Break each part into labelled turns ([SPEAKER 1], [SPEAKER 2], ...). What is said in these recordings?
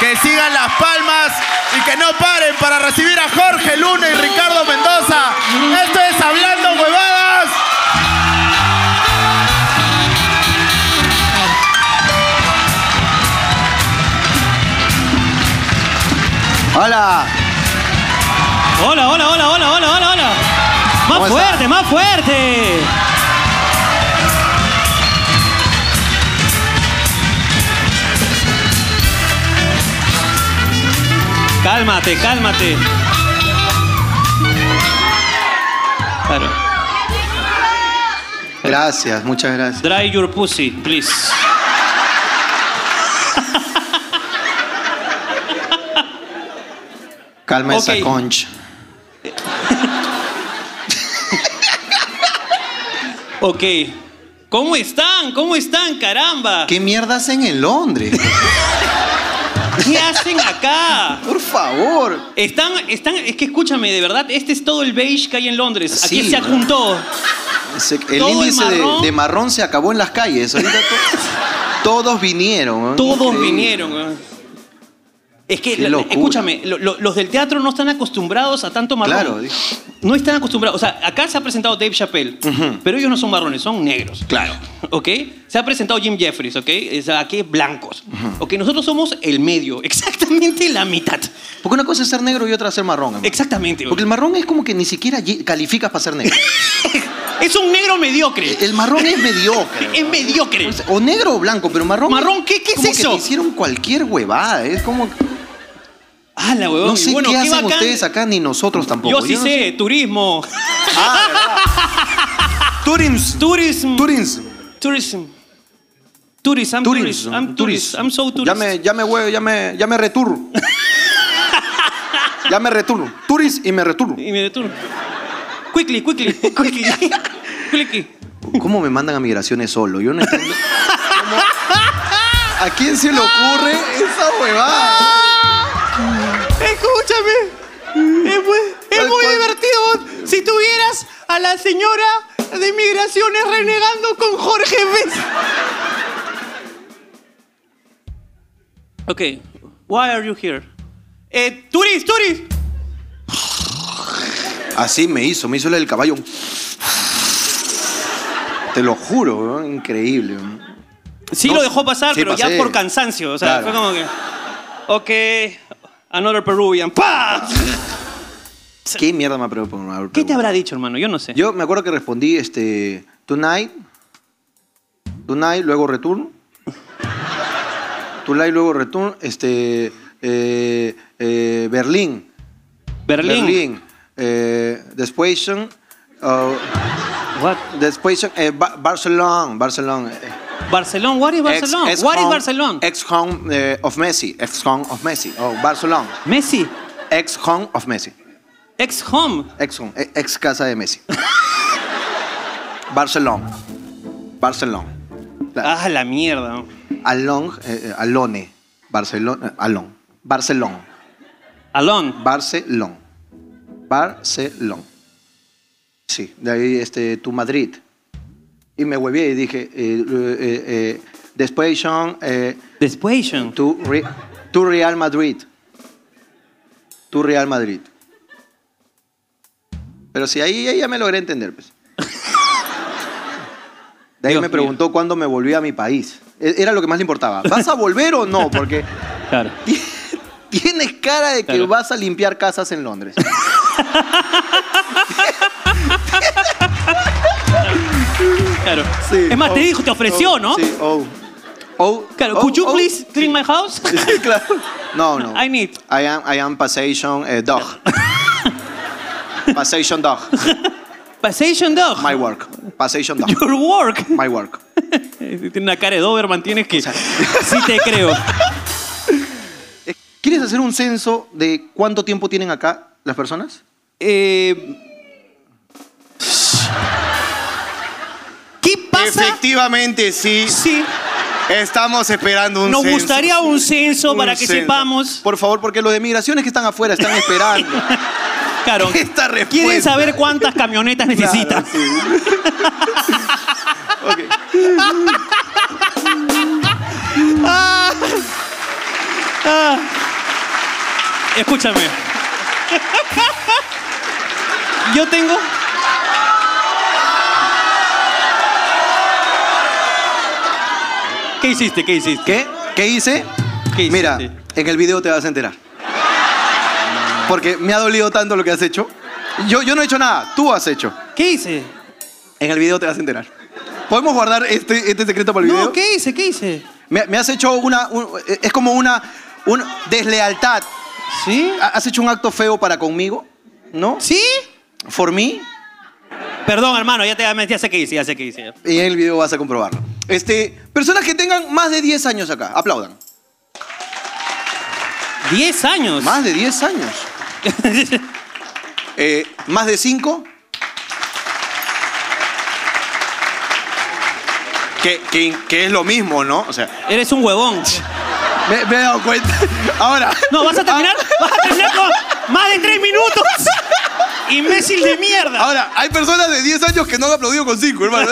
[SPEAKER 1] Que sigan las palmas y que no paren para recibir a Jorge Luna y Ricardo Mendoza. Esto es Hablando Huevadas.
[SPEAKER 2] Hola.
[SPEAKER 3] Hola, hola, hola, hola, hola, hola, hola. Más
[SPEAKER 2] ¿Cómo está?
[SPEAKER 3] fuerte, más fuerte. Cálmate, cálmate. Claro.
[SPEAKER 2] Gracias, muchas gracias.
[SPEAKER 3] Dry your pussy, please.
[SPEAKER 2] Calma
[SPEAKER 3] Ok.
[SPEAKER 2] esa concha.
[SPEAKER 3] Ok. ¿Cómo están? ¿Cómo están? Caramba.
[SPEAKER 2] ¿Qué mierda hacen en Londres?
[SPEAKER 3] ¿Qué hacen acá?
[SPEAKER 2] Por favor.
[SPEAKER 3] Están, están, es que escúchame, de verdad, este es todo el beige que hay en Londres. Aquí
[SPEAKER 2] Sí,
[SPEAKER 3] se
[SPEAKER 2] ¿no?
[SPEAKER 3] juntó.
[SPEAKER 2] Se- el
[SPEAKER 3] Todo el
[SPEAKER 2] índice de-
[SPEAKER 3] marrón.
[SPEAKER 2] De, marrón se acabó en las calles. Ahorita to- todos vinieron. ¿eh?
[SPEAKER 3] Todos
[SPEAKER 2] Increíble.
[SPEAKER 3] vinieron. weón. Es que,
[SPEAKER 2] Qué
[SPEAKER 3] la-
[SPEAKER 2] locura.
[SPEAKER 3] escúchame, lo- lo- los del teatro no están acostumbrados a tanto marrón.
[SPEAKER 2] Claro, di-
[SPEAKER 3] No están acostumbrados. O sea, acá se ha presentado Dave Chappelle,
[SPEAKER 2] Ujú.
[SPEAKER 3] pero ellos no son marrones, son negros.
[SPEAKER 2] Claro.
[SPEAKER 3] ¿Ok? Se ha presentado Jim Jeffries, ¿ok? O sea, aquí blancos. ¿Ok? Nosotros somos el medio, exactamente la mitad.
[SPEAKER 2] Porque una cosa es ser negro y otra es ser marrón. hermano.
[SPEAKER 3] Exactamente. weón.
[SPEAKER 2] Porque el marrón es como que ni siquiera ye- calificas para ser negro.
[SPEAKER 3] Es un negro mediocre.
[SPEAKER 2] El marrón es mediocre.
[SPEAKER 3] Es mediocre.
[SPEAKER 2] O negro o blanco, pero marrón.
[SPEAKER 3] ¿Marrón? ¿Qué- qué es
[SPEAKER 2] como
[SPEAKER 3] eso?
[SPEAKER 2] Que te hicieron cualquier huevada. Es como.
[SPEAKER 3] Ah, la huevón.
[SPEAKER 2] No
[SPEAKER 3] Y
[SPEAKER 2] sé
[SPEAKER 3] bueno,
[SPEAKER 2] qué hacen
[SPEAKER 3] bacán.
[SPEAKER 2] ustedes acá ni nosotros tampoco.
[SPEAKER 3] Yo sí
[SPEAKER 2] no
[SPEAKER 3] sé, turismo.
[SPEAKER 2] Turims.
[SPEAKER 3] Tourism.
[SPEAKER 2] Turims.
[SPEAKER 3] Tourism. Tourist, I'm tourist.
[SPEAKER 2] Turims.
[SPEAKER 3] I'm tourist. I'm so tourist.
[SPEAKER 2] Ya me, ya me huevo, ya me, ya me returno. ya me returno. Turis y me returno.
[SPEAKER 3] Y me detuve. Quickly, quickly, quickly. quickly.
[SPEAKER 2] ¿Cómo me mandan a migraciones solo? Yo no entiendo. ¿Cómo? ¿A quién se le ocurre esa huevada?
[SPEAKER 3] Ah, Escúchame. Es muy,
[SPEAKER 2] Tal cual.
[SPEAKER 3] divertido. Si tuvieras a la señora de migraciones renegando con Jorge Vez. Ok. Why are you here? Eh, tourist, tourist.
[SPEAKER 2] Así me hizo, me hizo la del caballo. Te lo juro, weón, increíble. weón.
[SPEAKER 3] Sí
[SPEAKER 2] No,
[SPEAKER 3] lo dejó pasar,
[SPEAKER 2] sí
[SPEAKER 3] pero
[SPEAKER 2] pasé.
[SPEAKER 3] ya por cansancio. O sea,
[SPEAKER 2] Claro.
[SPEAKER 3] fue como que. Ok. Another Peruvian. ¡Pah!
[SPEAKER 2] ¿Qué mierda me ha preguntado?
[SPEAKER 3] ¿Qué te habrá dicho, hermano? Yo no sé.
[SPEAKER 2] Yo me acuerdo que respondí este tonight, tonight luego return, tonight luego return, este eh, eh, Berlín,
[SPEAKER 3] Berlín.
[SPEAKER 2] Berlín, eh, después uh,
[SPEAKER 3] What?
[SPEAKER 2] después eh, Ba- Barcelona, Barcelona. eh,
[SPEAKER 3] Barcelona. What is Barcelona?
[SPEAKER 2] ex- ex
[SPEAKER 3] What is
[SPEAKER 2] home-
[SPEAKER 3] Barcelona?
[SPEAKER 2] Ex home eh, of Messi, ex home of Messi, oh Barcelona,
[SPEAKER 3] Messi.
[SPEAKER 2] ex home of Messi.
[SPEAKER 3] Ex home.
[SPEAKER 2] Ex, eh, ex casa de Messi. Barcelona. Barcelona. La-
[SPEAKER 3] Ah, la mierda.
[SPEAKER 2] Along, eh, eh, Alone. Barcelona. eh, Alon. Barcelona.
[SPEAKER 3] Alon.
[SPEAKER 2] Barcelona. Barcelona. Sí, de ahí este, tu Madrid. Y me huevé y dije, eh, eh, eh, eh, después Sean, eh,
[SPEAKER 3] Despuation.
[SPEAKER 2] tu, Re- tu Real Madrid. Tu Real Madrid. Pero si ahí ahí ya me logré entender, pues. De ahí
[SPEAKER 3] Dios
[SPEAKER 2] me
[SPEAKER 3] mío.
[SPEAKER 2] preguntó cuándo me volví a mi país. E- Era lo que más le importaba. ¿Vas a volver o no? Porque
[SPEAKER 3] Claro.
[SPEAKER 2] tienes cara de que
[SPEAKER 3] Claro.
[SPEAKER 2] vas a limpiar casas en Londres.
[SPEAKER 3] Claro.
[SPEAKER 2] Sí.
[SPEAKER 3] es más, te
[SPEAKER 2] Oh,
[SPEAKER 3] dijo, te ofreció,
[SPEAKER 2] oh,
[SPEAKER 3] ¿no?
[SPEAKER 2] Sí, oh. Oh,
[SPEAKER 3] Claro.
[SPEAKER 2] oh,
[SPEAKER 3] Could you
[SPEAKER 2] oh.
[SPEAKER 3] please clean my house?
[SPEAKER 2] Sí, claro. No, no.
[SPEAKER 3] I need.
[SPEAKER 2] I am, I am passation eh, dog. passation dog.
[SPEAKER 3] Passation dog.
[SPEAKER 2] My work. Passation dog.
[SPEAKER 3] Your work.
[SPEAKER 2] My work.
[SPEAKER 3] Eh, Tiene una cara de Doberman, tienes que. sí te creo.
[SPEAKER 2] ¿Quieres hacer un censo de cuánto tiempo tienen acá las personas?
[SPEAKER 3] Eh, ¿Qué pasa?
[SPEAKER 4] Efectivamente, sí.
[SPEAKER 3] Sí,
[SPEAKER 4] Estamos esperando un
[SPEAKER 3] nos
[SPEAKER 4] censo.
[SPEAKER 3] gustaría un censo
[SPEAKER 4] Un
[SPEAKER 3] para que
[SPEAKER 4] censo.
[SPEAKER 3] sepamos.
[SPEAKER 2] Por favor, porque los de migraciones que están afuera están esperando.
[SPEAKER 3] Claro,
[SPEAKER 4] Esta respuesta.
[SPEAKER 3] quieren saber cuántas camionetas necesitan. Ah. Escúchame. Yo tengo. ¿Qué hiciste? ¿Qué hiciste?
[SPEAKER 2] ¿Qué? ¿Qué hice?
[SPEAKER 3] ¿Qué hiciste?
[SPEAKER 2] Mira, en el video te vas a enterar. Porque me ha dolido tanto lo que has hecho. Yo, yo no he hecho nada, tú has hecho.
[SPEAKER 3] ¿Qué hice?
[SPEAKER 2] En el video te vas a enterar. ¿Podemos guardar este, este secreto para el video?
[SPEAKER 3] No, ¿qué hice? ¿Qué hice?
[SPEAKER 2] Me, me has hecho una... un- es como una, una deslealtad.
[SPEAKER 3] ¿Sí?
[SPEAKER 2] Ha- ¿Has hecho un acto feo para conmigo? ¿No?
[SPEAKER 3] ¿Sí?
[SPEAKER 2] ¿For mí?
[SPEAKER 3] Perdón, hermano, ya te ya sé qué hice, ya sé qué hice.
[SPEAKER 2] Y en el video vas a comprobarlo. Este, personas que tengan más de 10 años acá, aplaudan.
[SPEAKER 3] ¿Diez años?
[SPEAKER 2] Más de 10 años. Eh, más de 5.
[SPEAKER 4] Que, que- que es lo mismo, ¿no? O sea,
[SPEAKER 3] Eres un huevón.
[SPEAKER 2] Me, me he dado cuenta. Ahora. Ah,
[SPEAKER 3] No, vas a terminar, vas a terminar con más de tres minutos. Imbécil de mierda.
[SPEAKER 2] Ahora, hay personas de 10 años que no han aplaudido con 5, hermano.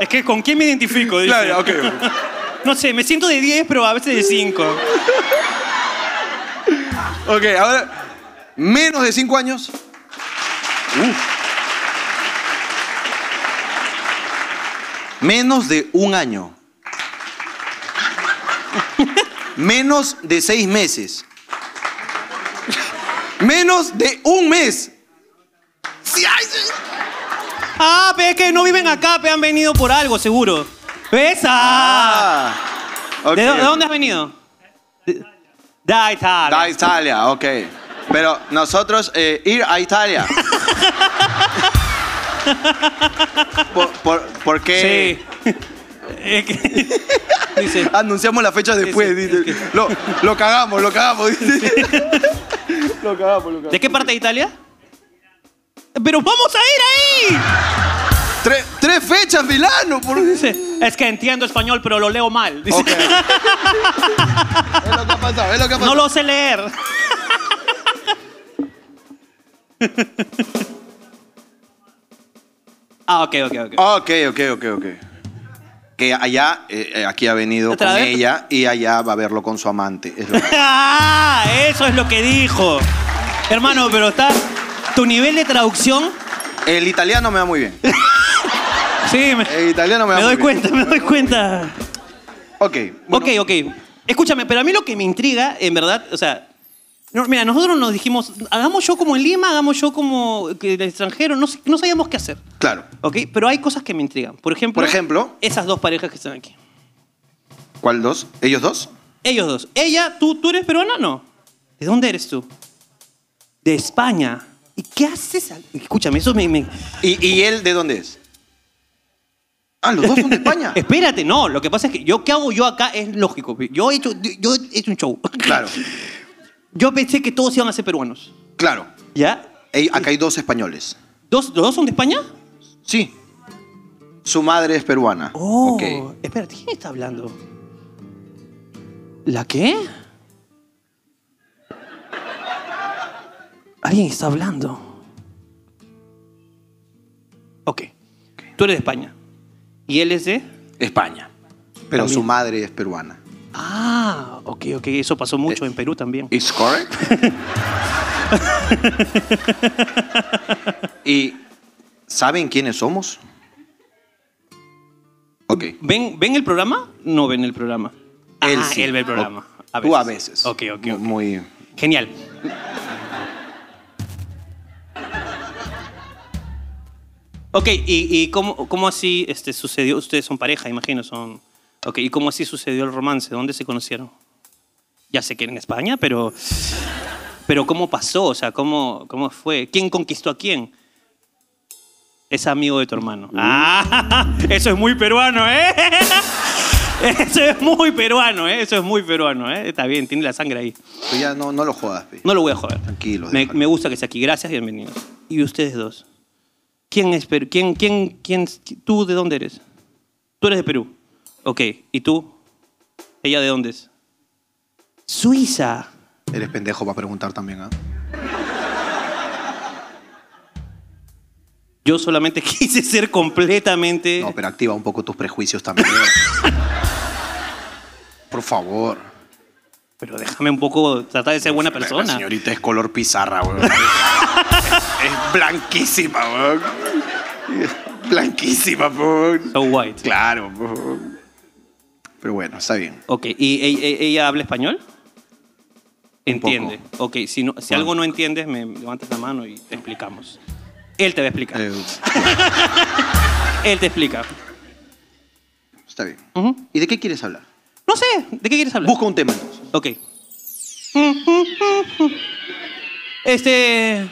[SPEAKER 3] Es que ¿con quién me identifico? Dice.
[SPEAKER 2] claro, ok. ok.
[SPEAKER 3] No sé, me siento de 10, pero a veces de 5.
[SPEAKER 2] Ok, ahora. Menos de 5 años. Uf. Menos de un año. Menos de 6 meses. Menos de un mes. Sí, ay, sí.
[SPEAKER 3] Ah, pero es que no viven acá, pero han venido por algo, seguro. ¿Ves? Ah.
[SPEAKER 2] Ah. Ok,
[SPEAKER 3] ¿De, dó- de
[SPEAKER 2] ok.
[SPEAKER 3] dónde has venido? De, de Italia.
[SPEAKER 2] Da Italia, ok. Pero nosotros eh, ir a Italia. por, por- ¿por qué?
[SPEAKER 3] Sí. Es que- Dice,
[SPEAKER 2] Anunciamos la fecha después.
[SPEAKER 3] sí,
[SPEAKER 2] dice. Lo, lo cagamos, lo cagamos. dice. lo cagamos, lo cagamos.
[SPEAKER 3] ¿de qué parte de Italia? Pero vamos a ir ahí.
[SPEAKER 2] Tres, tres fechas, Milano. Por... es
[SPEAKER 3] Dice, es que entiendo español, pero lo leo mal. Dice,
[SPEAKER 2] Ok. lo que ha pasado, es lo que ha pasado.
[SPEAKER 3] no lo sé leer. ah, ok, ok, ok.
[SPEAKER 2] Ok, ok, ok, ok. Que allá, eh, eh, aquí ha venido
[SPEAKER 3] ¿Otra
[SPEAKER 2] con
[SPEAKER 3] vez?
[SPEAKER 2] ella y allá va a verlo con su amante. Es lo-
[SPEAKER 3] Ah, eso es lo que dijo. Hermano, pero está. Tu nivel de traducción.
[SPEAKER 2] El italiano me va muy bien.
[SPEAKER 3] Sí, me,
[SPEAKER 2] El italiano me va
[SPEAKER 3] me
[SPEAKER 2] muy
[SPEAKER 3] doy
[SPEAKER 2] bien.
[SPEAKER 3] cuenta, me doy cuenta.
[SPEAKER 2] Ok. bueno.
[SPEAKER 3] Ok, ok. Escúchame, pero a mí lo que me intriga, en verdad, o sea. no, mira, nosotros nos dijimos, hagamos show como en Lima, hagamos show como que en el extranjero, no, sé- no sabíamos qué hacer.
[SPEAKER 2] Claro.
[SPEAKER 3] ¿Ok? Pero hay cosas que me intrigan. Por ejemplo,
[SPEAKER 2] Por ejemplo.
[SPEAKER 3] esas dos parejas que están aquí.
[SPEAKER 2] ¿Cuál dos? ¿Ellos dos?
[SPEAKER 3] Ellos dos. Ella, tú, tú eres peruana, no. ¿De dónde eres tú? De España. ¿Y qué haces? al- Escúchame, eso me. me-
[SPEAKER 2] ¿Y, y él de dónde es? Ah, los dos son de España.
[SPEAKER 3] Espérate, no. Lo que pasa es que yo, ¿qué hago yo acá? Es lógico. Yo he hecho, yo he hecho un show.
[SPEAKER 2] Claro,
[SPEAKER 3] Yo pensé que todos iban a ser peruanos.
[SPEAKER 2] claro.
[SPEAKER 3] ¿Ya?
[SPEAKER 2] Ey, Acá hay dos españoles.
[SPEAKER 3] ¿Dos, ¿Los dos son de España?
[SPEAKER 2] Sí. Su madre es peruana.
[SPEAKER 3] Oh,
[SPEAKER 2] Ok.
[SPEAKER 3] espérate, ¿quién está hablando? ¿La qué? Alguien está hablando. Ok. Tú eres de España. ¿Y él es de?
[SPEAKER 2] España. Pero
[SPEAKER 3] También.
[SPEAKER 2] su madre es peruana.
[SPEAKER 3] Ah, ok, ok. Eso pasó mucho en Perú también.
[SPEAKER 2] ¿Es correct? ¿Y saben quiénes somos? Ok.
[SPEAKER 3] ¿Ven, ¿Ven el programa? No ven el programa.
[SPEAKER 2] Él
[SPEAKER 3] ah,
[SPEAKER 2] sí.
[SPEAKER 3] él ve el programa.
[SPEAKER 2] O- Tú a veces.
[SPEAKER 3] Ok, ok, ok.
[SPEAKER 2] Muy...
[SPEAKER 3] Genial. Ok, ¿y, y cómo, cómo así este, sucedió? Ustedes son pareja, imagino, son... Ok, ¿y cómo así sucedió el romance? ¿Dónde se conocieron? Ya sé que en España, pero... Pero ¿cómo pasó? O sea, ¿cómo, cómo fue? ¿Quién conquistó a quién? Es amigo de tu hermano.
[SPEAKER 2] Mm.
[SPEAKER 3] ¡Ah! Eso es muy peruano, ¿eh? Eso es muy peruano, ¿eh? Eso es muy peruano, ¿eh? Está bien, tiene la sangre ahí.
[SPEAKER 2] Tú ya no, no lo jodas, pe.
[SPEAKER 3] No lo voy a joder.
[SPEAKER 2] Tranquilo,
[SPEAKER 3] Me,
[SPEAKER 2] déjalo.
[SPEAKER 3] me gusta que esté aquí. Gracias, bienvenidos. Y ustedes dos. ¿Quién es Perú? ¿Quién, quién, quién, ¿Tú de dónde eres? Tú eres de Perú. Ok. ¿Y tú? ¿Ella de dónde es? Suiza.
[SPEAKER 2] Eres pendejo para preguntar también, ¿ah?
[SPEAKER 3] Yo solamente quise ser completamente...
[SPEAKER 2] No, pero activa un poco tus prejuicios también. Por favor.
[SPEAKER 3] Pero déjame un poco tratar de ser buena
[SPEAKER 4] La- la
[SPEAKER 3] persona.
[SPEAKER 4] señorita es color pizarra, weón. es, es blanquísima, weón. Blanquísima, weón.
[SPEAKER 3] So white.
[SPEAKER 4] Claro, weón. Pero bueno, está bien.
[SPEAKER 3] Ok, ¿y e- e- ella habla español? Entiende. Ok, si, no- si algo no entiendes, me levantas la mano y te explicamos. Él te va a explicar.
[SPEAKER 4] Eh,
[SPEAKER 3] Él te explica.
[SPEAKER 2] Está bien.
[SPEAKER 3] Ujú.
[SPEAKER 2] ¿Y de qué quieres hablar?
[SPEAKER 3] No sé, ¿de qué quieres hablar?
[SPEAKER 2] Busca un tema. entonces.
[SPEAKER 3] Ok. Este.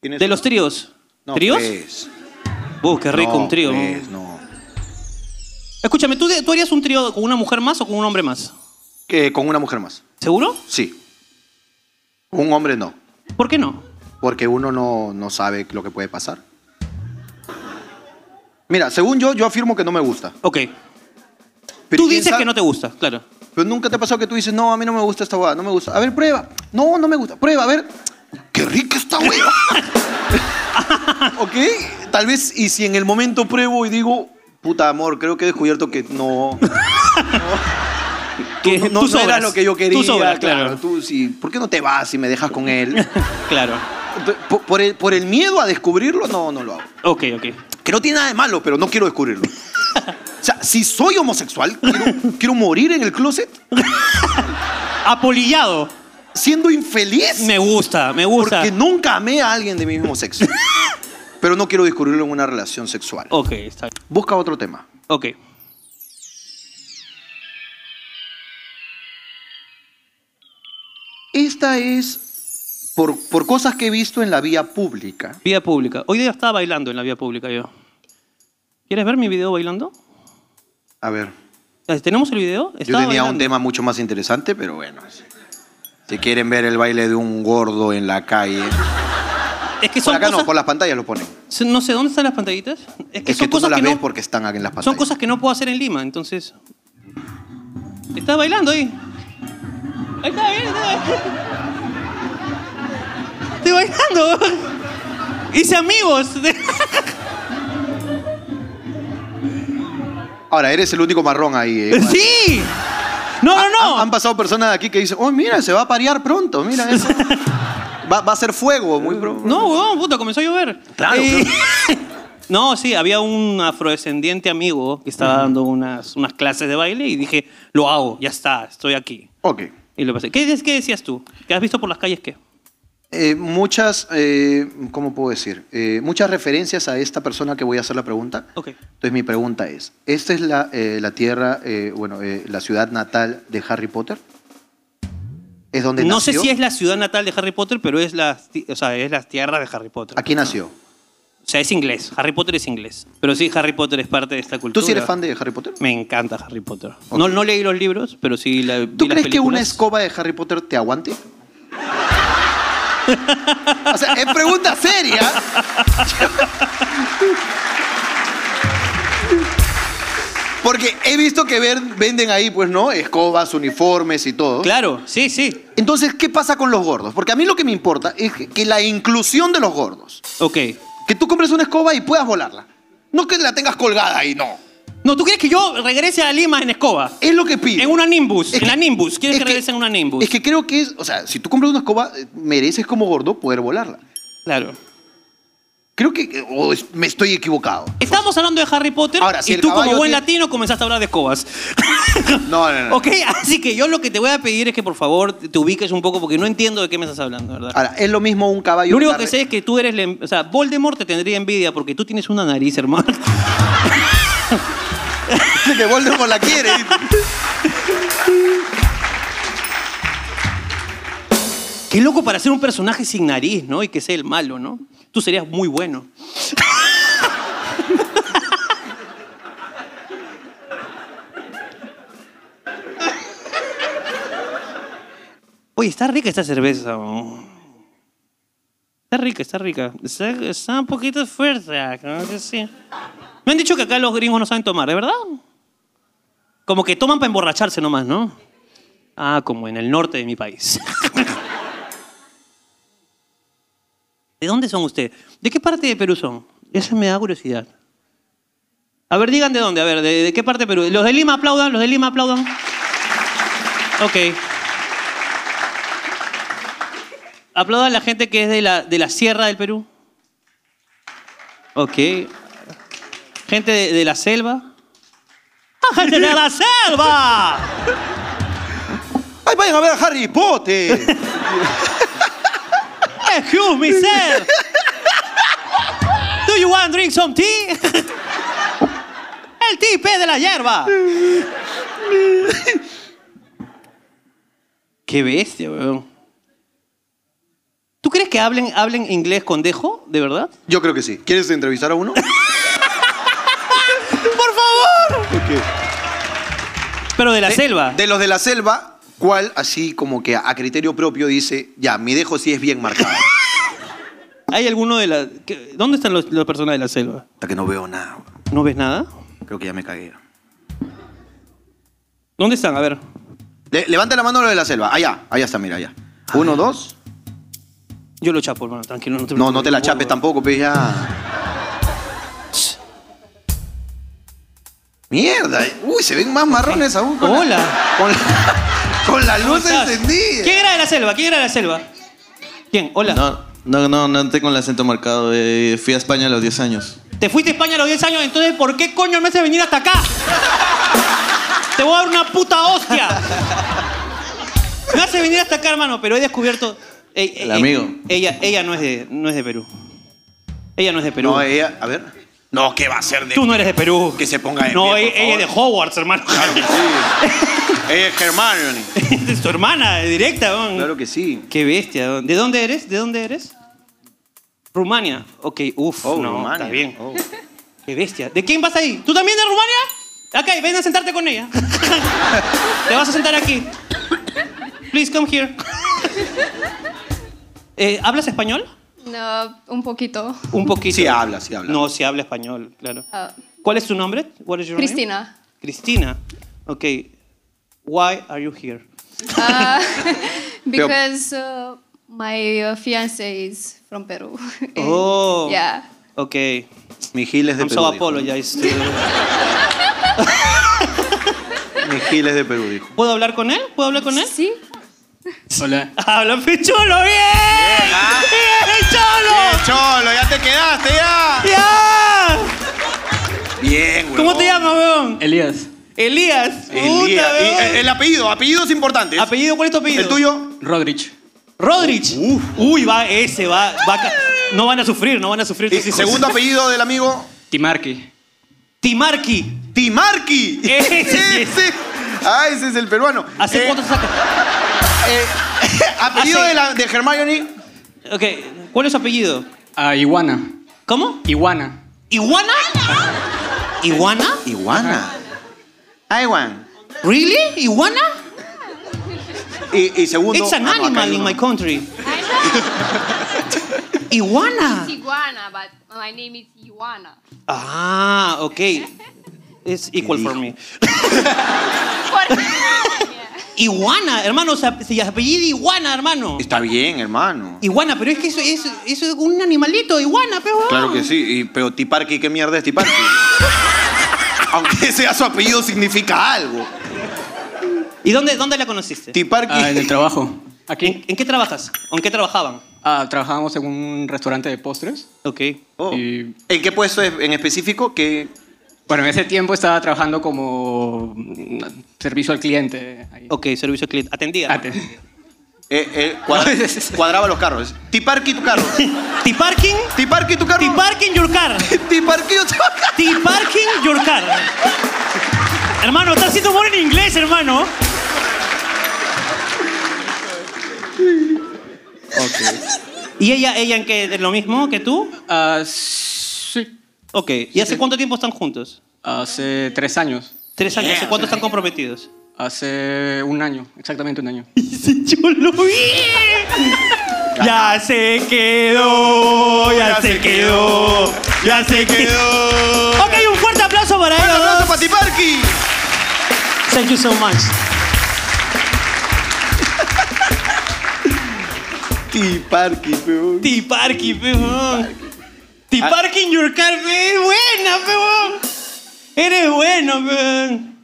[SPEAKER 2] ¿Tienes
[SPEAKER 3] De los
[SPEAKER 2] uno?
[SPEAKER 3] tríos.
[SPEAKER 2] No,
[SPEAKER 3] ¿Tríos?
[SPEAKER 2] pues.
[SPEAKER 3] Uh, qué rico
[SPEAKER 4] no,
[SPEAKER 3] un trío.
[SPEAKER 4] pues, no.
[SPEAKER 3] Escúchame, ¿tú, de- ¿tú harías un trío con una mujer más o con un hombre más?
[SPEAKER 2] Que con una mujer más.
[SPEAKER 3] ¿Seguro?
[SPEAKER 2] Sí. Un hombre no.
[SPEAKER 3] ¿Por qué no?
[SPEAKER 2] Porque uno no, no sabe lo que puede pasar. Mira, según yo, yo afirmo que no me gusta.
[SPEAKER 3] Ok.
[SPEAKER 2] Pero quién
[SPEAKER 3] tú dices
[SPEAKER 2] sabe-
[SPEAKER 3] que no te gusta, claro.
[SPEAKER 2] Pero nunca te ha pasado que tú dices, no, a mí no me gusta esta hueá, no me gusta. A ver, prueba. No, no me gusta. Prueba, a ver. ¡Qué rica esta hueá! ¿Ok? Tal vez, y si en el momento pruebo y digo, puta amor, creo que he descubierto que no.
[SPEAKER 3] Que
[SPEAKER 2] No, no era
[SPEAKER 3] sobras.
[SPEAKER 2] lo que yo quería.
[SPEAKER 3] Tú sobras, claro.
[SPEAKER 2] Tú, sí. ¿Por qué no te vas y me dejas con él?
[SPEAKER 3] Claro.
[SPEAKER 2] por, por el, por el miedo a descubrirlo, no, no lo hago.
[SPEAKER 3] Ok, ok.
[SPEAKER 2] Que no tiene nada de malo, pero no quiero descubrirlo. O sea, si soy homosexual, quiero, quiero morir en el closet
[SPEAKER 3] Apolillado.
[SPEAKER 2] siendo infeliz.
[SPEAKER 3] Me gusta, me gusta.
[SPEAKER 2] Porque nunca amé a alguien de mi mismo sexo. Pero no quiero descubrirlo en una relación sexual.
[SPEAKER 3] Ok, está bien.
[SPEAKER 2] Busca otro tema.
[SPEAKER 3] Ok.
[SPEAKER 2] Esta es por, por cosas que he visto en la vía pública.
[SPEAKER 3] Vía pública. Hoy día estaba bailando en la vía pública yo. ¿Quieres ver mi video bailando?
[SPEAKER 2] A ver,
[SPEAKER 3] Eh, ¿Tenemos el video?
[SPEAKER 2] yo
[SPEAKER 3] Estaba
[SPEAKER 2] tenía un
[SPEAKER 3] bailando.
[SPEAKER 2] tema mucho más interesante, pero bueno.
[SPEAKER 4] Si quieren ver el baile de un gordo en la calle.
[SPEAKER 3] Es que
[SPEAKER 2] Por
[SPEAKER 3] son
[SPEAKER 2] acá
[SPEAKER 3] cosas...
[SPEAKER 2] no, por las pantallas lo ponen.
[SPEAKER 3] Se- No sé, ¿dónde están las pantallitas? Es que
[SPEAKER 2] Es
[SPEAKER 3] son
[SPEAKER 2] que tú no
[SPEAKER 3] cosas
[SPEAKER 2] las
[SPEAKER 3] que
[SPEAKER 2] ves
[SPEAKER 3] no...
[SPEAKER 2] porque están aquí en las pantallas.
[SPEAKER 3] Son cosas que no puedo hacer en Lima, entonces... Está bailando ahí. Ahí está, bien, está Estoy bailando. Hice amigos.
[SPEAKER 2] Ahora, eres el único marrón ahí. eh.
[SPEAKER 3] ¡Sí! No, no,
[SPEAKER 2] Han-
[SPEAKER 3] no.
[SPEAKER 2] Han, pasado personas de aquí que dicen, oh, mira, se va a parear pronto, mira eso. va, va a ser fuego muy pronto.
[SPEAKER 3] No, huevón, puta, comenzó a llover. Eh,
[SPEAKER 2] Claro,
[SPEAKER 3] no, sí, había un afrodescendiente amigo que estaba dando unas, unas clases de baile y dije, lo hago, ya está, estoy aquí.
[SPEAKER 2] Ok.
[SPEAKER 3] Y lo pasé. ¿Qué, dices- qué decías tú? ¿Que has visto por las calles qué?
[SPEAKER 2] Eh, muchas, eh, ¿cómo puedo decir? Eh, muchas referencias a esta persona que voy a hacer la pregunta.
[SPEAKER 3] Ok.
[SPEAKER 2] Entonces mi pregunta es, ¿esta es la, eh, la tierra, eh, bueno, eh, la ciudad natal de Harry Potter? ¿Es donde
[SPEAKER 3] No sé
[SPEAKER 2] nació?
[SPEAKER 3] si es la ciudad natal de Harry Potter, pero es la, ti- o sea, es la tierra de Harry Potter.
[SPEAKER 2] Aquí nació.
[SPEAKER 3] O sea, es inglés. Harry Potter es inglés. Pero sí, Harry Potter es parte de esta
[SPEAKER 2] ¿Tú
[SPEAKER 3] cultura.
[SPEAKER 2] sí eres fan de Harry Potter?
[SPEAKER 3] Me encanta Harry Potter.
[SPEAKER 2] Ok.
[SPEAKER 3] No, no leí los libros, pero sí la, vi
[SPEAKER 2] ¿Tú
[SPEAKER 3] las
[SPEAKER 2] crees que una
[SPEAKER 3] películas.
[SPEAKER 2] escoba de Harry Potter te aguante? o sea, es pregunta seria. Porque he visto que ven- venden ahí, pues, ¿no? Escobas, uniformes y todo.
[SPEAKER 3] Claro, sí, sí.
[SPEAKER 2] Entonces, ¿qué pasa con los gordos? Porque a mí lo que me importa es que, que la inclusión de los gordos.
[SPEAKER 3] Ok.
[SPEAKER 2] Que tú compres una escoba y puedas volarla. No que la tengas colgada ahí, no.
[SPEAKER 3] No, ¿tú quieres que yo regrese a Lima en escoba?
[SPEAKER 2] Es lo que pido.
[SPEAKER 3] En una Nimbus,
[SPEAKER 2] Es
[SPEAKER 3] en la Nimbus. ¿Quieres
[SPEAKER 2] es
[SPEAKER 3] que, regrese en una Nimbus?
[SPEAKER 2] Es que creo que es, o sea, si tú compras una escoba, eh, mereces como gordo poder volarla.
[SPEAKER 3] Claro.
[SPEAKER 2] Creo que, eh, o es- me estoy equivocado.
[SPEAKER 3] Estamos hablando de Harry Potter
[SPEAKER 2] Ahora, si
[SPEAKER 3] y
[SPEAKER 2] el
[SPEAKER 3] tú como
[SPEAKER 2] caballo
[SPEAKER 3] buen
[SPEAKER 2] tiene-
[SPEAKER 3] latino comenzaste a hablar de escobas.
[SPEAKER 2] No, no, no.
[SPEAKER 3] ok, así que yo lo que te voy a pedir es que por favor te ubiques un poco porque no entiendo de qué me estás hablando, ¿verdad?
[SPEAKER 2] Ahora, es lo mismo un caballo.
[SPEAKER 3] Lo único
[SPEAKER 2] una
[SPEAKER 3] que
[SPEAKER 2] re-
[SPEAKER 3] sé es que tú eres... la en- O sea, Voldemort te tendría envidia porque tú tienes una nariz, hermano.
[SPEAKER 2] que Voldemort la quiere.
[SPEAKER 3] Qué loco para ser un personaje sin nariz, ¿no? Y que sea el malo, ¿no? Tú serías muy bueno. Oye, está rica esta cerveza. ¿no? Está rica, está rica. Está, está un poquito fuerte, ¿no? Que sí. Me han dicho que acá los gringos no saben tomar, ¿de verdad? Como que toman para emborracharse nomás, ¿no? Ah, como en el norte de mi país. ¿De dónde son ustedes? ¿De qué parte de Perú son? Eso me da curiosidad. A ver, digan de dónde, a ver, ¿de, de qué parte de Perú? Los de Lima aplaudan, los de Lima aplaudan. Ok. Aplauda a la gente que es de la, de la sierra del Perú. Ok. Gente de, de la selva. ¡Ah, gente de la selva!
[SPEAKER 2] ¡Ay, vayan a ver a Harry Potter!
[SPEAKER 3] Excuse me, sir. Do you want to drink some tea? El tipe de la hierba. Qué bestia, weón. ¿Tú crees que hablen, hablen inglés con dejo? ¿De verdad?
[SPEAKER 2] Yo creo que sí. ¿Quieres entrevistar a uno?
[SPEAKER 3] ¡Por favor!
[SPEAKER 2] Ok.
[SPEAKER 3] Pero de la
[SPEAKER 2] De-
[SPEAKER 3] selva.
[SPEAKER 2] De los de la selva, ¿cuál así como que a criterio propio dice, ya, mi dejo sí es bien marcado?
[SPEAKER 3] ¿Hay alguno de la. que- ¿Dónde están los- las personas de la selva?
[SPEAKER 2] Hasta que no veo nada. weón.
[SPEAKER 3] ¿No ves nada?
[SPEAKER 2] Creo que ya me cagué.
[SPEAKER 3] ¿Dónde están? A ver.
[SPEAKER 2] Le- levanta la mano los de la selva. Allá, allá está, mira, allá. Uno, dos.
[SPEAKER 3] Yo lo chapo, hermano, tranquilo. No, te
[SPEAKER 2] No, no te la
[SPEAKER 3] preocupes.
[SPEAKER 2] chapes tampoco, pues ya. Mierda. Uy, se ven más marrones aún. con la-
[SPEAKER 3] Hola.
[SPEAKER 2] Con la, con la
[SPEAKER 3] ¿Cómo
[SPEAKER 2] luz
[SPEAKER 3] estás?
[SPEAKER 2] encendida.
[SPEAKER 3] ¿Quién era de la selva? ¿Quién era de la selva? ¿Quién? Hola.
[SPEAKER 5] No, no, no, no tengo el acento marcado. eh, fui a España a los 10 años.
[SPEAKER 3] Te fuiste a España a los 10 años, entonces ¿por qué coño me haces venir hasta acá? Te voy a dar una puta hostia. Me haces venir hasta acá, hermano, pero he descubierto. Ey, ey,
[SPEAKER 5] El
[SPEAKER 3] ey,
[SPEAKER 5] amigo.
[SPEAKER 3] Ella, ella no, es de, no es de Perú. Ella no es de Perú.
[SPEAKER 2] No, ella, a ver.
[SPEAKER 4] No, ¿qué va a ser de
[SPEAKER 3] Tú no eres de Perú.
[SPEAKER 4] Que se ponga de
[SPEAKER 3] No,
[SPEAKER 4] pie,
[SPEAKER 3] ella,
[SPEAKER 4] por favor.
[SPEAKER 3] ella es de Hogwarts, hermano.
[SPEAKER 4] Ella es Hermione.
[SPEAKER 3] es tu hermana, de directa, weón.
[SPEAKER 2] Claro que sí.
[SPEAKER 3] Qué bestia, weón. ¿De dónde eres? ¿De dónde eres? Rumania. Ok, uff,
[SPEAKER 2] Oh,
[SPEAKER 3] no,
[SPEAKER 2] Rumania.
[SPEAKER 3] está bien.
[SPEAKER 2] Oh.
[SPEAKER 3] Qué bestia. ¿De quién vas ahí? ¿Tú también de Rumania? Ok, ven a sentarte con ella. Te vas a sentar aquí. Please come here. Eh, ¿Hablas español?
[SPEAKER 6] No, un poquito.
[SPEAKER 3] Un poquito.
[SPEAKER 2] Sí habla, sí habla.
[SPEAKER 3] No, si habla español, claro.
[SPEAKER 6] Ah,
[SPEAKER 3] ¿Cuál es tu nombre? What is your name?
[SPEAKER 6] Cristina.
[SPEAKER 3] Cristina. Ok. Why are you here?
[SPEAKER 6] Ah, because uh, my uh, fiance is from Peru.
[SPEAKER 3] Oh.
[SPEAKER 6] Yeah.
[SPEAKER 3] Ok.
[SPEAKER 2] Mi Gil es de
[SPEAKER 3] I'm
[SPEAKER 2] Perú.
[SPEAKER 3] so
[SPEAKER 2] dijo.
[SPEAKER 3] apologize.
[SPEAKER 2] Mi Gil es de Perú, dijo.
[SPEAKER 3] ¿Puedo hablar con él? ¿Puedo hablar con él?
[SPEAKER 6] Sí.
[SPEAKER 7] Hola.
[SPEAKER 3] ¡Habla Pichulo! ¡Bien! ¡Bien,
[SPEAKER 4] Bien,
[SPEAKER 3] ¡Eh, Cholo!
[SPEAKER 4] Ah. ¡Eh, cholo, ya te quedaste ya.
[SPEAKER 3] ¡Ya!
[SPEAKER 4] Bien, güey.
[SPEAKER 3] ¿Cómo te llamas, weón?
[SPEAKER 7] Elías.
[SPEAKER 3] Elías.
[SPEAKER 4] Elías.
[SPEAKER 3] Puta,
[SPEAKER 4] Y,
[SPEAKER 3] weón.
[SPEAKER 4] eh, el apellido, apellidos importantes.
[SPEAKER 3] ¿Apellido? ¿Cuál es tu apellido?
[SPEAKER 4] ¿El tuyo? Oh,
[SPEAKER 7] Rodrich.
[SPEAKER 3] Rodrich. Uy, va ese, va. va ca- no van a sufrir, no van a sufrir.
[SPEAKER 4] ¿Y
[SPEAKER 3] tus hijos.
[SPEAKER 4] Eh, segundo apellido del amigo?
[SPEAKER 7] Timarqui.
[SPEAKER 3] Timarqui.
[SPEAKER 4] Timarqui.
[SPEAKER 3] Ese Eh, sí es.
[SPEAKER 4] Ese. Ah, ese es el peruano.
[SPEAKER 3] ¿Hace
[SPEAKER 4] Eh,
[SPEAKER 3] cuánto se saca?
[SPEAKER 4] eh, apellido
[SPEAKER 3] Hace-
[SPEAKER 4] de, la, de Hermione.
[SPEAKER 3] Ok, ¿cuál es su apellido?
[SPEAKER 7] Ah, Iguana.
[SPEAKER 3] ¿Cómo?
[SPEAKER 7] Iguana.
[SPEAKER 3] ¿Iguana? ¿Iguana?
[SPEAKER 2] Iguana. Ah, Aiwan.
[SPEAKER 3] ¿Really? ¿Iguana?
[SPEAKER 2] Y, y segundo.
[SPEAKER 3] It's an
[SPEAKER 2] ah, no, acá
[SPEAKER 3] animal
[SPEAKER 2] hay
[SPEAKER 3] in
[SPEAKER 2] uno.
[SPEAKER 3] my country.
[SPEAKER 6] I know.
[SPEAKER 3] Iguana.
[SPEAKER 6] Iguana, but my name is Iguana.
[SPEAKER 3] Ah, ok. It's equal for me. Iguana, hermano, o sea, se apellida iguana, hermano.
[SPEAKER 2] Está bien, hermano.
[SPEAKER 3] Iguana, pero es que eso, eso, eso es un animalito, iguana, pero.
[SPEAKER 2] Claro que sí. y- pero Tiparqui, ¿qué mierda es Tiparqui?
[SPEAKER 4] Aunque sea su apellido, significa algo.
[SPEAKER 3] ¿Y dónde, dónde la conociste?
[SPEAKER 2] Tiparqui.
[SPEAKER 7] Ah, en el trabajo.
[SPEAKER 3] ¿En,
[SPEAKER 7] Aquí.
[SPEAKER 3] en qué trabajas? ¿O en qué trabajaban?
[SPEAKER 7] Ah, trabajábamos en un restaurante de postres.
[SPEAKER 3] Ok.
[SPEAKER 2] Oh.
[SPEAKER 7] Y-
[SPEAKER 2] ¿En qué puesto es- en específico? ¿Qué?
[SPEAKER 7] Bueno, en ese tiempo estaba trabajando como mm, servicio al cliente. ahí.
[SPEAKER 3] Ok, servicio al cliente. Atendía.
[SPEAKER 7] Ate.
[SPEAKER 2] eh, eh, cuadra- cuadraba los carros. Tiparqui tu carro.
[SPEAKER 3] T-parking.
[SPEAKER 2] Tiparqui tu carro.
[SPEAKER 3] T-parking your car.
[SPEAKER 2] Tiparqui tu carro.
[SPEAKER 3] T-parking your car. hermano, estás haciendo humor en inglés, hermano. ¿Y ella, ella en qué? ¿En ¿Lo mismo que tú?
[SPEAKER 7] Ah, sí.
[SPEAKER 3] Ok. ¿Y hace cuánto tiempo están juntos?
[SPEAKER 7] Hace tres años.
[SPEAKER 3] Tres años. ¿Hace cuánto están comprometidos?
[SPEAKER 7] Hace un año, exactamente un año.
[SPEAKER 3] Dice Cholo bien. Ya se quedó, ya se quedó, ya se quedó. Ok, un fuerte aplauso para
[SPEAKER 4] ¡Un aplauso
[SPEAKER 3] ellos.
[SPEAKER 4] para Tiparqui!
[SPEAKER 3] Thank you so much.
[SPEAKER 2] Tiparqui, peón.
[SPEAKER 3] Tiparqui, peón. Tiparqui in your car, pe. Buena, peón. Eres bueno, peón.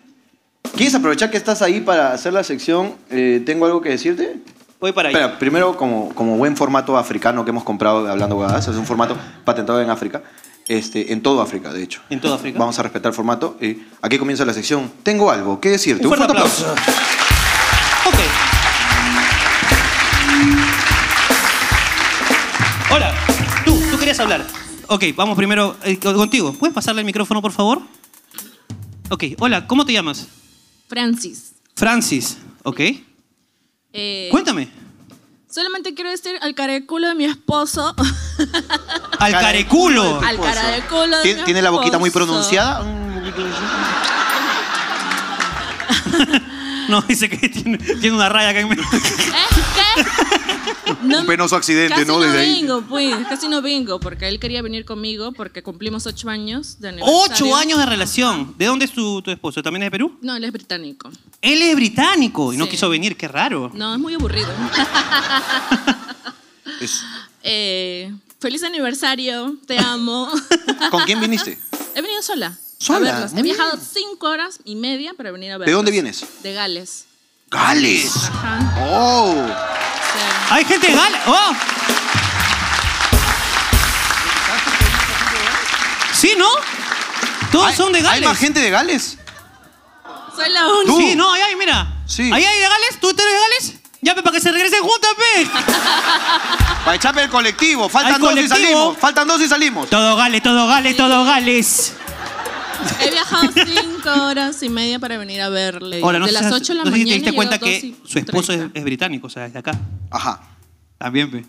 [SPEAKER 2] ¿Quieres aprovechar que estás ahí para hacer la sección? Eh, ¿Tengo algo que decirte?
[SPEAKER 3] Voy para allá.
[SPEAKER 2] Espera, primero, como, como buen formato africano que hemos comprado de hablando huevadas, es un formato patentado en África, este, en todo África, de hecho.
[SPEAKER 3] En todo África.
[SPEAKER 2] Vamos a respetar el formato. y aquí comienza la sección. Tengo algo que decirte.
[SPEAKER 3] Un fuerte aplauso. Ok. Hola, tú, tú querías hablar. Ok, vamos primero eh, contigo. ¿Puedes pasarle el micrófono, por favor? Ok, hola, ¿cómo te llamas?
[SPEAKER 8] Francis.
[SPEAKER 3] Francis, ok.
[SPEAKER 8] eh,
[SPEAKER 3] Cuéntame.
[SPEAKER 8] Solamente quiero decir al cara de culo de mi esposo.
[SPEAKER 3] Al careculo.
[SPEAKER 8] al cara de culo de
[SPEAKER 2] ¿Tiene,
[SPEAKER 8] mi
[SPEAKER 2] tiene la boquita muy
[SPEAKER 8] esposo.
[SPEAKER 2] pronunciada? Mm,
[SPEAKER 3] No, dice que tiene, tiene una raya acá en medio.
[SPEAKER 8] ¿Eh? ¿Qué? No,
[SPEAKER 4] Un penoso accidente,
[SPEAKER 8] casi
[SPEAKER 4] ¿no?
[SPEAKER 8] no
[SPEAKER 4] Desde ahí.
[SPEAKER 8] vengo, pues. Casi no vengo, porque él quería venir conmigo porque cumplimos ocho años de aniversario.
[SPEAKER 3] Ocho años de relación. ¿De dónde es tu, tu esposo? ¿También es de Perú?
[SPEAKER 8] No, él es británico.
[SPEAKER 3] Él es británico y no
[SPEAKER 8] Sí.
[SPEAKER 3] quiso venir, qué raro.
[SPEAKER 8] No, es muy aburrido.
[SPEAKER 2] es-
[SPEAKER 8] Eh, feliz aniversario, te amo.
[SPEAKER 2] ¿Con quién viniste?
[SPEAKER 8] He venido sola.
[SPEAKER 2] Sola,
[SPEAKER 8] A verlos.
[SPEAKER 2] muy
[SPEAKER 8] He viajado cinco horas y media para venir a verlos.
[SPEAKER 2] ¿De dónde vienes?
[SPEAKER 8] De Gales.
[SPEAKER 2] ¡Gales!
[SPEAKER 8] Ajá.
[SPEAKER 2] ¡Oh!
[SPEAKER 8] sí.
[SPEAKER 3] Hay gente de Gales. ¡Oh! Sí, ¿no? Todos
[SPEAKER 2] ¿Hay-
[SPEAKER 3] son de Gales.
[SPEAKER 2] ¿Hay más gente de Gales?
[SPEAKER 8] Soy la única.
[SPEAKER 3] Sí, no, ahí hay, mira.
[SPEAKER 2] Sí.
[SPEAKER 3] Ahí hay de Gales, tú te eres de Gales. Ya, pe, para que se regresen juntas, pe.
[SPEAKER 2] Para echarme el colectivo.
[SPEAKER 3] Hay
[SPEAKER 2] Faltan dos y
[SPEAKER 3] colectivo.
[SPEAKER 2] salimos. Faltan dos y salimos.
[SPEAKER 3] Todo Gales, todo Gales, todo Gales.
[SPEAKER 8] He viajado cinco horas y media para venir a verle.
[SPEAKER 3] Ahora, no
[SPEAKER 8] de
[SPEAKER 3] sé-
[SPEAKER 8] las 8 de la
[SPEAKER 3] no sé si
[SPEAKER 8] mañana.
[SPEAKER 3] te diste
[SPEAKER 8] llego
[SPEAKER 3] cuenta
[SPEAKER 8] dos
[SPEAKER 3] que
[SPEAKER 8] y
[SPEAKER 3] su esposo es,
[SPEAKER 8] 30.
[SPEAKER 3] es británico, o sea, es de acá.
[SPEAKER 2] Ajá.
[SPEAKER 3] También, pe.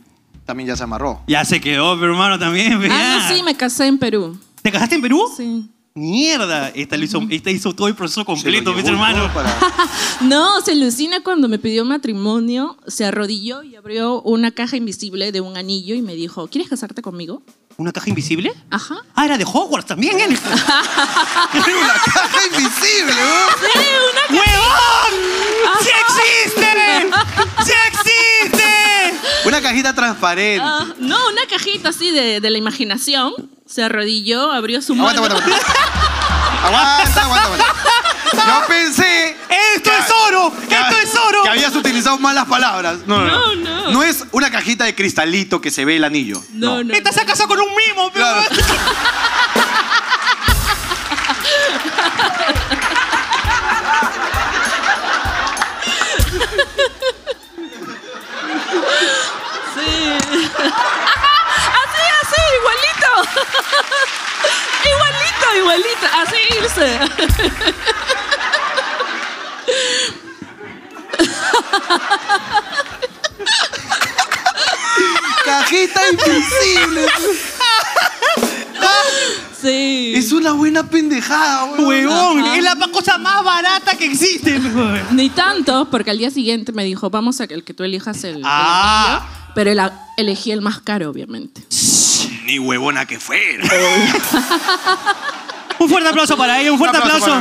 [SPEAKER 2] También ya se amarró.
[SPEAKER 3] Ya se quedó, pero hermano, también, pe.
[SPEAKER 8] Ah, no,
[SPEAKER 3] ya.
[SPEAKER 8] sí, me casé en Perú.
[SPEAKER 3] ¿Te casaste en Perú?
[SPEAKER 8] Sí.
[SPEAKER 3] Mierda, esta, lo hizo, esta hizo todo el
[SPEAKER 2] Se
[SPEAKER 3] proceso
[SPEAKER 2] lo
[SPEAKER 3] completo, mis
[SPEAKER 2] llevó y
[SPEAKER 3] hermanos.
[SPEAKER 2] todo para-
[SPEAKER 8] No, se alucina cuando me pidió matrimonio, se arrodilló y abrió una caja invisible de un anillo y me dijo, ¿quieres casarte conmigo?
[SPEAKER 3] ¿Una caja invisible?
[SPEAKER 8] Ajá.
[SPEAKER 3] Ah, era de Hogwarts también, él.
[SPEAKER 2] ¡Una caja invisible! ¿no?
[SPEAKER 3] ¡Huevón! ¡Sí existe! ¡Sí existe!
[SPEAKER 2] Una cajita transparente.
[SPEAKER 8] Ah, no, una cajita así de, de la imaginación. Se arrodilló, abrió su mano.
[SPEAKER 2] Aguanta, aguanta, aguanta. Aguanta, aguanta, aguanta. Yo pensé
[SPEAKER 3] ¡Esto es oro!
[SPEAKER 2] que,
[SPEAKER 3] ¡Esto es oro!
[SPEAKER 2] que habías utilizado malas palabras. No, no, no.
[SPEAKER 8] No, no.
[SPEAKER 2] No es una cajita de cristalito que se ve el anillo.
[SPEAKER 8] No, no.
[SPEAKER 3] ¡Esta se ha casado con un mimo, pe,
[SPEAKER 2] Claro.
[SPEAKER 3] huevón.
[SPEAKER 8] Sí. así, así, igualito. igualito, igualito. Así irse.
[SPEAKER 2] Cajita invisible.
[SPEAKER 8] Sí.
[SPEAKER 2] Es una buena pendejada, güey.
[SPEAKER 3] ¡Huevón! Es la cosa más barata que existe, pe, huevón.
[SPEAKER 8] Ni tanto, porque al día siguiente me dijo, vamos a que el que tú elijas el, el
[SPEAKER 3] Ah.
[SPEAKER 8] anillo", Pero el- elegí el más caro, obviamente.
[SPEAKER 4] Ni huevona que fuera.
[SPEAKER 3] Un fuerte aplauso para ella, un fuerte aplauso.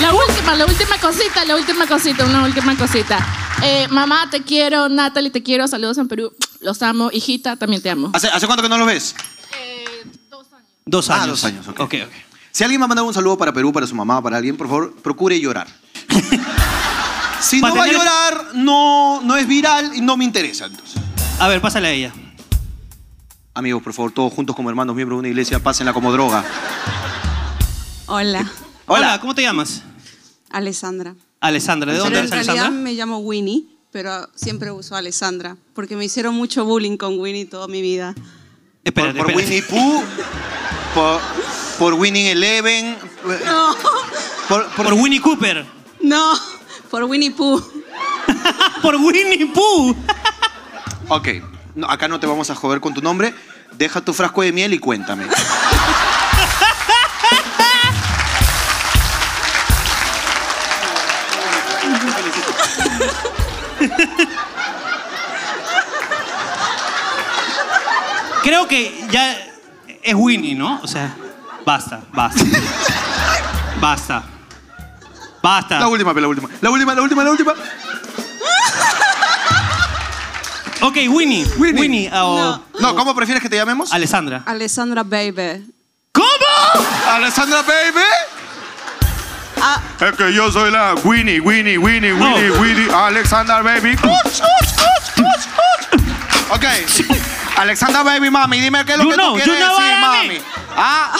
[SPEAKER 8] La última, la última cosita, la última cosita, una última cosita. Eh, mamá, te quiero. Natalie, te quiero. Saludos en Perú. Los amo. Hijita, también te amo.
[SPEAKER 2] ¿Hace, hace cuánto que no los ves?
[SPEAKER 3] Eh, Dos
[SPEAKER 2] Ah,
[SPEAKER 3] años.
[SPEAKER 2] dos años, ok.
[SPEAKER 3] Ok, ok.
[SPEAKER 2] Si alguien me ha mandado un saludo para Perú, para su mamá, para alguien, por favor, procure llorar. Si
[SPEAKER 3] Pa'
[SPEAKER 2] no va a
[SPEAKER 3] tener-
[SPEAKER 2] llorar, no, no es viral y no me interesa. Entonces.
[SPEAKER 3] A ver, pásale a ella.
[SPEAKER 2] Amigos, por favor, todos juntos como hermanos, miembros de una iglesia, pásenla como droga.
[SPEAKER 9] Hola,
[SPEAKER 3] Hola, ¿cómo te llamas?
[SPEAKER 9] Alessandra.
[SPEAKER 3] Alessandra, ¿de dónde
[SPEAKER 9] pero
[SPEAKER 3] eres,
[SPEAKER 9] en realidad
[SPEAKER 3] Alessandra?
[SPEAKER 9] me llamo Winnie, pero siempre uso Alessandra, porque me hicieron mucho bullying con Winnie toda mi vida.
[SPEAKER 3] Espérate,
[SPEAKER 2] Por, por
[SPEAKER 3] espérate.
[SPEAKER 2] Winnie Pooh, por, por Winning Eleven,
[SPEAKER 9] No,
[SPEAKER 2] por, por-
[SPEAKER 3] Por Winnie Cooper.
[SPEAKER 9] no, por Winnie Pooh.
[SPEAKER 3] Por Winnie Pooh.
[SPEAKER 2] Ok, no, acá no te vamos a joder con tu nombre. Deja tu frasco de miel y cuéntame.
[SPEAKER 3] Creo que ya es Winnie, ¿no? O sea, basta, basta. Basta. Basta.
[SPEAKER 2] La última, pe, la última. La última, la última, la última.
[SPEAKER 3] Ok, Winnie. Winnie.
[SPEAKER 2] Winnie.
[SPEAKER 3] o
[SPEAKER 2] No, ¿cómo prefieres que te llamemos?
[SPEAKER 3] Alessandra.
[SPEAKER 9] Alessandra Baby.
[SPEAKER 3] ¿Cómo?
[SPEAKER 2] Alessandra Baby.
[SPEAKER 9] Ah,
[SPEAKER 4] Es que yo soy la Winnie, Winnie, Winnie,
[SPEAKER 3] No.
[SPEAKER 4] Winnie, Winnie, Alexander Baby.
[SPEAKER 2] Ok. Alexandra Baby Mami, dime qué es lo
[SPEAKER 3] You
[SPEAKER 2] que
[SPEAKER 3] know,
[SPEAKER 2] tú quieres
[SPEAKER 3] you know
[SPEAKER 2] decir,
[SPEAKER 3] I am
[SPEAKER 2] mami.
[SPEAKER 3] it.
[SPEAKER 2] Ah,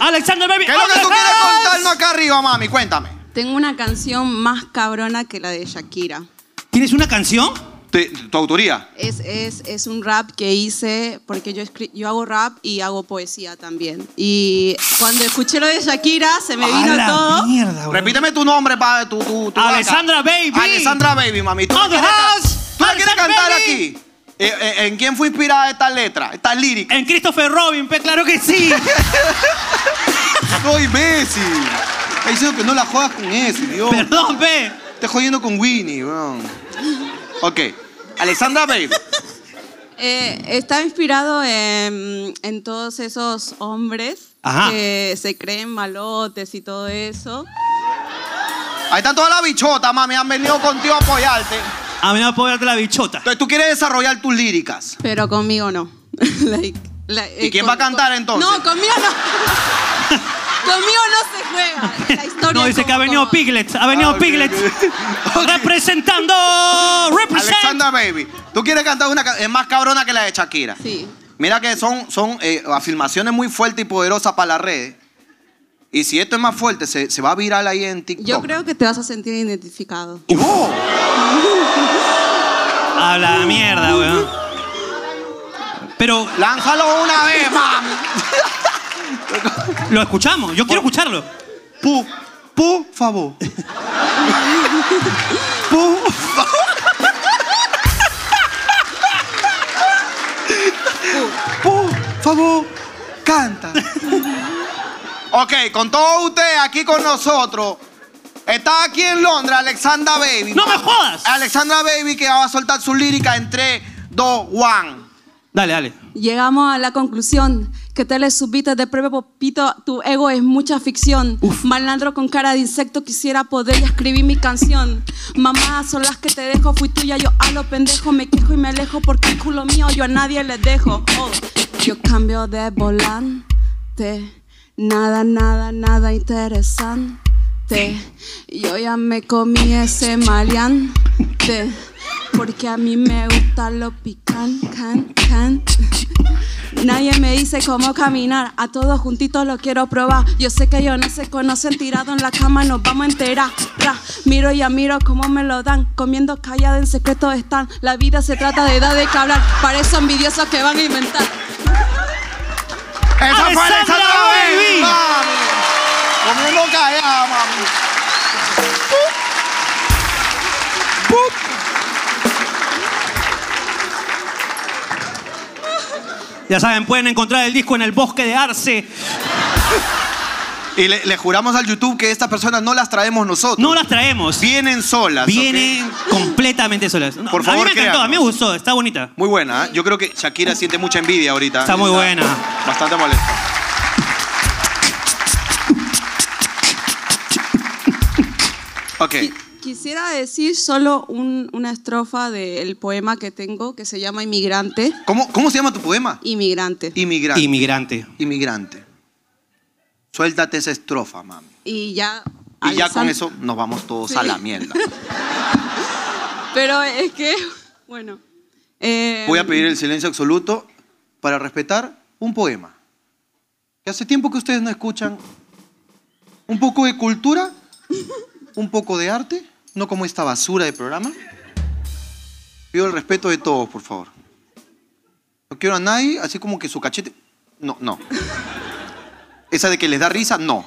[SPEAKER 3] Alexander Baby.
[SPEAKER 2] ¿qué es lo que tú quieres
[SPEAKER 3] Alexander.
[SPEAKER 2] contarnos acá arriba, mami? Cuéntame.
[SPEAKER 9] Tengo una canción más cabrona que la de Shakira.
[SPEAKER 3] ¿Tienes una canción?
[SPEAKER 2] Te- tu autoría.
[SPEAKER 9] Es, es, es un rap que hice porque yo, escri- yo hago rap y hago poesía también. Y cuando escuché lo de Shakira se me
[SPEAKER 3] A
[SPEAKER 9] vino
[SPEAKER 3] la
[SPEAKER 9] todo.
[SPEAKER 3] mierda, bro.
[SPEAKER 2] Repíteme tu nombre, pa, tu, tu, tu
[SPEAKER 3] Alexandra
[SPEAKER 2] vaca.
[SPEAKER 3] Baby.
[SPEAKER 2] Alexandra Baby, mami. ¿Tú la
[SPEAKER 3] On the
[SPEAKER 2] quieres, ca-
[SPEAKER 3] house.
[SPEAKER 2] tú la quieres
[SPEAKER 3] Alexandra
[SPEAKER 2] cantar
[SPEAKER 3] Baby.
[SPEAKER 2] aquí? Eh, eh, ¿En quién fue inspirada esta letra, esta lírica?
[SPEAKER 3] En Christopher Robin, pe, claro que sí.
[SPEAKER 10] ¡No, imbécil! Está diciendo que no la juegas con ese, Dios.
[SPEAKER 3] Perdón, pe.
[SPEAKER 10] Estás jodiendo con Winnie, weón.
[SPEAKER 2] Ok. Alexandra Baby.
[SPEAKER 9] Eh, está inspirado en, en todos esos hombres
[SPEAKER 3] Ajá.
[SPEAKER 9] que se creen malotes y todo eso.
[SPEAKER 2] Ahí está toda la bichota, mami. Han venido contigo a apoyarte.
[SPEAKER 3] A mí me va a poder darte la bichota.
[SPEAKER 2] Entonces tú quieres desarrollar tus líricas.
[SPEAKER 9] Pero conmigo no. Like, la- eh,
[SPEAKER 2] quién va a cantar, entonces?
[SPEAKER 9] No, conmigo no. conmigo no se juega. La historia
[SPEAKER 3] No,
[SPEAKER 9] es
[SPEAKER 3] dice que
[SPEAKER 9] como-
[SPEAKER 3] ha venido
[SPEAKER 9] como-
[SPEAKER 3] Piglet. Ha venido
[SPEAKER 2] Ah, ok,
[SPEAKER 3] Piglet. Representando. Represent.
[SPEAKER 2] Alexandra Baby. Tú quieres cantar una ca- es más cabrona que la de Shakira.
[SPEAKER 9] Sí.
[SPEAKER 2] Mira que son, son eh, afirmaciones muy fuertes y poderosas para las redes. Y si esto es más fuerte, se, se va a viral ahí en TikTok.
[SPEAKER 9] Yo creo que te vas a sentir identificado.
[SPEAKER 2] ¡Oh!
[SPEAKER 3] Habla de mierda, weón. Pero
[SPEAKER 2] ¡Lánzalo una vez, mami!
[SPEAKER 3] lo escuchamos. Yo quiero escucharlo.
[SPEAKER 10] Pu, pu, favor. Pu. Pu, favor, canta.
[SPEAKER 2] Ok, con todos ustedes aquí con nosotros. Está aquí en Londres Alexandra Baby.
[SPEAKER 3] ¡No me jodas!
[SPEAKER 2] Alexandra Baby que va a soltar su lírica en 3, 2, 1.
[SPEAKER 3] Dale, dale.
[SPEAKER 9] Llegamos a la conclusión que te le subiste de prueba popito, tu ego es mucha ficción. Malandro con cara de insecto quisiera poder escribir mi canción. Mamá, son las que te dejo, fui tuya, yo a lo pendejo, me quejo y me alejo porque el culo mío yo a nadie le dejo. Oh. Yo cambio de volante, nada, nada, nada interesante. Yo ya me comí ese maleante. Porque a mí me gusta lo pican, can, can. Nadie me dice cómo caminar, a todos juntitos lo quiero probar. Yo sé que ellos no se conocen, tirado en la cama nos vamos a enterar. Ra. Miro y admiro cómo me lo dan, comiendo callado en secreto están. La vida se trata de dar de qué hablar, para esos envidiosos que van a inventar.
[SPEAKER 2] ¡Esa fue
[SPEAKER 3] Alexandra
[SPEAKER 2] Alexandra Baby!
[SPEAKER 3] Baby.
[SPEAKER 2] ¡Mami! ¡Comiendo callada, mami!
[SPEAKER 3] Ya saben, pueden encontrar el disco en el bosque de Arce.
[SPEAKER 2] Y le, le juramos al YouTube que estas personas no las traemos nosotros.
[SPEAKER 3] No las traemos.
[SPEAKER 2] Vienen solas.
[SPEAKER 3] Vienen
[SPEAKER 2] ¿ok?
[SPEAKER 3] completamente solas. No,
[SPEAKER 2] Por
[SPEAKER 3] a mí
[SPEAKER 2] favor,
[SPEAKER 3] me encantó,
[SPEAKER 2] créanos.
[SPEAKER 3] a mí me gustó, está bonita.
[SPEAKER 2] Muy buena, ¿eh? Yo creo que Shakira siente mucha envidia ahorita.
[SPEAKER 3] Está muy buena.
[SPEAKER 2] Bastante molesta. Ok.
[SPEAKER 9] Quisiera decir solo un- una estrofa del poema que tengo que se llama Inmigrante.
[SPEAKER 2] ¿Cómo, cómo se llama tu poema?
[SPEAKER 9] Inmigrante.
[SPEAKER 2] Inmigrante.
[SPEAKER 3] Inmigrante.
[SPEAKER 2] Inmigrante. Suéltate esa estrofa, mami.
[SPEAKER 9] Y ya.
[SPEAKER 2] Y ya con
[SPEAKER 9] Alexand-
[SPEAKER 2] eso nos vamos todos
[SPEAKER 9] Sí.
[SPEAKER 2] a la mierda.
[SPEAKER 9] Pero es que, bueno. eh,
[SPEAKER 10] Voy a pedir el silencio absoluto para respetar un poema. Que hace tiempo que ustedes no escuchan. Un poco de cultura, un poco de arte, no como esta basura de programa. Pido el respeto de todos, por favor. No quiero a nadie, así como que su cachete. No, no.
[SPEAKER 2] Esa de que les da risa, no.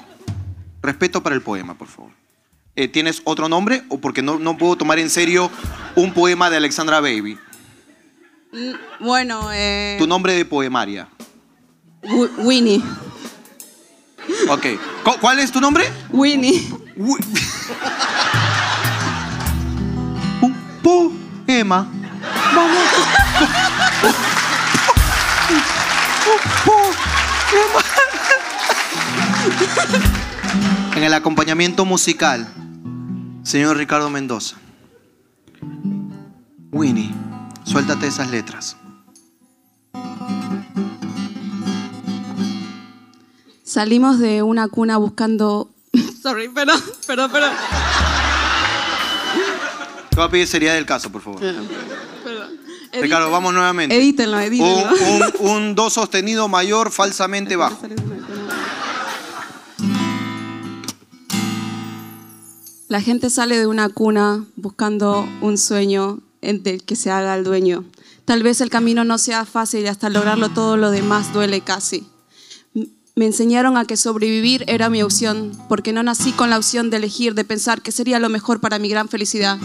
[SPEAKER 2] Respeto para el poema, por favor. Eh, ¿Tienes otro nombre? O porque no, no puedo tomar en serio un poema de Alexandra Baby.
[SPEAKER 9] n- Bueno, eh,
[SPEAKER 2] Tu nombre de poemaria.
[SPEAKER 9] Wi- Winnie.
[SPEAKER 2] Ok. Co- ¿Cuál es tu nombre?
[SPEAKER 9] Winnie.
[SPEAKER 2] Wi-
[SPEAKER 10] Un poema. Vamos. Un poema. En el acompañamiento musical, señor Ricardo Mendoza. Winnie, suéltate esas letras.
[SPEAKER 9] Salimos de una cuna buscando. Sorry, pero, pero, pero.
[SPEAKER 2] Te voy a pedir seriedad del caso, por favor.
[SPEAKER 9] Perdón.
[SPEAKER 4] Ricardo, vamos nuevamente.
[SPEAKER 9] Edítenlo, edítenlo.
[SPEAKER 4] Un, un- un do sostenido mayor falsamente bajo.
[SPEAKER 9] La gente sale de una cuna buscando un sueño en- del que se haga el dueño. Tal vez el camino no sea fácil y hasta lograrlo todo lo demás duele casi. M- Me enseñaron a que sobrevivir era mi opción, porque no nací con la opción de elegir, de pensar que sería lo mejor para mi gran felicidad.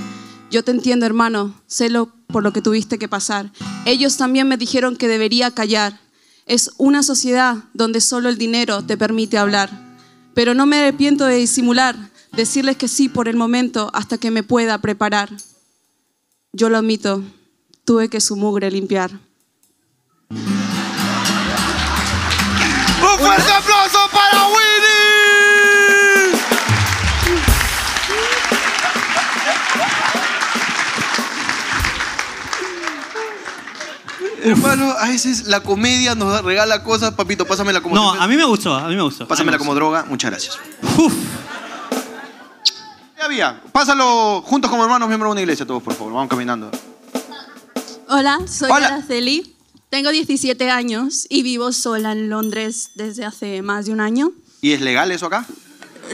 [SPEAKER 9] Yo te entiendo, hermano, sé lo, por lo que tuviste que pasar. Ellos también me dijeron que debería callar. Es una sociedad donde solo el dinero te permite hablar. Pero no me arrepiento de disimular, decirles que sí por el momento hasta que me pueda preparar. Yo lo admito, tuve que su mugre limpiar.
[SPEAKER 4] ¡Un fuerte aplauso para Winnie! Hermano, a veces la comedia nos regala cosas. Papito, pásamela como...
[SPEAKER 3] No, a mí me gustó, a mí me gustó.
[SPEAKER 4] Pásamela
[SPEAKER 3] A mí
[SPEAKER 4] como
[SPEAKER 3] me
[SPEAKER 4] droga. Muchas gracias.
[SPEAKER 3] gustó. Uf.
[SPEAKER 4] Ya había. Pásalo juntos como hermanos, miembros de una iglesia, todos, por favor. Vamos caminando.
[SPEAKER 11] Hola, soy
[SPEAKER 4] Hola.
[SPEAKER 11] Araceli. Tengo 17 años y vivo sola en Londres desde hace más de un año.
[SPEAKER 4] ¿Y es legal eso acá?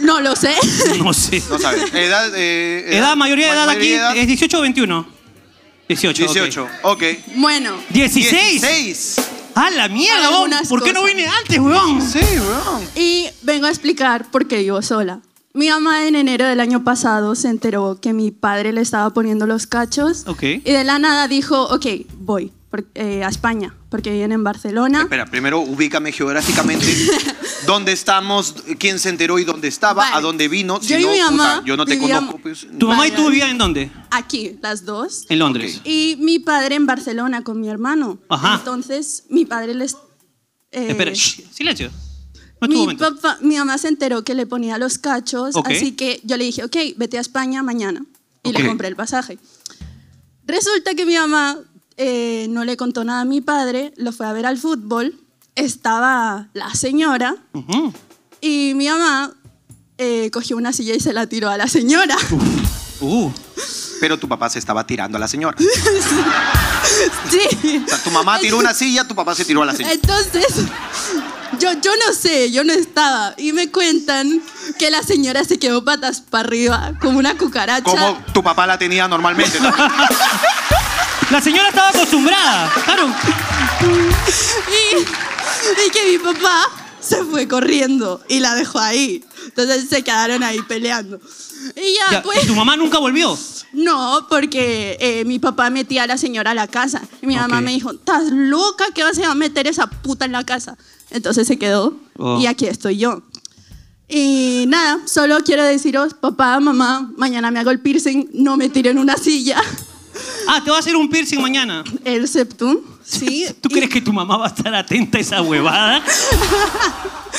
[SPEAKER 11] No lo sé.
[SPEAKER 3] No sé.
[SPEAKER 4] No sabes. Edad, eh,
[SPEAKER 3] Edad, mayoría de edad
[SPEAKER 4] mayoría
[SPEAKER 3] aquí eh, es 18 o 21. 18.
[SPEAKER 4] 18.
[SPEAKER 3] 18.
[SPEAKER 4] Ok.
[SPEAKER 11] Bueno,
[SPEAKER 3] 16.
[SPEAKER 4] 16.
[SPEAKER 3] ¡A la mierda, vos!
[SPEAKER 11] Algunas
[SPEAKER 3] ¿Por qué no
[SPEAKER 11] cosas.
[SPEAKER 3] vine antes, weón?
[SPEAKER 4] Sí, weón.
[SPEAKER 11] y vengo a explicar por qué vivo sola. Mi mamá en enero del año pasado se enteró que mi padre le estaba poniendo los cachos.
[SPEAKER 3] Ok.
[SPEAKER 11] Y de la nada dijo, ok, voy por- eh, a España, porque viven en Barcelona.
[SPEAKER 4] Espera, primero ubícame geográficamente. ¿Dónde estamos? ¿Quién se enteró y dónde estaba?
[SPEAKER 11] Vale.
[SPEAKER 4] ¿A dónde vino? Si
[SPEAKER 11] Yo y
[SPEAKER 4] no,
[SPEAKER 11] mi mamá
[SPEAKER 4] puta, yo no te
[SPEAKER 11] vivíamos-
[SPEAKER 4] conozco. pues.
[SPEAKER 3] ¿Tu mamá y
[SPEAKER 11] Vale,
[SPEAKER 3] tú
[SPEAKER 11] vale.
[SPEAKER 3] vivían en dónde?
[SPEAKER 11] Aquí, las dos.
[SPEAKER 3] En Londres.
[SPEAKER 11] Y mi padre en Barcelona con mi hermano.
[SPEAKER 3] Ajá.
[SPEAKER 11] Entonces, mi padre les... eh,
[SPEAKER 3] Espera, shh, silencio. No es tu
[SPEAKER 11] mi,
[SPEAKER 3] momento.
[SPEAKER 11] papá- mi mamá se enteró que le ponía los cachos,
[SPEAKER 3] Ok.
[SPEAKER 11] así que yo le dije, ok, vete a España mañana. Y
[SPEAKER 3] Ok.
[SPEAKER 11] le compré el pasaje. Resulta que mi mamá eh, no le contó nada a mi padre, lo fue a ver al fútbol, estaba la señora
[SPEAKER 3] Ujú.
[SPEAKER 11] y mi mamá eh, cogió una silla y se la tiró a la señora.
[SPEAKER 3] Uh,
[SPEAKER 4] Pero tu papá se estaba tirando a la señora.
[SPEAKER 11] sí.
[SPEAKER 4] O sea, tu mamá tiró una silla, tu papá se tiró a la señora.
[SPEAKER 11] Entonces, yo, yo no sé, yo no estaba. Y me cuentan que la señora se quedó patas para arriba, como una cucaracha.
[SPEAKER 4] Como tu papá la tenía normalmente.
[SPEAKER 3] La señora estaba acostumbrada. Claro.
[SPEAKER 11] Y, y que mi papá se fue corriendo y la dejó ahí. Entonces se quedaron ahí peleando. Y ya,
[SPEAKER 3] Ya,
[SPEAKER 11] pues.
[SPEAKER 3] ¿Y tu mamá nunca volvió?
[SPEAKER 11] No, porque eh, mi papá metía a la señora a la casa. Y mi mamá
[SPEAKER 3] Ok.
[SPEAKER 11] me dijo: ¿Estás loca? ¿Qué vas a meter esa puta en la casa? Entonces se quedó
[SPEAKER 3] Oh.
[SPEAKER 11] y aquí estoy yo. Y nada, solo quiero deciros, papá, mamá, mañana me hago el piercing, no me tiren una silla,
[SPEAKER 3] Ah, te va a hacer un piercing mañana.
[SPEAKER 11] el septum, ¿sí?
[SPEAKER 3] ¿Tú crees que tu mamá va a estar atenta a esa huevada?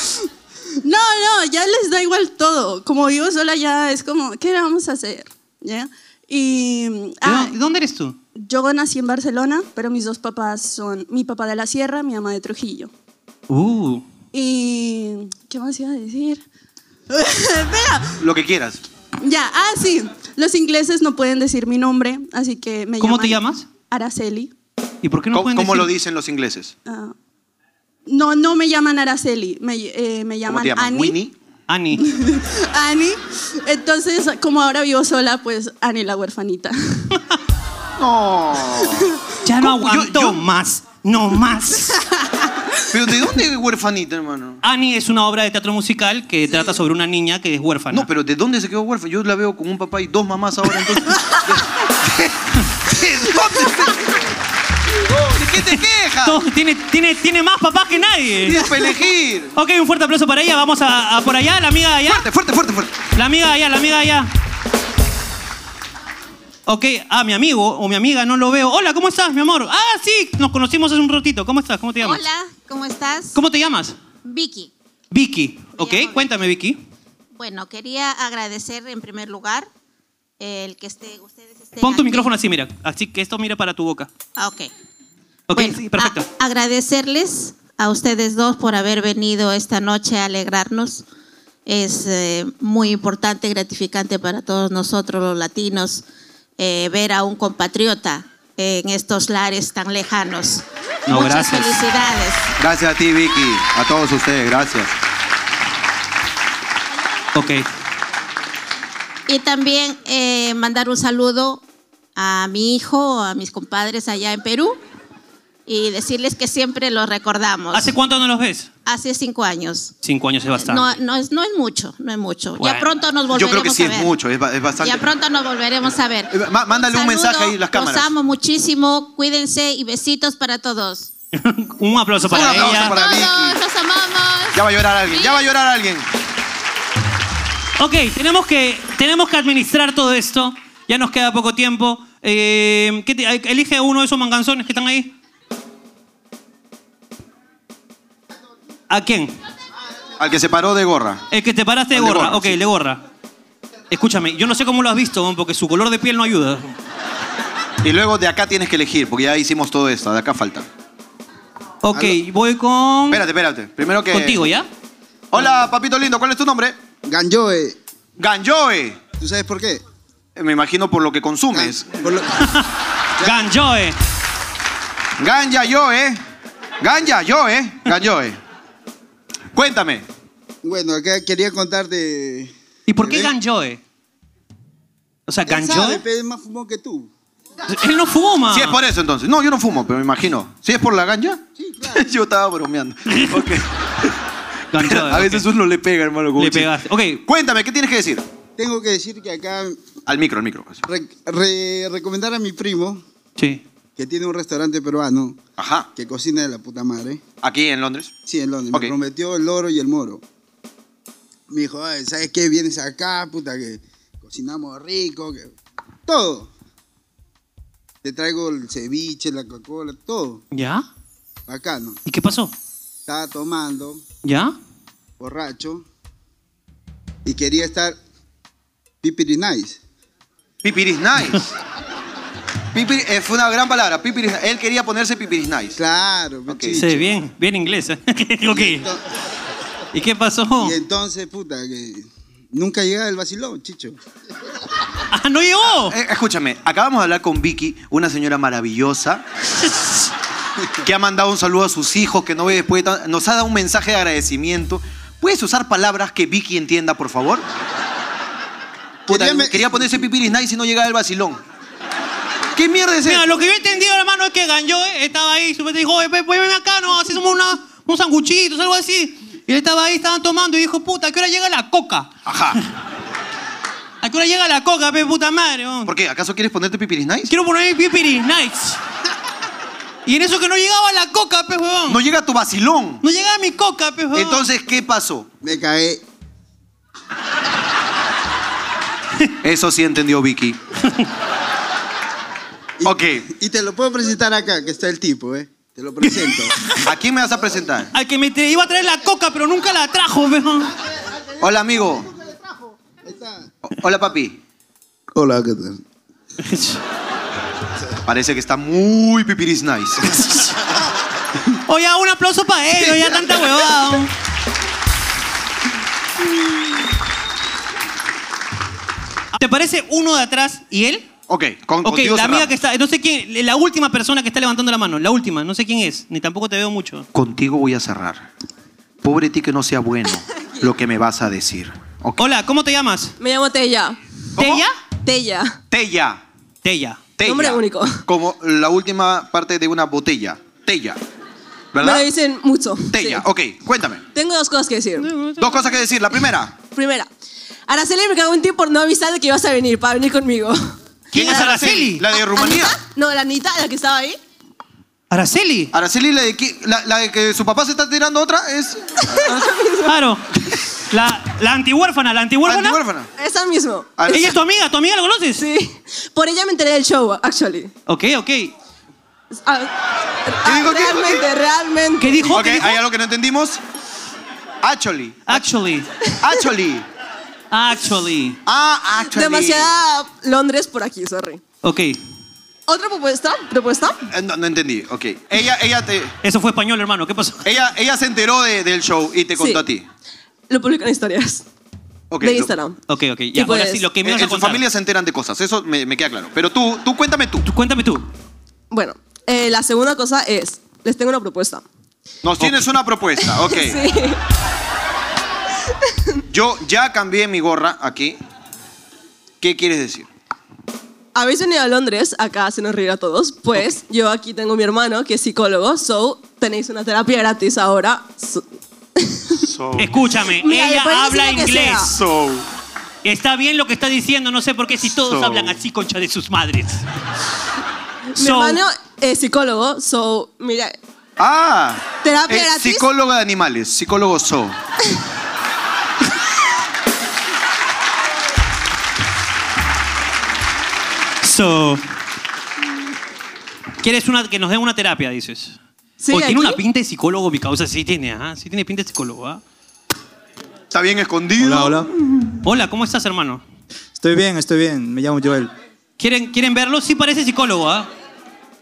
[SPEAKER 11] No, no, ya les da igual todo. Como vivo sola ya es como, ¿qué vamos a hacer? ¿Ya? Y ah,
[SPEAKER 3] ¿De dó- ¿Dónde eres tú?
[SPEAKER 11] yo nací en Barcelona, pero mis dos papás son mi papá de la Sierra, mi mamá de Trujillo.
[SPEAKER 3] Uh.
[SPEAKER 11] Y ¿qué más iba a decir? Espera,
[SPEAKER 4] Lo que quieras.
[SPEAKER 11] ya, ah, sí. Los ingleses no pueden decir mi nombre, así que me
[SPEAKER 3] ¿Cómo
[SPEAKER 11] llaman
[SPEAKER 3] te llamas?
[SPEAKER 11] Araceli.
[SPEAKER 3] ¿Y por qué no
[SPEAKER 4] ¿Cómo,
[SPEAKER 3] pueden
[SPEAKER 4] cómo
[SPEAKER 3] decir?
[SPEAKER 4] lo dicen los ingleses?
[SPEAKER 11] Ah, no, no me llaman Araceli, me, eh, me
[SPEAKER 4] ¿Cómo
[SPEAKER 11] llaman,
[SPEAKER 4] te llaman?
[SPEAKER 11] Annie.
[SPEAKER 4] ¿Winnie?
[SPEAKER 3] Ani.
[SPEAKER 11] Ani. Entonces, como ahora vivo sola, pues Ani la huerfanita.
[SPEAKER 4] No.
[SPEAKER 3] Ya no
[SPEAKER 4] ¿Cómo? Yo-
[SPEAKER 3] aguanto
[SPEAKER 4] yo-
[SPEAKER 3] más. No más.
[SPEAKER 4] ¿Pero de dónde huerfanita, hermano?
[SPEAKER 3] Ani es una obra de teatro musical que trata sobre una niña que es huérfana.
[SPEAKER 4] No, pero ¿de dónde se quedó huérfana? Yo la veo con un papá y dos mamás ahora, entonces. ¿De, de- de dónde se- ¿De qué te quejas?
[SPEAKER 3] Todo- tiene, tiene, tiene más papás que nadie.
[SPEAKER 4] Tienes para elegir.
[SPEAKER 3] Ok, un fuerte aplauso para ella. Vamos a, a por allá, la amiga de allá.
[SPEAKER 4] Fuerte, fuerte, fuerte, fuerte.
[SPEAKER 3] La amiga de allá, la amiga de allá. Ok, ah, mi amigo o mi amiga, no lo veo. Hola, ¿cómo estás, mi amor? Ah, sí, nos conocimos hace un ratito. ¿Cómo estás? ¿Cómo te llamas?
[SPEAKER 12] Hola, ¿cómo estás?
[SPEAKER 3] ¿Cómo te llamas?
[SPEAKER 12] Vicky.
[SPEAKER 3] Vicky. Ok,
[SPEAKER 12] llamo Vicky.
[SPEAKER 3] cuéntame, Vicky.
[SPEAKER 12] Bueno, quería agradecer en primer lugar el que esté, ustedes estén
[SPEAKER 3] Pon tu
[SPEAKER 12] aquí.
[SPEAKER 3] micrófono así, mira. Así que esto mira para tu boca.
[SPEAKER 12] Ah, ok.
[SPEAKER 3] Ok,
[SPEAKER 12] Bueno,
[SPEAKER 3] sí, perfecto.
[SPEAKER 12] a- agradecerles a ustedes dos por haber venido esta noche a alegrarnos. Es eh, muy importante, gratificante para todos nosotros los latinos eh, ver a un compatriota eh, en estos lares tan lejanos.
[SPEAKER 2] No,
[SPEAKER 12] Muchas
[SPEAKER 2] gracias.
[SPEAKER 12] felicidades.
[SPEAKER 2] Gracias a ti, Vicky. A todos ustedes, gracias.
[SPEAKER 3] Ok.
[SPEAKER 12] Y también eh, mandar un saludo a mi hijo, a mis compadres allá en Perú y decirles que siempre los recordamos.
[SPEAKER 3] ¿Hace cuánto no los ves?
[SPEAKER 12] Hace cinco años.
[SPEAKER 3] Cinco años es bastante.
[SPEAKER 12] No, no, es, no es mucho, no es mucho.
[SPEAKER 3] Bueno,
[SPEAKER 12] ya pronto nos volveremos
[SPEAKER 2] Yo creo que sí
[SPEAKER 12] a
[SPEAKER 2] es
[SPEAKER 12] ver.
[SPEAKER 2] mucho, es, ba- es bastante.
[SPEAKER 12] Ya pronto nos volveremos a ver.
[SPEAKER 2] Eh, má- Mándale un,
[SPEAKER 12] Saludo,
[SPEAKER 2] mensaje ahí las cámaras.
[SPEAKER 12] Los amo muchísimo, cuídense y besitos para todos.
[SPEAKER 3] Un aplauso para
[SPEAKER 2] Un aplauso
[SPEAKER 3] ella.
[SPEAKER 2] para Vicky.
[SPEAKER 12] Todos los amamos.
[SPEAKER 2] Ya va a llorar alguien, ya va a llorar alguien.
[SPEAKER 3] Ok, tenemos que, tenemos que administrar todo esto. Ya nos queda poco tiempo. Eh, ¿qué te- elige uno de esos manganzones que están ahí. ¿A quién?
[SPEAKER 2] Al que se paró de gorra.
[SPEAKER 3] El que te paraste de
[SPEAKER 2] Al de
[SPEAKER 3] gorra.
[SPEAKER 2] gorra,
[SPEAKER 3] ok, de gorra. Escúchame, yo no sé cómo lo has visto, ¿no? porque su color de piel no ayuda.
[SPEAKER 2] Y luego de acá tienes que elegir, porque ya hicimos todo esto, de acá falta.
[SPEAKER 3] Ok, voy con.
[SPEAKER 2] Espérate, espérate. Primero que.
[SPEAKER 3] Contigo, ¿ya?
[SPEAKER 2] Hola, papito lindo, ¿cuál es tu nombre? Ganjoe. Ganjoe. ¿Tú sabes por qué? Me imagino por lo que consumes.
[SPEAKER 3] Ganjoe.
[SPEAKER 2] Ganja yo, ¿eh? Ganja yo, ¿eh? Ganjoe. Cuéntame.
[SPEAKER 13] Bueno, acá quería contarte.
[SPEAKER 3] ¿Y
[SPEAKER 2] Eh,
[SPEAKER 3] por qué Ganjoe? O sea,
[SPEAKER 13] Él sabe,
[SPEAKER 3] Ganjoe.
[SPEAKER 13] pero es más fumón que tú.
[SPEAKER 3] Él no fuma.
[SPEAKER 2] Si es por eso entonces. No, yo no fumo, pero me imagino. Si es por la ganja. Sí, claro. yo estaba bromeando. Ok.
[SPEAKER 3] Ganjoe,
[SPEAKER 2] A veces uno le pega, hermano. como
[SPEAKER 3] Le
[SPEAKER 2] chiste.
[SPEAKER 3] pegaste. Ok.
[SPEAKER 2] Cuéntame, ¿qué tienes que decir?
[SPEAKER 13] Tengo que decir que acá
[SPEAKER 2] Al micro, al micro.
[SPEAKER 13] re- re- recomendar a mi primo.
[SPEAKER 3] Sí.
[SPEAKER 13] Que tiene un restaurante peruano.
[SPEAKER 2] Ajá.
[SPEAKER 13] Que cocina de la puta madre.
[SPEAKER 2] Aquí en Londres.
[SPEAKER 13] Sí, en Londres.
[SPEAKER 2] Ok.
[SPEAKER 13] Me prometió el loro y el moro. Me dijo, "Ay, ¿sabes qué? Vienes acá, puta, que cocinamos rico, que... todo. Te traigo el ceviche, la Coca-Cola, todo.
[SPEAKER 3] ¿Ya?
[SPEAKER 13] Bacano.
[SPEAKER 3] ¿Y qué pasó?
[SPEAKER 13] Estaba tomando,
[SPEAKER 3] ¿Ya?
[SPEAKER 13] borracho, y quería estar pipiri nice.
[SPEAKER 2] Pipiris nice. Pipiri- eh, fue una gran palabra. Pipiris- él quería ponerse pipiris nice.
[SPEAKER 13] Claro.
[SPEAKER 3] Sí, bien, bien inglés. ¿eh? ok. ¿Y qué pasó?
[SPEAKER 13] Y entonces, puta, que nunca llegaba el vacilón, chicho.
[SPEAKER 3] ¡Ah, no llegó!
[SPEAKER 2] eh, escúchame, acabamos de hablar con Vicky, una señora maravillosa, que ha mandado un saludo a sus hijos, que no ve después de tan- Nos ha dado un mensaje de agradecimiento. ¿Puedes usar palabras que Vicky entienda, por favor? Puta, quería, ponerse pipiris nice y no llegaba el vacilón. ¿Qué mierda es
[SPEAKER 3] Mira,
[SPEAKER 2] eso?
[SPEAKER 3] lo que yo he entendido, hermano, es que Ganjoe estaba ahí. Su dijo, "Oye, pues ven acá, no, así somos una, un sanguchito, algo así. Y él estaba ahí, estaban tomando, y dijo, puta, ¿a qué hora llega la coca?
[SPEAKER 2] Ajá.
[SPEAKER 3] ¿A qué hora llega la coca, pe puta madre? weón?
[SPEAKER 2] ¿Por qué? ¿Acaso quieres ponerte pipiris nice?
[SPEAKER 3] Quiero poner pipiris nights. Y en eso que no llegaba la coca, pe huevón.
[SPEAKER 2] No llega tu vacilón.
[SPEAKER 3] No llegaba mi coca, pe huevón.
[SPEAKER 2] Entonces, ¿qué pasó?
[SPEAKER 13] Me caí.
[SPEAKER 2] Eso sí entendió Vicky. ok.
[SPEAKER 13] Y te lo puedo presentar acá, que está el tipo, ¿eh? Te lo presento.
[SPEAKER 2] ¿A quién me vas a presentar?
[SPEAKER 3] Al que me te- iba a traer la coca, pero nunca la trajo, pe huevón.
[SPEAKER 2] Hola, amigo. O- Hola, papi.
[SPEAKER 13] Hola, ¿qué tal?
[SPEAKER 2] Parece que está muy pipiris nice.
[SPEAKER 3] Oye, un aplauso para él, oye, tanta huevada. weón. ¿Te parece uno de atrás y él?
[SPEAKER 2] ok, con,
[SPEAKER 3] Ok,
[SPEAKER 2] contigo
[SPEAKER 3] la amiga
[SPEAKER 2] cerramos.
[SPEAKER 3] que está, no sé quién, la última persona que está levantando la mano, la última, no sé quién es, ni tampoco te veo mucho.
[SPEAKER 2] Contigo voy a cerrar. Pobre ti que no sea bueno lo que me vas a decir.
[SPEAKER 3] Hola, ¿cómo te llamas?
[SPEAKER 14] Me llamo Tella.
[SPEAKER 3] ¿Tella?
[SPEAKER 14] Tella.
[SPEAKER 2] Tella.
[SPEAKER 3] Tella.
[SPEAKER 14] Nombre único.
[SPEAKER 2] Como la última parte de una botella. Tella. ¿Verdad?
[SPEAKER 14] Me lo dicen mucho.
[SPEAKER 2] Tella. Ok, cuéntame.
[SPEAKER 14] Tengo dos cosas que decir.
[SPEAKER 2] Dos cosas que decir. La primera.
[SPEAKER 14] Primera, Araceli me cagó un tío por no avisar de que ibas a venir, para venir conmigo.
[SPEAKER 2] ¿Quién es Araceli? La de Rumanía.
[SPEAKER 14] No, la Anita, la que estaba ahí.
[SPEAKER 3] Araceli.
[SPEAKER 2] Araceli, la de, qui- la, la de que su papá se está tirando otra es.
[SPEAKER 3] Claro. La, la antihuérfana, la antihuérfana.
[SPEAKER 14] Esa mismo.
[SPEAKER 2] Ah,
[SPEAKER 3] ¿Ella es tu amiga? ¿Tu amiga la conoces?
[SPEAKER 14] Sí. Por ella me enteré del show, actually.
[SPEAKER 3] Ok, ok.
[SPEAKER 14] Ah, ah, realmente, realmente.
[SPEAKER 3] ¿Qué dijo?
[SPEAKER 2] Ok, ¿hay algo que no entendimos? Actually.
[SPEAKER 3] Actually.
[SPEAKER 2] Actually.
[SPEAKER 3] Actually.
[SPEAKER 2] Ah, actually.
[SPEAKER 14] Demasiada Londres por aquí, sorry.
[SPEAKER 3] Ok.
[SPEAKER 14] ¿Otra propuesta? ¿Propuesta?
[SPEAKER 2] Eh, No, no entendí. Ok. Ella, ella te.
[SPEAKER 3] Eso fue español, hermano. ¿Qué pasó?
[SPEAKER 2] Ella, ella se enteró de- del show y te contó
[SPEAKER 14] Sí.
[SPEAKER 2] a ti.
[SPEAKER 14] Lo publico en historias.
[SPEAKER 2] Ok,
[SPEAKER 14] de
[SPEAKER 2] lo- Eh,
[SPEAKER 14] Instagram.
[SPEAKER 3] Ok, ok.
[SPEAKER 14] Y
[SPEAKER 3] Ya, ahora
[SPEAKER 14] pues-
[SPEAKER 3] sí, lo que me
[SPEAKER 2] En-
[SPEAKER 3] ibas a
[SPEAKER 2] en su
[SPEAKER 3] contar.
[SPEAKER 2] familia se enteran de cosas, eso me, me queda claro. Pero tú, tú cuéntame tú.
[SPEAKER 3] Cuéntame tú.
[SPEAKER 14] Bueno, eh, la segunda cosa es, les tengo una propuesta.
[SPEAKER 4] Nos tienes una propuesta, ok. Yo ya cambié mi gorra aquí. ¿Qué quieres decir?
[SPEAKER 14] Habéis venido a Londres, acá se nos ríe a todos, pues yo aquí tengo mi hermano que es psicólogo, so tenéis una terapia gratis ahora. So-
[SPEAKER 3] Escúchame,
[SPEAKER 14] Mira, le
[SPEAKER 3] ella
[SPEAKER 14] puedes decir
[SPEAKER 3] habla
[SPEAKER 14] lo que
[SPEAKER 3] inglés.
[SPEAKER 14] sea.
[SPEAKER 3] Está bien lo que está diciendo, no sé por qué si todos
[SPEAKER 14] So.
[SPEAKER 3] hablan así, concha de sus madres.
[SPEAKER 14] Mi
[SPEAKER 3] So-
[SPEAKER 14] hermano es psicólogo, so mira,
[SPEAKER 4] Ah,
[SPEAKER 14] terapia
[SPEAKER 4] es
[SPEAKER 14] gratis.
[SPEAKER 4] psicóloga de animales, psicólogo zoo.
[SPEAKER 3] So. ¿Quieres una, que nos den una terapia, dices?
[SPEAKER 14] Sí,
[SPEAKER 3] o tiene
[SPEAKER 14] aquí.
[SPEAKER 3] una pinta de psicólogo, mi causa. Sí tiene, ¿ah? Sí tiene pinta de psicólogo, ¿ah?
[SPEAKER 4] Está bien escondido.
[SPEAKER 15] Hola, hola.
[SPEAKER 3] Hola, ¿cómo estás, hermano?
[SPEAKER 15] Estoy bien, estoy bien. Me llamo Joel.
[SPEAKER 3] ¿Quieren, ¿Quieren verlo? Sí parece psicólogo, ¿ah?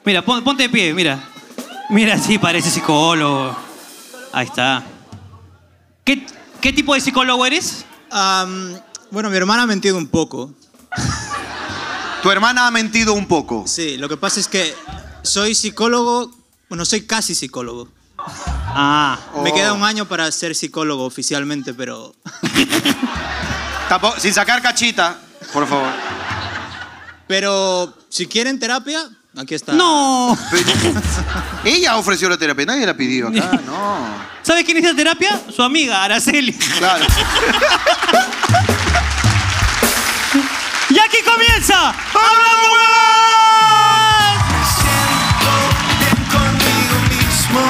[SPEAKER 3] Mira, pon- ponte de pie, mira. Mira, sí parece psicólogo. Ahí está. ¿Qué, qué tipo de psicólogo eres?
[SPEAKER 15] Am, bueno, mi hermana ha mentido un poco.
[SPEAKER 4] ¿Tu hermana ha mentido un poco?
[SPEAKER 15] Sí, lo que pasa es que soy psicólogo, bueno, soy casi psicólogo.
[SPEAKER 3] Ah.
[SPEAKER 15] Me
[SPEAKER 4] Oh.
[SPEAKER 15] queda un año para ser psicólogo oficialmente, pero...
[SPEAKER 4] Tampo- sin sacar cachita, por favor.
[SPEAKER 15] Pero si quieren terapia, aquí está.
[SPEAKER 3] ¡No!
[SPEAKER 4] Ella ofreció la terapia, nadie la pidió acá, no.
[SPEAKER 3] ¿Sabes quién es la terapia? Su amiga, Araceli.
[SPEAKER 4] Claro.
[SPEAKER 3] y aquí comienza. ¡Hablando huevadas!
[SPEAKER 10] Me siento bien conmigo mismo.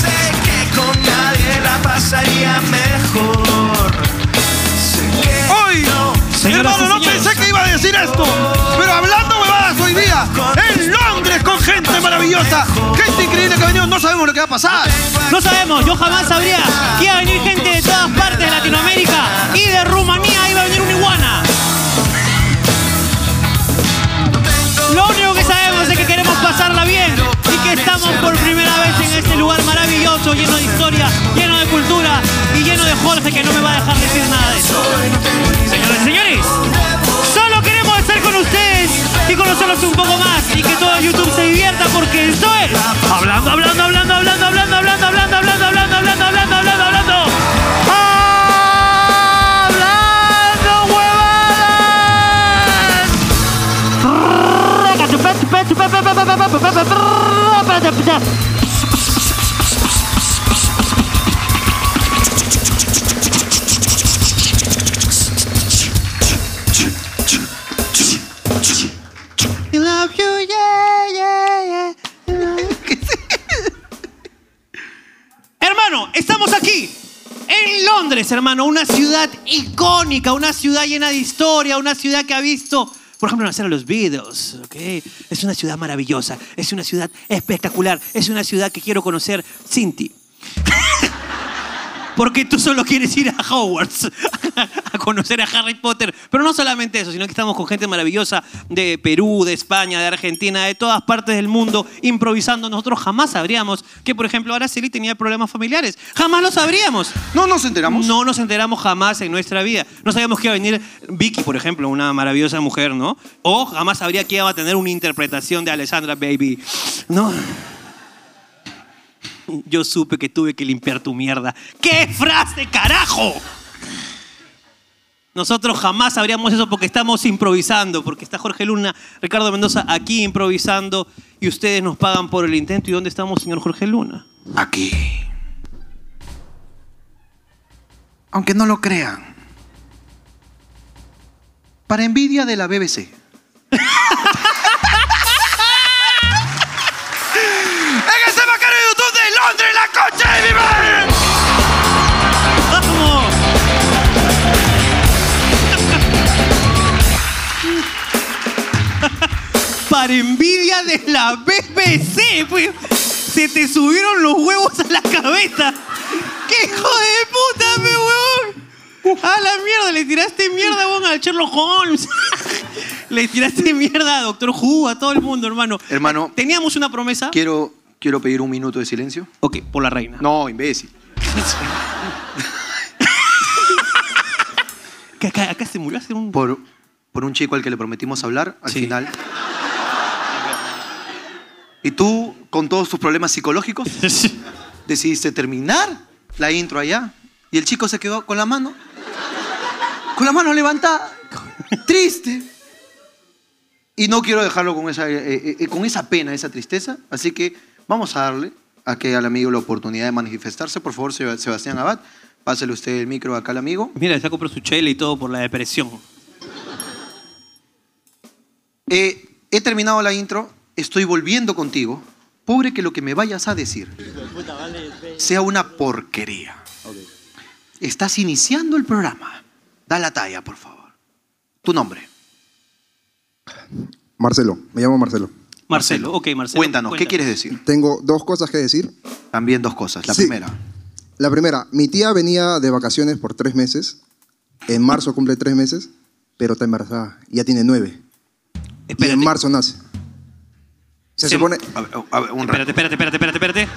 [SPEAKER 10] Sé que con nadie la pasaría mejor. Sé que
[SPEAKER 1] ¡Hoy! Hermano, no pensé que iba a decir esto, pero hablando huevadas hoy día, en Londres con gente maravillosa, gente increíble que ha venido, no sabemos lo que va a pasar.
[SPEAKER 3] No sabemos, yo jamás sabría que iba a venir gente de todas partes de Latinoamérica y de Rumanía iba a venir una iguana. Lo único que sabemos es que queremos pasarla bien y que estamos por primera vez en este lugar maravilloso, lleno de historia, lleno de cultura y lleno de Jorge que no me va a dejar decir nada de eso. Señoras y señores, solo queremos estar con ustedes y conocerlos un poco más y que todo YouTube se divierta porque esto es hablando, hablando, hablando, hablando, hablando, hablando, hablando, hablando, hablando, hablando, hablando, hablando, hablando. Hablando huevadas.
[SPEAKER 10] I love you, yeah, yeah, yeah.
[SPEAKER 3] Hermano, estamos aquí. En Londres, hermano, una ciudad icónica, una ciudad llena de historia, una ciudad que ha visto, por ejemplo, nacer a los Beatles, ¿ok? Es una ciudad maravillosa, es una ciudad espectacular, es una ciudad que quiero conocer sin ti. Porque tú solo quieres ir a Hogwarts a conocer a Harry Potter. Pero no solamente eso, sino que estamos con gente maravillosa de Perú, de España, de Argentina, de todas partes del mundo, improvisando. Nosotros jamás sabríamos que, por ejemplo, Araceli tenía problemas familiares. Jamás lo sabríamos.
[SPEAKER 4] No nos enteramos.
[SPEAKER 3] No nos enteramos jamás en nuestra vida. No sabíamos que iba a venir Vicky, por ejemplo, una maravillosa mujer, ¿no? O jamás sabría que iba a tener una interpretación de Alessandra Baby. No. Yo supe que tuve que limpiar tu mierda. ¡Qué frase, carajo! Nosotros jamás sabríamos eso porque estamos improvisando, porque está Jorge Luna, Ricardo Mendoza aquí improvisando y ustedes nos pagan por el intento. ¿Y dónde estamos, señor Jorge Luna?
[SPEAKER 4] Aquí. Aunque no lo crean. Para envidia de la BBC.
[SPEAKER 10] En este macaro de YouTube de Londres, la concha de mi madre.
[SPEAKER 3] ¡Vamos! Para envidia de la BBC, pues, se te subieron los huevos a la cabeza. ¡Qué hijo de puta, pe, huevón! A la mierda, le tiraste mierda, huevón, al Sherlock Holmes. le tiraste mierda a Doctor Who, a todo el mundo, hermano.
[SPEAKER 4] Hermano.
[SPEAKER 3] Teníamos una promesa.
[SPEAKER 4] Quiero, quiero pedir un minuto de silencio.
[SPEAKER 3] Ok, por la reina.
[SPEAKER 4] No, imbécil.
[SPEAKER 3] Que acá, acá se murió hace un...
[SPEAKER 4] Por, por un chico al que le prometimos hablar al final.
[SPEAKER 2] Y tú, con todos tus problemas psicológicos, decidiste terminar la intro allá. Y el chico se quedó con la mano, con la mano levantada, triste. Y no quiero dejarlo con esa, eh, eh, con esa pena, esa tristeza. Así que vamos a darle a que al amigo la oportunidad de manifestarse. Por favor, Seb- Sebastián Abad, pásele usted el micro acá al amigo.
[SPEAKER 3] Mira, ya compró su chela y todo por la depresión.
[SPEAKER 2] Eh, he terminado la intro, estoy volviendo contigo. Pobre que lo que me vayas a decir sea una porquería. Estás iniciando el programa. Da la talla, por favor. Tu nombre.
[SPEAKER 16] Marcelo, me llamo Marcelo.
[SPEAKER 3] Marcelo, ok, Marcelo.
[SPEAKER 2] Cuéntanos, ¿qué quieres decir?
[SPEAKER 16] Tengo dos cosas que decir.
[SPEAKER 2] También dos cosas. La
[SPEAKER 16] Sí.
[SPEAKER 2] primera.
[SPEAKER 16] La primera, mi tía venía de vacaciones por tres meses. En marzo cumple tres meses, pero está embarazada. Ya tiene nueve. Y en marzo nace. Se supone-
[SPEAKER 2] A ver, a ver, un
[SPEAKER 3] Espérate, espérate, espérate, espérate, espérate.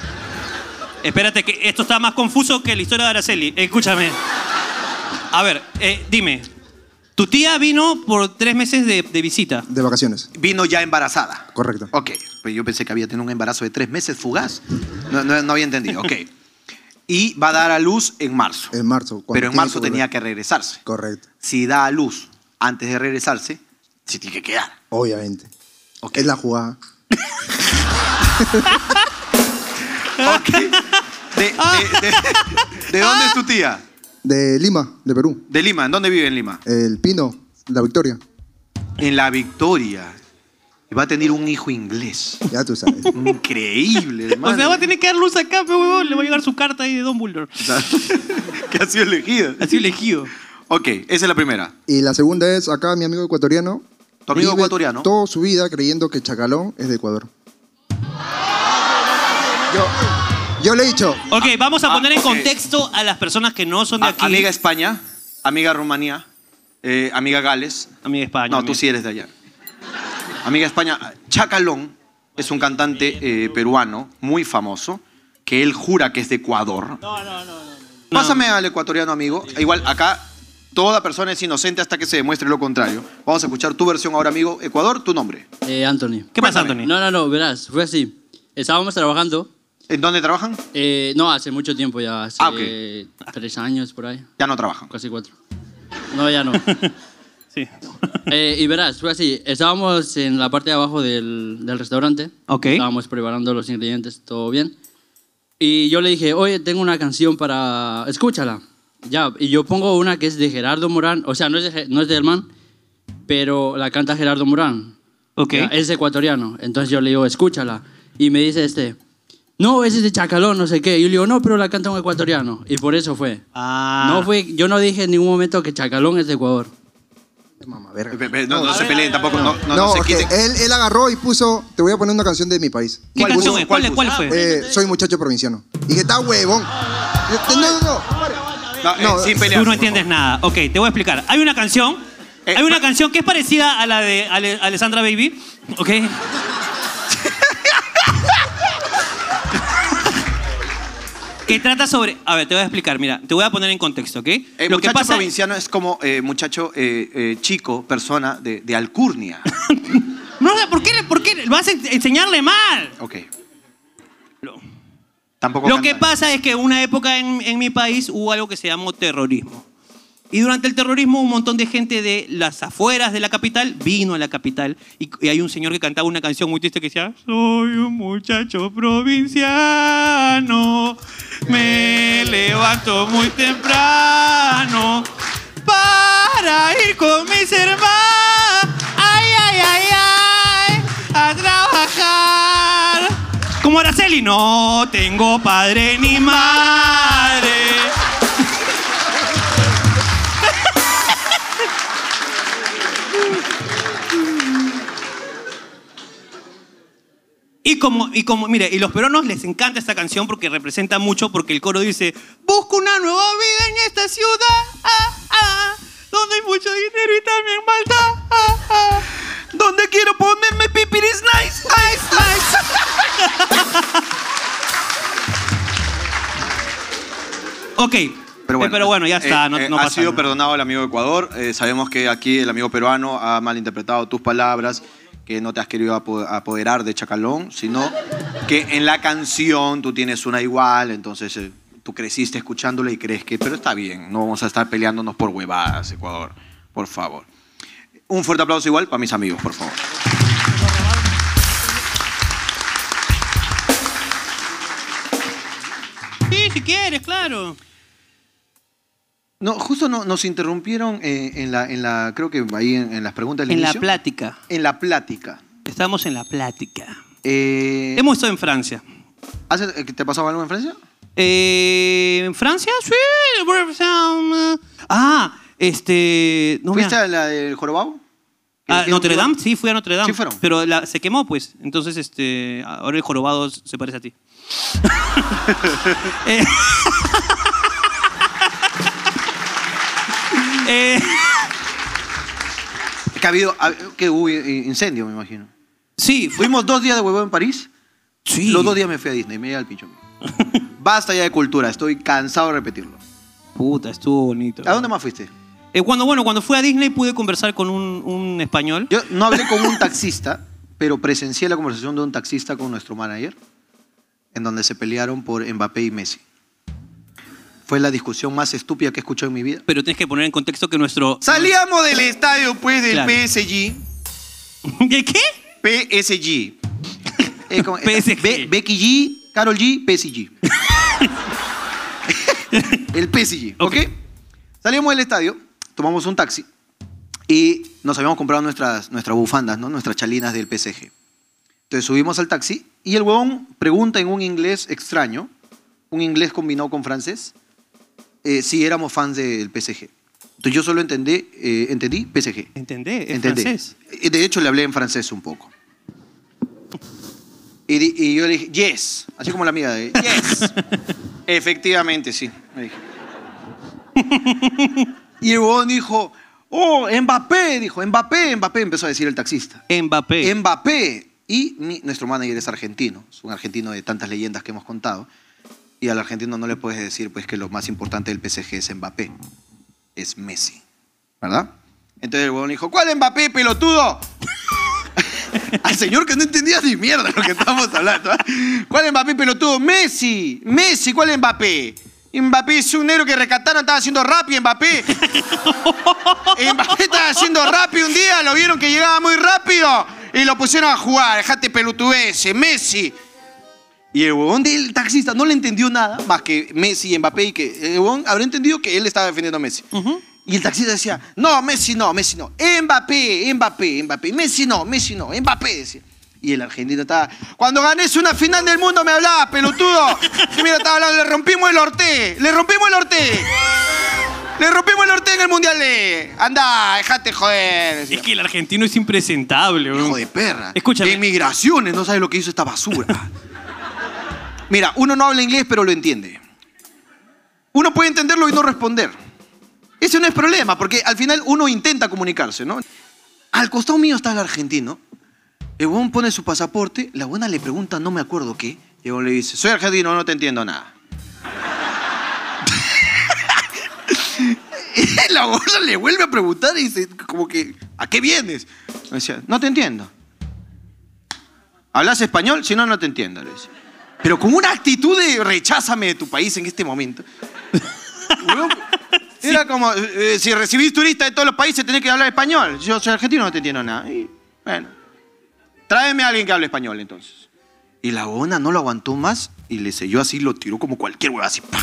[SPEAKER 3] Espérate, que esto está más confuso que la historia de Araceli. Escúchame. A ver, eh, dime. Tu tía vino por tres meses de, de visita.
[SPEAKER 16] De vacaciones.
[SPEAKER 2] Vino ya embarazada.
[SPEAKER 16] Correcto.
[SPEAKER 2] Ok, pues yo pensé que había tenido un embarazo de tres meses fugaz. No, no- no había entendido, ok. Y va a dar a luz en marzo.
[SPEAKER 16] En marzo. cuando
[SPEAKER 2] Pero en
[SPEAKER 16] tiene
[SPEAKER 2] marzo
[SPEAKER 16] volver.
[SPEAKER 2] tenía que regresarse.
[SPEAKER 16] Correcto.
[SPEAKER 2] Si da a luz antes de regresarse, se tiene que quedar.
[SPEAKER 16] Obviamente. Es la jugada.
[SPEAKER 2] Ok. De, de- de- ¿de dónde es tu tía?
[SPEAKER 16] De Lima, de Perú.
[SPEAKER 2] De Lima. ¿En dónde vive en Lima?
[SPEAKER 16] El Pino, la Victoria.
[SPEAKER 2] En La Victoria. Y va a tener un hijo inglés.
[SPEAKER 16] Ya tú sabes.
[SPEAKER 2] Increíble, hermano.
[SPEAKER 3] O
[SPEAKER 10] Pues
[SPEAKER 3] sea, va a tener que dar luz acá, pero huevón. Le va a llegar su carta ahí de Don Bulldor.
[SPEAKER 2] que ha sido elegido.
[SPEAKER 3] Ha sido elegido.
[SPEAKER 2] Ok, esa es la primera.
[SPEAKER 16] Y la segunda es acá mi amigo ecuatoriano.
[SPEAKER 2] Tu amigo
[SPEAKER 16] vive
[SPEAKER 2] ecuatoriano.
[SPEAKER 16] Toda su vida creyendo que Chacalón es de Ecuador. Yo, yo le he dicho.
[SPEAKER 3] Ok, vamos a
[SPEAKER 2] Ah,
[SPEAKER 3] poner en
[SPEAKER 2] ok.
[SPEAKER 3] contexto a las personas que no son de
[SPEAKER 2] A-
[SPEAKER 3] aquí.
[SPEAKER 2] Amiga España, amiga Rumanía, eh, amiga Gales.
[SPEAKER 3] Amiga España.
[SPEAKER 2] No,
[SPEAKER 3] amiga.
[SPEAKER 2] tú sí eres de allá. Amiga España, Chacalón es un cantante eh, peruano muy famoso que él jura que es de Ecuador. No, no, no. Pásame al ecuatoriano, amigo. Igual acá toda persona es inocente hasta que se demuestre lo contrario. Vamos a escuchar tu versión ahora, amigo. Ecuador, tu nombre.
[SPEAKER 17] Eh, Anthony.
[SPEAKER 3] ¿Qué pasa, Anthony?
[SPEAKER 17] No, no, no, verás, fue así. Estábamos trabajando. Eh,
[SPEAKER 2] ¿En dónde trabajan?
[SPEAKER 17] no, hace mucho tiempo ya, hace
[SPEAKER 2] Ah, ok.
[SPEAKER 17] tres años por ahí.
[SPEAKER 2] Ya no trabajan.
[SPEAKER 17] Casi cuatro. No, ya no. sí. y verás, fue así. Estábamos en la parte de abajo del, del restaurante.
[SPEAKER 3] Ok.
[SPEAKER 17] Estábamos preparando los ingredientes, todo bien. Y yo le dije, oye, tengo una canción para... Escúchala. Ya, y yo pongo una que es de Gerardo Morán. O sea, no es de, Ge- no es de Elman, pero la canta Gerardo Morán.
[SPEAKER 3] Ok.
[SPEAKER 17] Ya, es ecuatoriano. Entonces yo le digo, escúchala. Y me dice este, no, ese es de Chacalón, no sé qué. Y yo le digo, no, pero la canta un ecuatoriano. Y por eso fue. No fue, yo no dije en ningún momento que Chacalón es de Ecuador.
[SPEAKER 2] Pe- pe- No, no se peleen tampoco. No, no,
[SPEAKER 16] No,
[SPEAKER 2] no se
[SPEAKER 16] porque
[SPEAKER 2] quiten.
[SPEAKER 16] él, él agarró y puso, te voy a poner una canción de mi país.
[SPEAKER 2] ¿Qué
[SPEAKER 16] ¿Cuál
[SPEAKER 2] canción
[SPEAKER 16] puso?
[SPEAKER 2] es? ¿Cuál es? ¿Cuál fue?
[SPEAKER 16] Eh, soy muchacho provinciano. Y dije, está huevón. Yo- No, no, no.
[SPEAKER 2] No, eh,
[SPEAKER 16] No,
[SPEAKER 2] sin pelear. Eh,
[SPEAKER 3] Tú no entiendes nada. Ok, te voy a explicar. Hay una canción. hay una canción que es parecida a la de Ale- Alessandra Baby. Ok. que trata sobre. A ver, te voy a explicar. Mira, te voy a poner en contexto, ¿ok?
[SPEAKER 2] Eh,
[SPEAKER 3] Lo que
[SPEAKER 2] muchacho
[SPEAKER 3] pasa.
[SPEAKER 2] provinciano es como eh, muchacho eh, eh, chico, persona de, de alcurnia.
[SPEAKER 3] No, o sea, ¿por qué, le- ¿por qué vas a en- enseñarle mal?
[SPEAKER 2] Ok. Tampoco
[SPEAKER 3] Lo
[SPEAKER 2] canta.
[SPEAKER 3] que pasa es que una época en, en mi país hubo algo que se llamó terrorismo. Y durante el terrorismo un montón de gente de las afueras de la capital vino a la capital y, y hay un señor que cantaba una canción muy triste que decía Soy un muchacho provinciano, me levanto muy temprano para ir con mis hermanos ay, ay, ay, ay, a trabajar. Como Araceli, no tengo padre ni madre. Y como, y como, mire, y los peruanos les encanta esta canción porque representa mucho, porque el coro dice, busco una nueva vida en esta ciudad, ah, ah, donde hay mucho dinero y también maldad, ah, ah, donde quiero ponerme pipiris nice, nice, nice. ok, pero bueno, ya está,
[SPEAKER 2] Eh,
[SPEAKER 3] no,
[SPEAKER 2] eh,
[SPEAKER 3] no
[SPEAKER 2] ha
[SPEAKER 3] pasa
[SPEAKER 2] sido
[SPEAKER 3] nada.
[SPEAKER 2] perdonado el amigo de Ecuador. Eh, sabemos que aquí el amigo peruano ha malinterpretado tus palabras que no te has querido apo- apoderar de Chacalón, sino que en la canción tú tienes una igual, entonces eh, tú creciste escuchándola y crees que, pero está bien, no vamos a estar peleándonos por huevadas, Ecuador, por favor. Un fuerte aplauso igual para mis amigos, por favor.
[SPEAKER 3] Sí, si quieres, claro.
[SPEAKER 2] No, justo no, nos interrumpieron eh, en, la, en la, creo que ahí en, en las preguntas del
[SPEAKER 3] En la
[SPEAKER 2] inicio.
[SPEAKER 3] plática.
[SPEAKER 2] En la plática.
[SPEAKER 3] Estamos en la plática. Hemos estado en Francia.
[SPEAKER 2] Eh, ¿Hace- ¿Te pasaba algo en Francia?
[SPEAKER 3] Eh, ¿En Francia? Sí. Ah, este... No,
[SPEAKER 2] ¿Fuiste
[SPEAKER 3] mira.
[SPEAKER 2] a la del jorobado?
[SPEAKER 3] Ah,
[SPEAKER 2] que-
[SPEAKER 3] Notre Dame, sí, fui a Notre Dame.
[SPEAKER 2] Sí fueron.
[SPEAKER 3] Pero la- se quemó, pues. Entonces, este, ahora el jorobado se parece a ti. Eh, eh,
[SPEAKER 2] Que ha habido, ha- que hubo eh, incendio, me imagino.
[SPEAKER 3] Sí.
[SPEAKER 2] Fuimos dos días de huevón en París.
[SPEAKER 3] Sí.
[SPEAKER 2] Los dos días me fui a Disney, me iba al pincho. Basta ya de cultura, estoy cansado de repetirlo.
[SPEAKER 3] Puta, estuvo bonito.
[SPEAKER 2] ¿A dónde más fuiste?
[SPEAKER 3] eh, cuando, bueno, cuando fui a Disney pude conversar con un, un español.
[SPEAKER 2] Yo no hablé con un taxista, pero presencié la conversación de un taxista con nuestro manager, en donde se pelearon por Mbappé y Messi. Fue la discusión más estúpida que he escuchado en mi vida.
[SPEAKER 3] Pero tienes que poner en contexto que nuestro...
[SPEAKER 2] Salíamos del estadio, pues, del
[SPEAKER 3] Claro.
[SPEAKER 2] PSG.
[SPEAKER 3] ¿De qué?
[SPEAKER 2] PSG. Eh, ¿cómo- Be- Becky G, Carol G, PSG. El PSG, ¿ok? Salíamos del estadio, tomamos un taxi y nos habíamos comprado nuestras, nuestras bufandas, ¿no? Nuestras chalinas del PSG. Entonces subimos al taxi y el huevón pregunta en un inglés extraño, un inglés combinado con francés, eh, si éramos fans del PSG. Entonces yo solo entendí, eh, entendí PSG.
[SPEAKER 3] Entendé, es
[SPEAKER 2] Entendí.
[SPEAKER 3] francés.
[SPEAKER 2] Eh, De hecho, le hablé en francés un poco. Y, di- y yo le dije, yes, así como la amiga de yes. Efectivamente, sí. le dije. y el huevón dijo, oh, Mbappé, dijo, Mbappé, Mbappé, empezó a decir el taxista.
[SPEAKER 3] Mbappé.
[SPEAKER 2] Mbappé. Y mi- nuestro manager es argentino, es un argentino de tantas leyendas que hemos contado. Y al argentino no le puedes decir pues, que lo más importante del PSG es Mbappé, es Messi, ¿verdad? Entonces el huevón dijo, ¿cuál Mbappé, pelotudo? Al señor que no entendía ni mierda lo que estábamos hablando. ¿ah? ¿Cuál Mbappé, pelotudo? Messi, Messi, ¿cuál Mbappé? Mbappé es un negro que rescataron, estaba haciendo rap y Mbappé. Mbappé estaba haciendo rap y un día lo vieron que llegaba muy rápido y lo pusieron a jugar. Dejate pelotudez, Messi. Y el huevón del taxista no le entendió nada más que Messi y Mbappé y que el huevón habrá entendido que él estaba defendiendo a Messi. Y el taxista decía, no, Messi no, Messi no. Mbappé, Mbappé, Mbappé. Messi no, Messi no, Mbappé decía. Y el argentino estaba, cuando ganes una final del mundo me hablabas, pelotudo. Y mira, estaba hablando, le rompimos el orte, le rompimos el orte. Le rompimos el orte en el mundial. eh. Anda, dejate joder. decía.
[SPEAKER 3] Es que el argentino es impresentable, weón.
[SPEAKER 2] Hijo de perra.
[SPEAKER 3] Escúchame.
[SPEAKER 2] En migraciones no sabe lo que hizo esta basura. Mira, uno no habla inglés, pero lo entiende. Uno puede entenderlo y no responder. Ese no es problema, porque al final uno intenta comunicarse, ¿no? Al costado mío está el argentino. El huevón pone su pasaporte, la buena le pregunta, no me acuerdo qué. Y el huevón le dice, soy argentino, no te entiendo nada. Y la gorda le vuelve a preguntar y dice, como que, ¿a qué vienes? Me decía, no te entiendo. ¿Hablas español? Si no, no te entiendo. le decía. Pero con una actitud de recházame de tu país en este momento. Huevón, Era como, eh, si recibís turistas de todos los países tenés que hablar español. Yo soy argentino, no te entiendo nada. Y, bueno, tráeme a alguien que hable español entonces. Y la bona no lo aguantó más y le selló así, lo tiró como cualquier huevo así. ¡pah!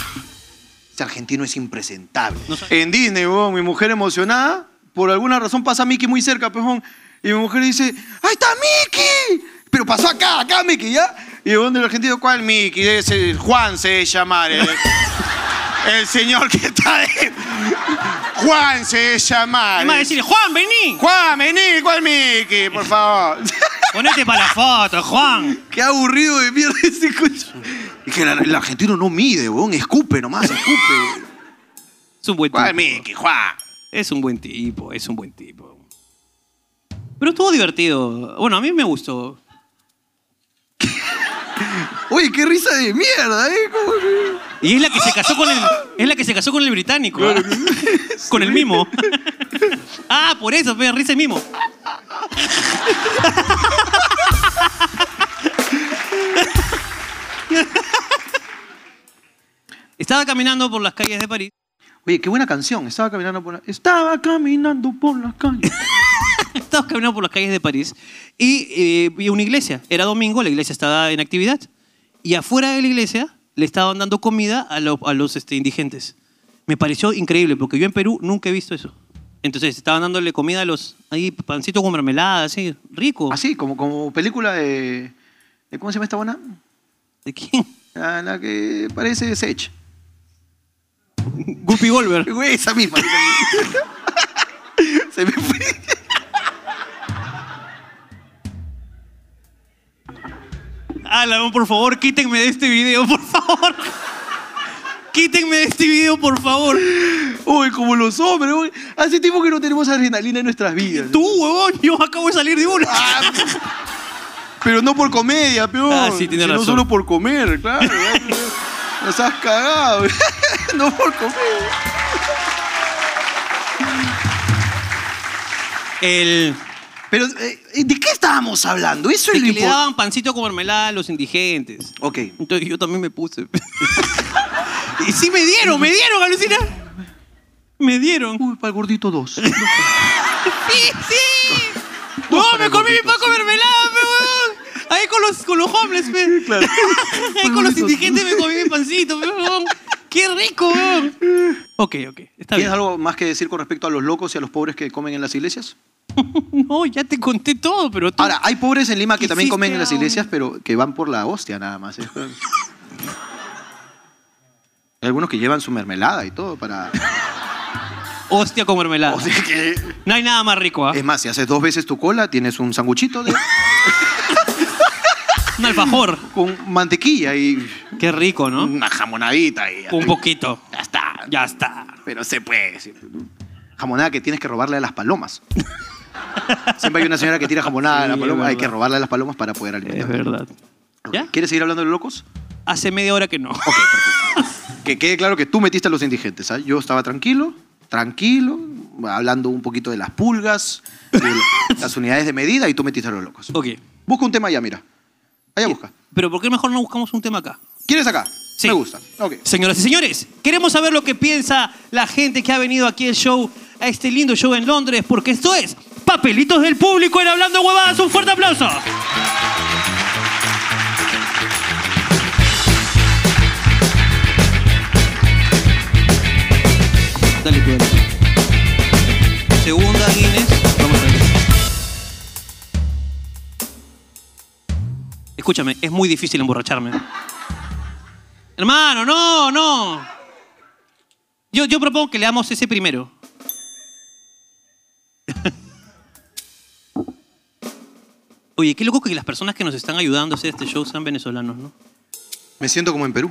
[SPEAKER 2] Este argentino es impresentable. En Disney, huevón, mi mujer emocionada, por alguna razón pasa Mickey muy cerca, pejón. Y mi mujer dice, ¡ahí está Mickey! Pero pasó acá, acá Mickey, ¿ya? Y el huevón del argentino, ¿cuál Mickey? Ese Juan se debe llamar. El, el señor que está de... Juan se debe llamar.
[SPEAKER 3] Es más, decirle, Juan, vení.
[SPEAKER 2] Juan, vení, ¿cuál Mickey? Por favor.
[SPEAKER 3] Ponete para la foto, Juan.
[SPEAKER 2] Qué aburrido de mierda ese coche. Es que el, el argentino no mide, huevón, escupe nomás, escupe.
[SPEAKER 3] Es un buen tipo.
[SPEAKER 2] Juan Mickey, Juan.
[SPEAKER 3] Es un buen tipo, es un buen tipo. Pero estuvo divertido. Bueno, a mí me gustó.
[SPEAKER 2] Oye, qué risa de mierda, ¿eh? Como que-
[SPEAKER 3] Y es la que se casó con el, es la que se casó con el británico. ¿ah? Con el mimo. ah, por eso, pe, risa y mimo. Estaba caminando por las calles de París.
[SPEAKER 2] Oye, qué buena canción. Estaba caminando por la... Estaba caminando por las calles.
[SPEAKER 3] Estaba caminando por las calles de París y eh, vi una iglesia. Era domingo, la iglesia estaba en actividad. Y afuera de la iglesia le estaban dando comida a, lo- a los este, indigentes. Me pareció increíble porque yo en Perú nunca he visto eso. Entonces estaban dándole comida a los... Ahí, pancitos con mermelada, así, rico.
[SPEAKER 2] Así, como, como película de, de- ¿Cómo se llama esta buena?
[SPEAKER 3] ¿De quién?
[SPEAKER 2] La, la que parece Sech.
[SPEAKER 3] Guppy Golver.
[SPEAKER 2] Güey, esa misma. se me fue.
[SPEAKER 3] Alan, por favor, quítenme de este video, por favor. quítenme de este video, por favor.
[SPEAKER 2] Uy, como los hombres, uy. Hace tiempo que no tenemos adrenalina en nuestras vidas. Ah.
[SPEAKER 3] Tú, huevón, yo acabo de salir de una.
[SPEAKER 2] pero no por comedia, peor.
[SPEAKER 3] Ah, sí, tiene
[SPEAKER 2] Sino
[SPEAKER 3] razón.
[SPEAKER 2] solo por comer, claro. Nos has cagado. no por comer.
[SPEAKER 3] El...
[SPEAKER 2] Pero, eh, ¿de qué estábamos hablando? Eso es lo
[SPEAKER 3] De que le
[SPEAKER 2] importante.
[SPEAKER 3] daban pancito con mermelada a los indigentes.
[SPEAKER 2] Ok.
[SPEAKER 3] Entonces yo también me puse. y sí me dieron, me dieron, alucina. Me dieron.
[SPEAKER 2] Uy, para el gordito dos.
[SPEAKER 3] ¡Sí, sí! ¡No, me comí mi paco mermelada, pe, huevón! Ahí con los, con los homeless, pe. Ahí con los indigentes me comí mi pancito, pe, huevón. ¡Qué rico, huevón! Ok, ok. Está
[SPEAKER 2] ¿Tienes
[SPEAKER 3] bien.
[SPEAKER 2] algo más que decir con respecto a los locos y a los pobres que comen en las iglesias?
[SPEAKER 3] No, ya te conté todo, pero tú...
[SPEAKER 2] Ahora, hay pobres en Lima que también
[SPEAKER 3] Hiciste
[SPEAKER 2] comen en las
[SPEAKER 3] aún.
[SPEAKER 2] iglesias, pero que van por la hostia nada más. ¿eh? Hay algunos que llevan su mermelada y todo para...
[SPEAKER 3] Hostia con mermelada. No hay nada más rico, ¿ah?
[SPEAKER 2] Es más, si haces dos veces tu cola, tienes un sanguchito de...
[SPEAKER 3] Un alfajor.
[SPEAKER 2] Con mantequilla y...
[SPEAKER 3] Qué rico, ¿no?
[SPEAKER 2] Una jamonadita y...
[SPEAKER 3] Un poquito.
[SPEAKER 2] Ya está.
[SPEAKER 3] Ya está.
[SPEAKER 2] Pero se puede. decir. Jamonada que tienes que robarle a las palomas. Siempre hay una señora que tira jamonada a la
[SPEAKER 3] Sí,
[SPEAKER 2] paloma.
[SPEAKER 3] es
[SPEAKER 2] Hay que
[SPEAKER 3] verdad.
[SPEAKER 2] robarle a las palomas para poder alimentar.
[SPEAKER 3] Es verdad. ¿Ya?
[SPEAKER 2] ¿Quieres seguir hablando de los locos?
[SPEAKER 3] Hace media hora que no.
[SPEAKER 2] Que quede claro que tú metiste a los indigentes. ¿ah? Yo estaba tranquilo, tranquilo, hablando un poquito de las pulgas, de las unidades de medida y tú metiste a los locos.
[SPEAKER 3] Ok.
[SPEAKER 2] Busca un tema allá, mira. Allá busca.
[SPEAKER 3] Pero ¿por qué mejor no buscamos un tema acá?
[SPEAKER 2] ¿Quieres acá?
[SPEAKER 3] Sí.
[SPEAKER 2] Me gusta. Ok.
[SPEAKER 3] Señoras y señores, queremos saber lo que piensa la gente que ha venido aquí al show, a este lindo show en Londres, porque esto es Papelitos del Público en Hablando Huevadas. Un fuerte aplauso. Dale, tú, dale. Segunda Guinness. Vamos a ver. Escúchame, es muy difícil emborracharme. Hermano, no, no. Yo, yo propongo que le damos ese primero. Oye, qué loco que las personas que nos están ayudando a hacer este show sean venezolanos, ¿no?
[SPEAKER 2] Me siento como en Perú.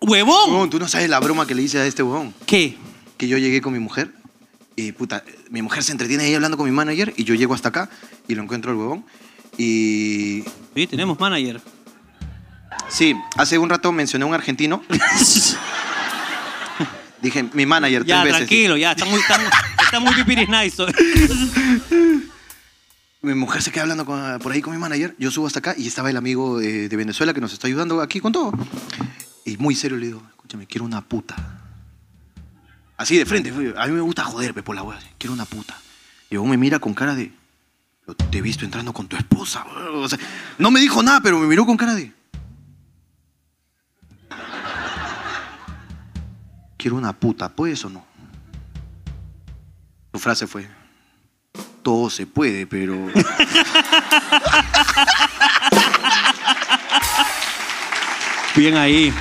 [SPEAKER 3] ¡Huevón!
[SPEAKER 2] Huevón, tú no sabes la broma que le hice a este huevón.
[SPEAKER 3] ¿Qué?
[SPEAKER 2] Que yo llegué con mi mujer y puta, mi mujer se entretiene ahí hablando con mi manager y yo llego hasta acá y lo encuentro al huevón y
[SPEAKER 3] Sí, tenemos manager.
[SPEAKER 2] Sí, hace un rato mencioné a un argentino. Dije, mi manager,
[SPEAKER 3] Ya,
[SPEAKER 2] tres veces.
[SPEAKER 3] tranquilo, ya. Está muy, está muy, está muy pipiris nice hoy.
[SPEAKER 2] Mi mujer se queda hablando con- por ahí con mi manager. Yo subo hasta acá y estaba el amigo eh, de Venezuela que nos está ayudando aquí con todo. Y muy serio le digo, escúchame, quiero una puta. Así de frente. fue, A mí me gusta joderme por la wea. Quiero una puta. Y luego me mira con cara de, "Pero te he visto entrando con tu esposa. bro". O sea, no me dijo nada, pero me miró con cara de... Quiero una puta, ¿puedes o no? Su frase fue, todo se puede, pero...
[SPEAKER 3] Bien ahí.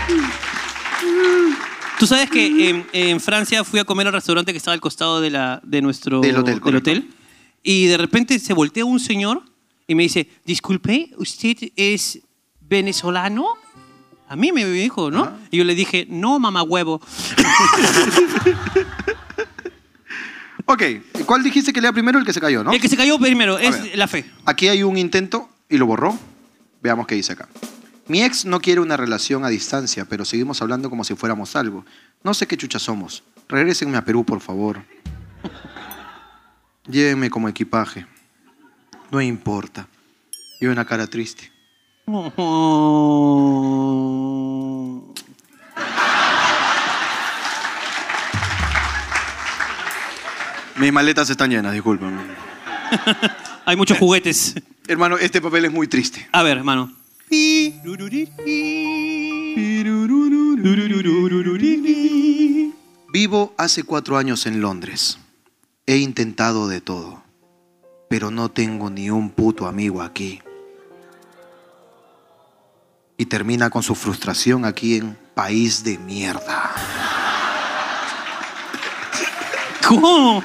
[SPEAKER 3] Tú sabes que en, en Francia fui a comer al restaurante que estaba al costado de, la, de nuestro
[SPEAKER 2] Del hotel, correcto.
[SPEAKER 3] hotel. y de repente se voltea un señor y me dice, disculpe, ¿usted es venezolano? A mí me dijo, ¿no? Y yo le dije, no, mamá huevo.
[SPEAKER 2] Ok, ¿cuál dijiste que lea primero el que se cayó, no?
[SPEAKER 3] El que se cayó primero es
[SPEAKER 2] ver.
[SPEAKER 3] la fe.
[SPEAKER 2] Aquí hay un intento y lo borró. Veamos qué dice acá. Mi ex no quiere una relación a distancia, pero seguimos hablando como si fuéramos algo. No sé qué chucha somos. Regrésenme a Perú, por favor. Llévenme como equipaje. No importa. y una cara triste. Mis maletas están llenas, discúlpame.
[SPEAKER 3] Hay muchos juguetes.
[SPEAKER 2] Hermano, este papel es muy triste.
[SPEAKER 3] A ver, hermano.
[SPEAKER 2] Vivo hace cuatro años en Londres. He intentado de todo, pero no tengo ni un puto amigo aquí. Y termina con su frustración aquí en país de mierda.
[SPEAKER 3] ¿Cómo?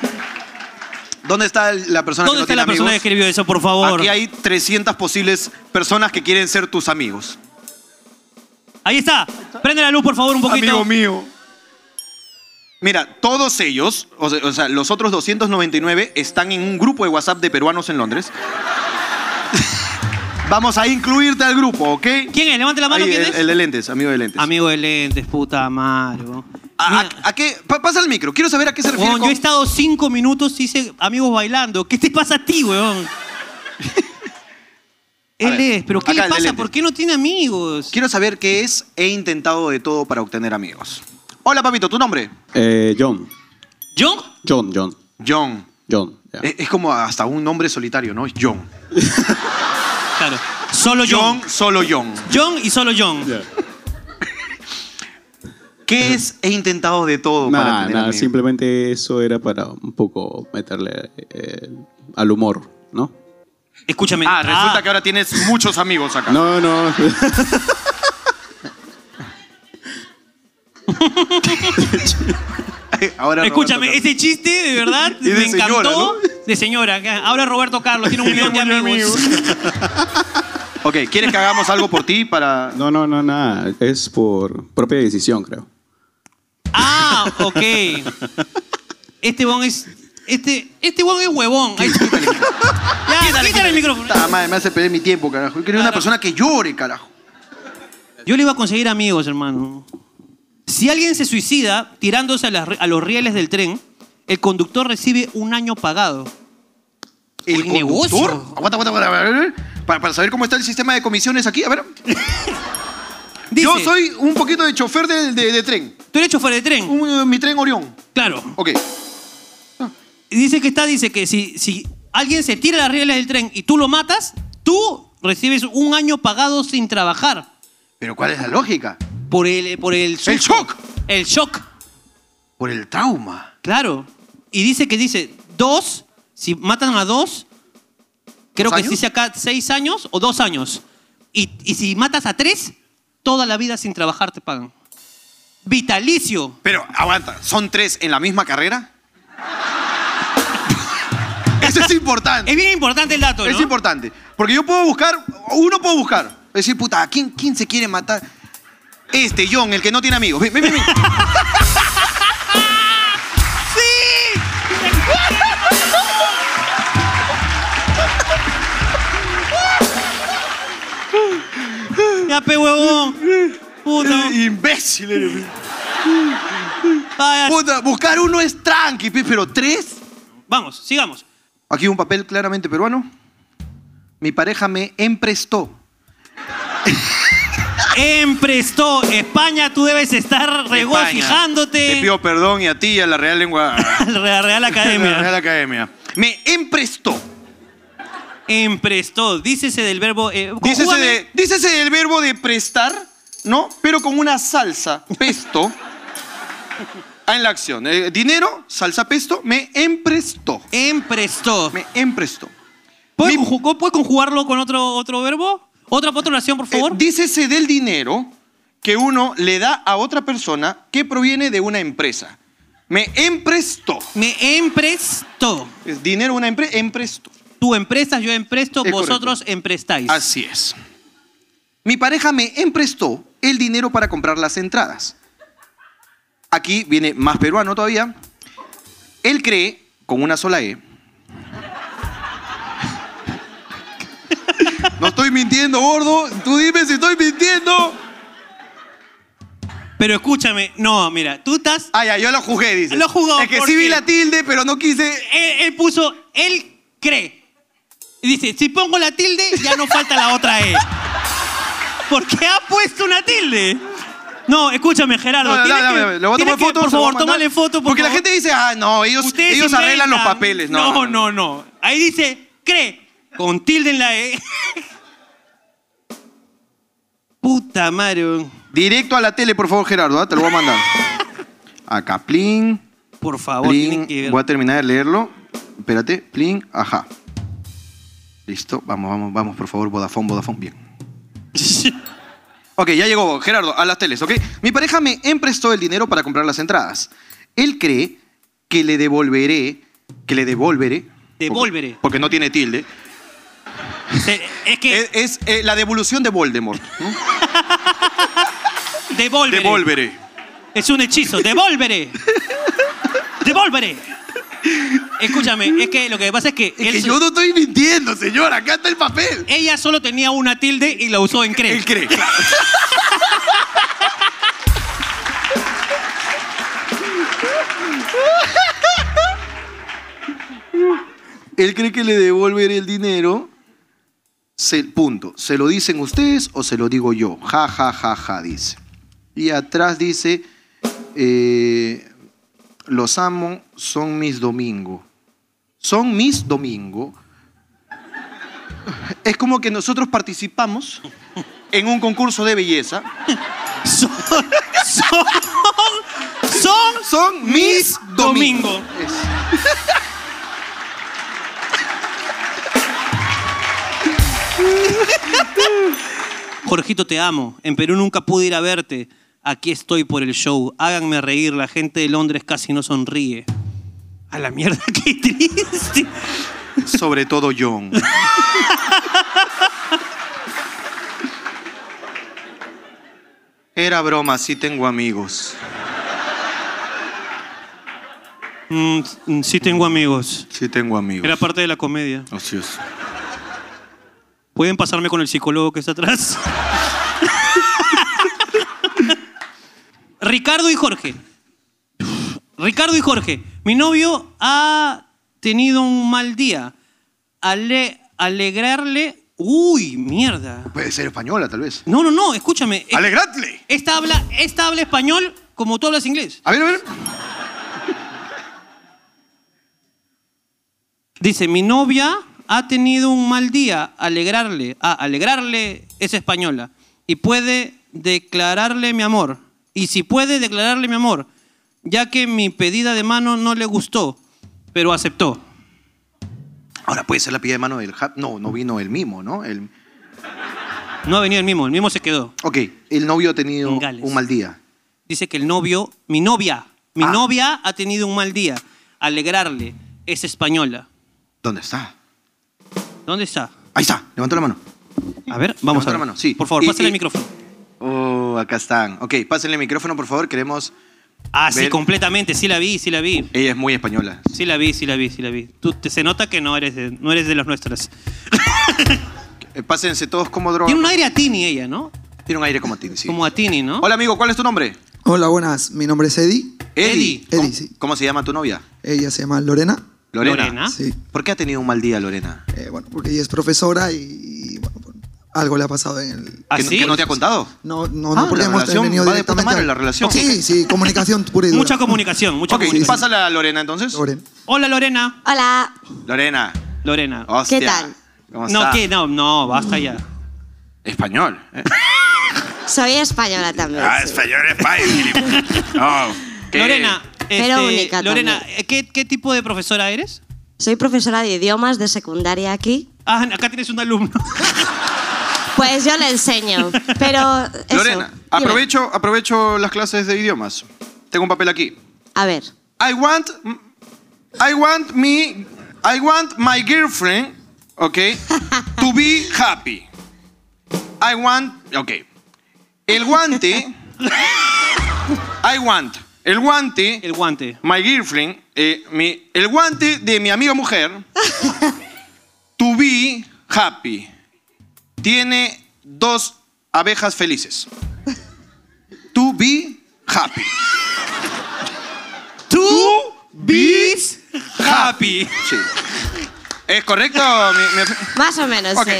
[SPEAKER 2] ¿Dónde está el- la persona
[SPEAKER 3] ¿Dónde
[SPEAKER 2] que
[SPEAKER 3] está
[SPEAKER 2] no tiene
[SPEAKER 3] la persona que
[SPEAKER 2] amigos?
[SPEAKER 3] escribió eso, por favor?
[SPEAKER 2] Aquí hay 300 posibles personas que quieren ser tus amigos.
[SPEAKER 3] Ahí está. Prende la luz, por favor, un poquito.
[SPEAKER 2] Amigo mío. Mira, todos ellos, o se- o sea, los otros 299 están en un grupo de WhatsApp de peruanos en Londres. Vamos a incluirte al grupo, ¿ok?
[SPEAKER 3] ¿Quién es? Levante la mano,
[SPEAKER 2] Ahí,
[SPEAKER 3] ¿quién
[SPEAKER 2] el,
[SPEAKER 3] es?
[SPEAKER 2] el de lentes, amigo de lentes.
[SPEAKER 3] Amigo de lentes, puta madre. weón.
[SPEAKER 2] ¿A, a- a qué? Pa- pasa el micro, quiero saber a qué se refiere.
[SPEAKER 3] Weón,
[SPEAKER 2] con-
[SPEAKER 3] Yo he estado cinco minutos y hice amigos bailando. ¿Qué te pasa a ti, weón?
[SPEAKER 2] A
[SPEAKER 3] Él
[SPEAKER 2] ver,
[SPEAKER 3] es, pero ¿qué
[SPEAKER 2] acá
[SPEAKER 3] le
[SPEAKER 2] el de
[SPEAKER 3] pasa?
[SPEAKER 2] lentes.
[SPEAKER 3] ¿Por qué no tiene amigos?
[SPEAKER 2] Quiero saber qué es. He intentado de todo para obtener amigos. Hola, papito, ¿tu nombre?
[SPEAKER 18] Eh, John.
[SPEAKER 3] ¿John?
[SPEAKER 18] John, John.
[SPEAKER 2] John.
[SPEAKER 18] John. ya.
[SPEAKER 2] Es, es como hasta un nombre solitario, ¿no? John.
[SPEAKER 3] Claro. Solo
[SPEAKER 2] John. solo John.
[SPEAKER 3] John y solo John.
[SPEAKER 2] ¿Qué es? He intentado de todo para
[SPEAKER 18] Nada,
[SPEAKER 2] tener
[SPEAKER 18] nada,
[SPEAKER 2] amigos.
[SPEAKER 18] simplemente eso era para un poco meterle eh, al humor, ¿no?
[SPEAKER 3] Escúchame.
[SPEAKER 2] Ah, resulta que ahora tienes muchos amigos acá.
[SPEAKER 18] No, no.
[SPEAKER 2] Ahora
[SPEAKER 3] Escúchame, ese chiste, de verdad,
[SPEAKER 2] Y de
[SPEAKER 3] me
[SPEAKER 2] señora,
[SPEAKER 3] encantó. De señora. acá. Ahora Roberto Carlos tiene un millón de amigos.
[SPEAKER 2] Ok, ¿quieres que hagamos algo por ti para...?
[SPEAKER 18] No, no, no, nada. Es por propia decisión, creo.
[SPEAKER 3] Ah, ok. Este bon es. Este, este bon es huevón. Ahí está. Ya, quítale, el micrófono.
[SPEAKER 2] Puta madre, me hace perder mi tiempo, carajo. Yo quería una persona que llore, carajo.
[SPEAKER 3] Yo le iba a conseguir amigos, hermano. Si alguien se suicida tirándose a, las- a los rieles del tren, el conductor recibe un año pagado.
[SPEAKER 2] ¿El
[SPEAKER 3] negocio.
[SPEAKER 2] conductor? Aguanta, aguanta, aguanta. a ver, Para, para saber cómo está el sistema de comisiones aquí, a ver. Yo soy un poquito de chofer de, de- de tren.
[SPEAKER 3] ¿Tú eres chofer de tren?
[SPEAKER 2] eh, mi tren Orión.
[SPEAKER 3] Claro.
[SPEAKER 2] Ok.
[SPEAKER 3] Y Dice que está, dice que si, si alguien se tira a las rieles del tren y tú lo matas, tú recibes un año pagado sin trabajar.
[SPEAKER 2] ¿Pero cuál es la lógica?
[SPEAKER 3] Por el, por el, ¡El shock! El shock.
[SPEAKER 2] Por el trauma.
[SPEAKER 3] Claro. Y dice que dice dos, si matan a dos, creo
[SPEAKER 2] ¿Dos
[SPEAKER 3] que
[SPEAKER 2] años?
[SPEAKER 3] dice acá seis años o dos años. Y, y si matas a tres, toda la vida sin trabajar te pagan. Vitalicio.
[SPEAKER 2] Pero aguanta, ¿son tres en la misma carrera? Eso es importante.
[SPEAKER 3] Es bien importante el dato,
[SPEAKER 2] Es importante. Porque yo puedo buscar, uno puedo buscar. Decir, puta, ¿a quién, quién se quiere matar? Este, John, el que no tiene amigos. Ven, ven, ven, ven.
[SPEAKER 10] ¡Sí!
[SPEAKER 3] Ya, pe huevón. Puta.
[SPEAKER 2] Imbécil eres. Puta, buscar uno es tranqui, pe, pero tres.
[SPEAKER 3] Vamos, sigamos.
[SPEAKER 2] Aquí un papel claramente peruano. Mi pareja me emprestó.
[SPEAKER 3] Emprestó. España, tú debes estar regocijándote.
[SPEAKER 2] Te pido perdón y a ti y a la Real Lengua.
[SPEAKER 3] la Real Academia.
[SPEAKER 2] La Real Academia. Me emprestó.
[SPEAKER 3] Emprestó. Dícese del verbo. eh,
[SPEAKER 2] Dícese,
[SPEAKER 3] conjúgame.
[SPEAKER 2] de- dícese del verbo de prestar, ¿no? Pero con una salsa, pesto. Ah, en la acción. Eh, dinero, salsa pesto, me emprestó.
[SPEAKER 3] Emprestó.
[SPEAKER 2] Me emprestó.
[SPEAKER 3] ¿Puedes, conju- puedes conjugarlo con otro, otro verbo? ¿Otra, otra oración,
[SPEAKER 2] Eh,
[SPEAKER 3] por favor?
[SPEAKER 2] Dícese del dinero que uno le da a otra persona que proviene de una empresa. Me emprestó.
[SPEAKER 3] Me emprestó.
[SPEAKER 2] Es dinero, una empresa, empresto.
[SPEAKER 3] Tú emprestas, yo empresto,
[SPEAKER 2] Es
[SPEAKER 3] vosotros emprestáis.
[SPEAKER 2] Así es. Mi pareja me emprestó el dinero para comprar las entradas. Aquí viene más peruano todavía. Él cree, con una sola E. No estoy mintiendo, gordo. Tú dime si estoy mintiendo.
[SPEAKER 3] Pero escúchame, no, mira, tú estás.
[SPEAKER 2] Ah, ya, yo lo juzgué, dice.
[SPEAKER 3] Lo juzgó.
[SPEAKER 2] Es que sí vi la tilde, pero no quise.
[SPEAKER 3] Él, él puso, él cree. Y dice, si pongo la tilde, ya no falta la otra E. ¿Por qué ha puesto una tilde? No, escúchame, Gerardo.
[SPEAKER 2] No, no,
[SPEAKER 3] tienes
[SPEAKER 2] no, no,
[SPEAKER 3] que-
[SPEAKER 2] no, no, le voy a
[SPEAKER 3] tienes
[SPEAKER 2] tomar
[SPEAKER 3] que,
[SPEAKER 2] foto, se lo voy a
[SPEAKER 3] Por favor,
[SPEAKER 2] mandar.
[SPEAKER 3] tómale foto.
[SPEAKER 2] Porque la gente dice, ah, no, ellos- ellos arreglan los papeles. No,
[SPEAKER 3] no, no, no. Ahí dice, cree, con tilde en la E. Puta madre.
[SPEAKER 2] Directo a la tele, por favor, Gerardo, ¿ah? te lo voy a mandar. Acá, plin.
[SPEAKER 3] Por favor, tienen que ver.
[SPEAKER 2] Voy a terminar de leerlo. Espérate, plin, ajá. Listo, vamos, vamos, vamos, por favor, Vodafone, Vodafone, bien. ok, ya llegó, Gerardo, a las teles, ¿ok? Mi pareja me emprestó el dinero para comprar las entradas. Él cree que le devolveré, que le devolveré.
[SPEAKER 3] Devolveré.
[SPEAKER 2] Porque, porque no tiene tilde.
[SPEAKER 3] Es que.
[SPEAKER 2] Es, eh, la devolución de Voldemort.
[SPEAKER 3] Devolveré.
[SPEAKER 2] Devolveré.
[SPEAKER 3] Es un hechizo. Devolveré. Devolveré. Escúchame, es que lo que pasa es que. él
[SPEAKER 2] yo no estoy mintiendo, señora. Acá está el papel.
[SPEAKER 3] Ella solo tenía una tilde y la usó en cree. En
[SPEAKER 2] cree, Él cree que le devolveré el dinero. Se- punto. ¿Se lo dicen ustedes o se lo digo yo? Ja, ja, ja, ja, dice. Y atrás dice, eh, los amo, son mis domingos. Son mis domingos. Es como que nosotros participamos en un concurso de belleza.
[SPEAKER 3] son, son, son,
[SPEAKER 2] mis domingos.
[SPEAKER 3] Domingo. Jorgito, te amo. En Perú nunca pude ir a verte. Aquí estoy por el show. Háganme reír. La gente de Londres casi no sonríe. A la mierda, qué triste.
[SPEAKER 2] Sobre todo John. Era broma, sí tengo amigos.
[SPEAKER 3] Mm, mm, sí tengo amigos.
[SPEAKER 2] Sí tengo amigos.
[SPEAKER 3] Era parte de la comedia.
[SPEAKER 2] Así es.
[SPEAKER 3] ¿Pueden pasarme con el psicólogo que está atrás? Ricardo y Jorge. Ricardo y Jorge. Mi novio ha tenido un mal día. Ale- alegrarle. Uy, mierda.
[SPEAKER 2] Puede ser española, tal vez.
[SPEAKER 3] No, no, no, escúchame. Es-
[SPEAKER 2] ¡Alegradle!
[SPEAKER 3] Esta habla, esta habla español como tú hablas inglés.
[SPEAKER 2] A ver, a ver.
[SPEAKER 3] Dice, mi novia ha tenido un mal día, alegrarle. Ah, alegrarle es española. Y puede declararle mi amor. Y si puede declararle mi amor, ya que mi pedida de mano no le gustó, pero aceptó.
[SPEAKER 2] Ahora puede ser la pilla de mano del Jap. No, no vino el mimo, ¿no? El...
[SPEAKER 3] No ha venido el mismo, el mismo se quedó.
[SPEAKER 2] Ok, el novio ha tenido
[SPEAKER 3] En Gales.
[SPEAKER 2] un mal día.
[SPEAKER 3] Dice que el novio, mi novia, mi
[SPEAKER 2] Ah.
[SPEAKER 3] novia ha tenido un mal día. Alegrarle es española.
[SPEAKER 2] ¿Dónde está?
[SPEAKER 3] ¿Dónde está?
[SPEAKER 2] Ahí está, levantó la mano.
[SPEAKER 3] A ver, vamos
[SPEAKER 2] Levantó la
[SPEAKER 3] a ver.
[SPEAKER 2] mano, sí.
[SPEAKER 3] Por favor,
[SPEAKER 2] Y-
[SPEAKER 3] pásale
[SPEAKER 2] y-
[SPEAKER 3] el micrófono.
[SPEAKER 2] Oh, acá están. Ok, pásenle el micrófono, por favor, queremos.
[SPEAKER 3] Ah, sí,
[SPEAKER 2] ver-
[SPEAKER 3] completamente, sí la vi, sí la vi.
[SPEAKER 2] Ella es muy española.
[SPEAKER 3] Sí la vi, sí la vi, sí la vi. Tú te, se nota que no eres de, no eres de las nuestras.
[SPEAKER 2] Eh, Pásense todos como droga.
[SPEAKER 3] Tiene un aire a Tini ella, ¿no?
[SPEAKER 2] Tiene un aire como a Tini, sí.
[SPEAKER 3] Como a Tini, ¿no?
[SPEAKER 2] Hola, amigo, ¿cuál es tu nombre?
[SPEAKER 19] Hola, buenas. Mi nombre es Eddie.
[SPEAKER 2] Eddie.
[SPEAKER 19] Eddie,
[SPEAKER 2] ¿Cómo,
[SPEAKER 19] sí.
[SPEAKER 2] cómo se llama tu novia?
[SPEAKER 19] Ella se llama Lorena.
[SPEAKER 2] Lorena.
[SPEAKER 19] Sí,
[SPEAKER 2] ¿Por qué ha tenido un mal día, Lorena?
[SPEAKER 19] eh, bueno, porque ella es profesora y bueno, por- algo le ha pasado en el...
[SPEAKER 3] ¿Ah,
[SPEAKER 2] ¿Que, no- que no te ha contado?
[SPEAKER 19] No, no,
[SPEAKER 2] Ah,
[SPEAKER 19] no, porque
[SPEAKER 2] la
[SPEAKER 19] hemos
[SPEAKER 2] relación
[SPEAKER 19] venido
[SPEAKER 2] va de puta
[SPEAKER 19] directamente
[SPEAKER 2] madre,
[SPEAKER 19] al-
[SPEAKER 2] la relación.
[SPEAKER 19] Sí, sí, comunicación pura y dura.
[SPEAKER 3] Mucha comunicación, mucha
[SPEAKER 2] Ok,
[SPEAKER 3] comunicación.
[SPEAKER 2] pásala a Lorena entonces. Lorena.
[SPEAKER 3] Hola, Lorena.
[SPEAKER 20] Hola.
[SPEAKER 2] Lorena.
[SPEAKER 3] Lorena.
[SPEAKER 2] Hostia.
[SPEAKER 20] ¿Qué tal?
[SPEAKER 2] ¿Cómo
[SPEAKER 3] No,
[SPEAKER 2] está?
[SPEAKER 3] que no, no, basta ya.
[SPEAKER 2] Español. ¿eh?
[SPEAKER 20] Soy española también.
[SPEAKER 2] Ah,
[SPEAKER 20] sí.
[SPEAKER 2] español español. Oh, qué-
[SPEAKER 3] Lorena,
[SPEAKER 20] Pero
[SPEAKER 3] este,
[SPEAKER 20] única
[SPEAKER 3] Lorena, ¿qué, qué tipo de profesora eres?
[SPEAKER 20] Soy profesora de idiomas de secundaria aquí.
[SPEAKER 3] Ah, acá tienes un alumno.
[SPEAKER 20] Pues yo le enseño. Pero. eso,
[SPEAKER 2] Lorena,
[SPEAKER 20] dime.
[SPEAKER 2] aprovecho, aprovecho las clases de idiomas. Tengo un papel aquí.
[SPEAKER 20] A ver.
[SPEAKER 2] I want, I want me, I want my girlfriend, okay, to be happy. I want, okay. El guante, I want, el guante,
[SPEAKER 3] el guante,
[SPEAKER 2] my girlfriend, eh, mi- el guante de mi amiga mujer, to be happy. Tiene dos abejas felices. To be happy.
[SPEAKER 3] Tú
[SPEAKER 2] Be
[SPEAKER 3] happy.
[SPEAKER 2] Sí. ¿Es correcto? mi- mi-
[SPEAKER 20] Más o menos,
[SPEAKER 2] Ok.
[SPEAKER 20] sí.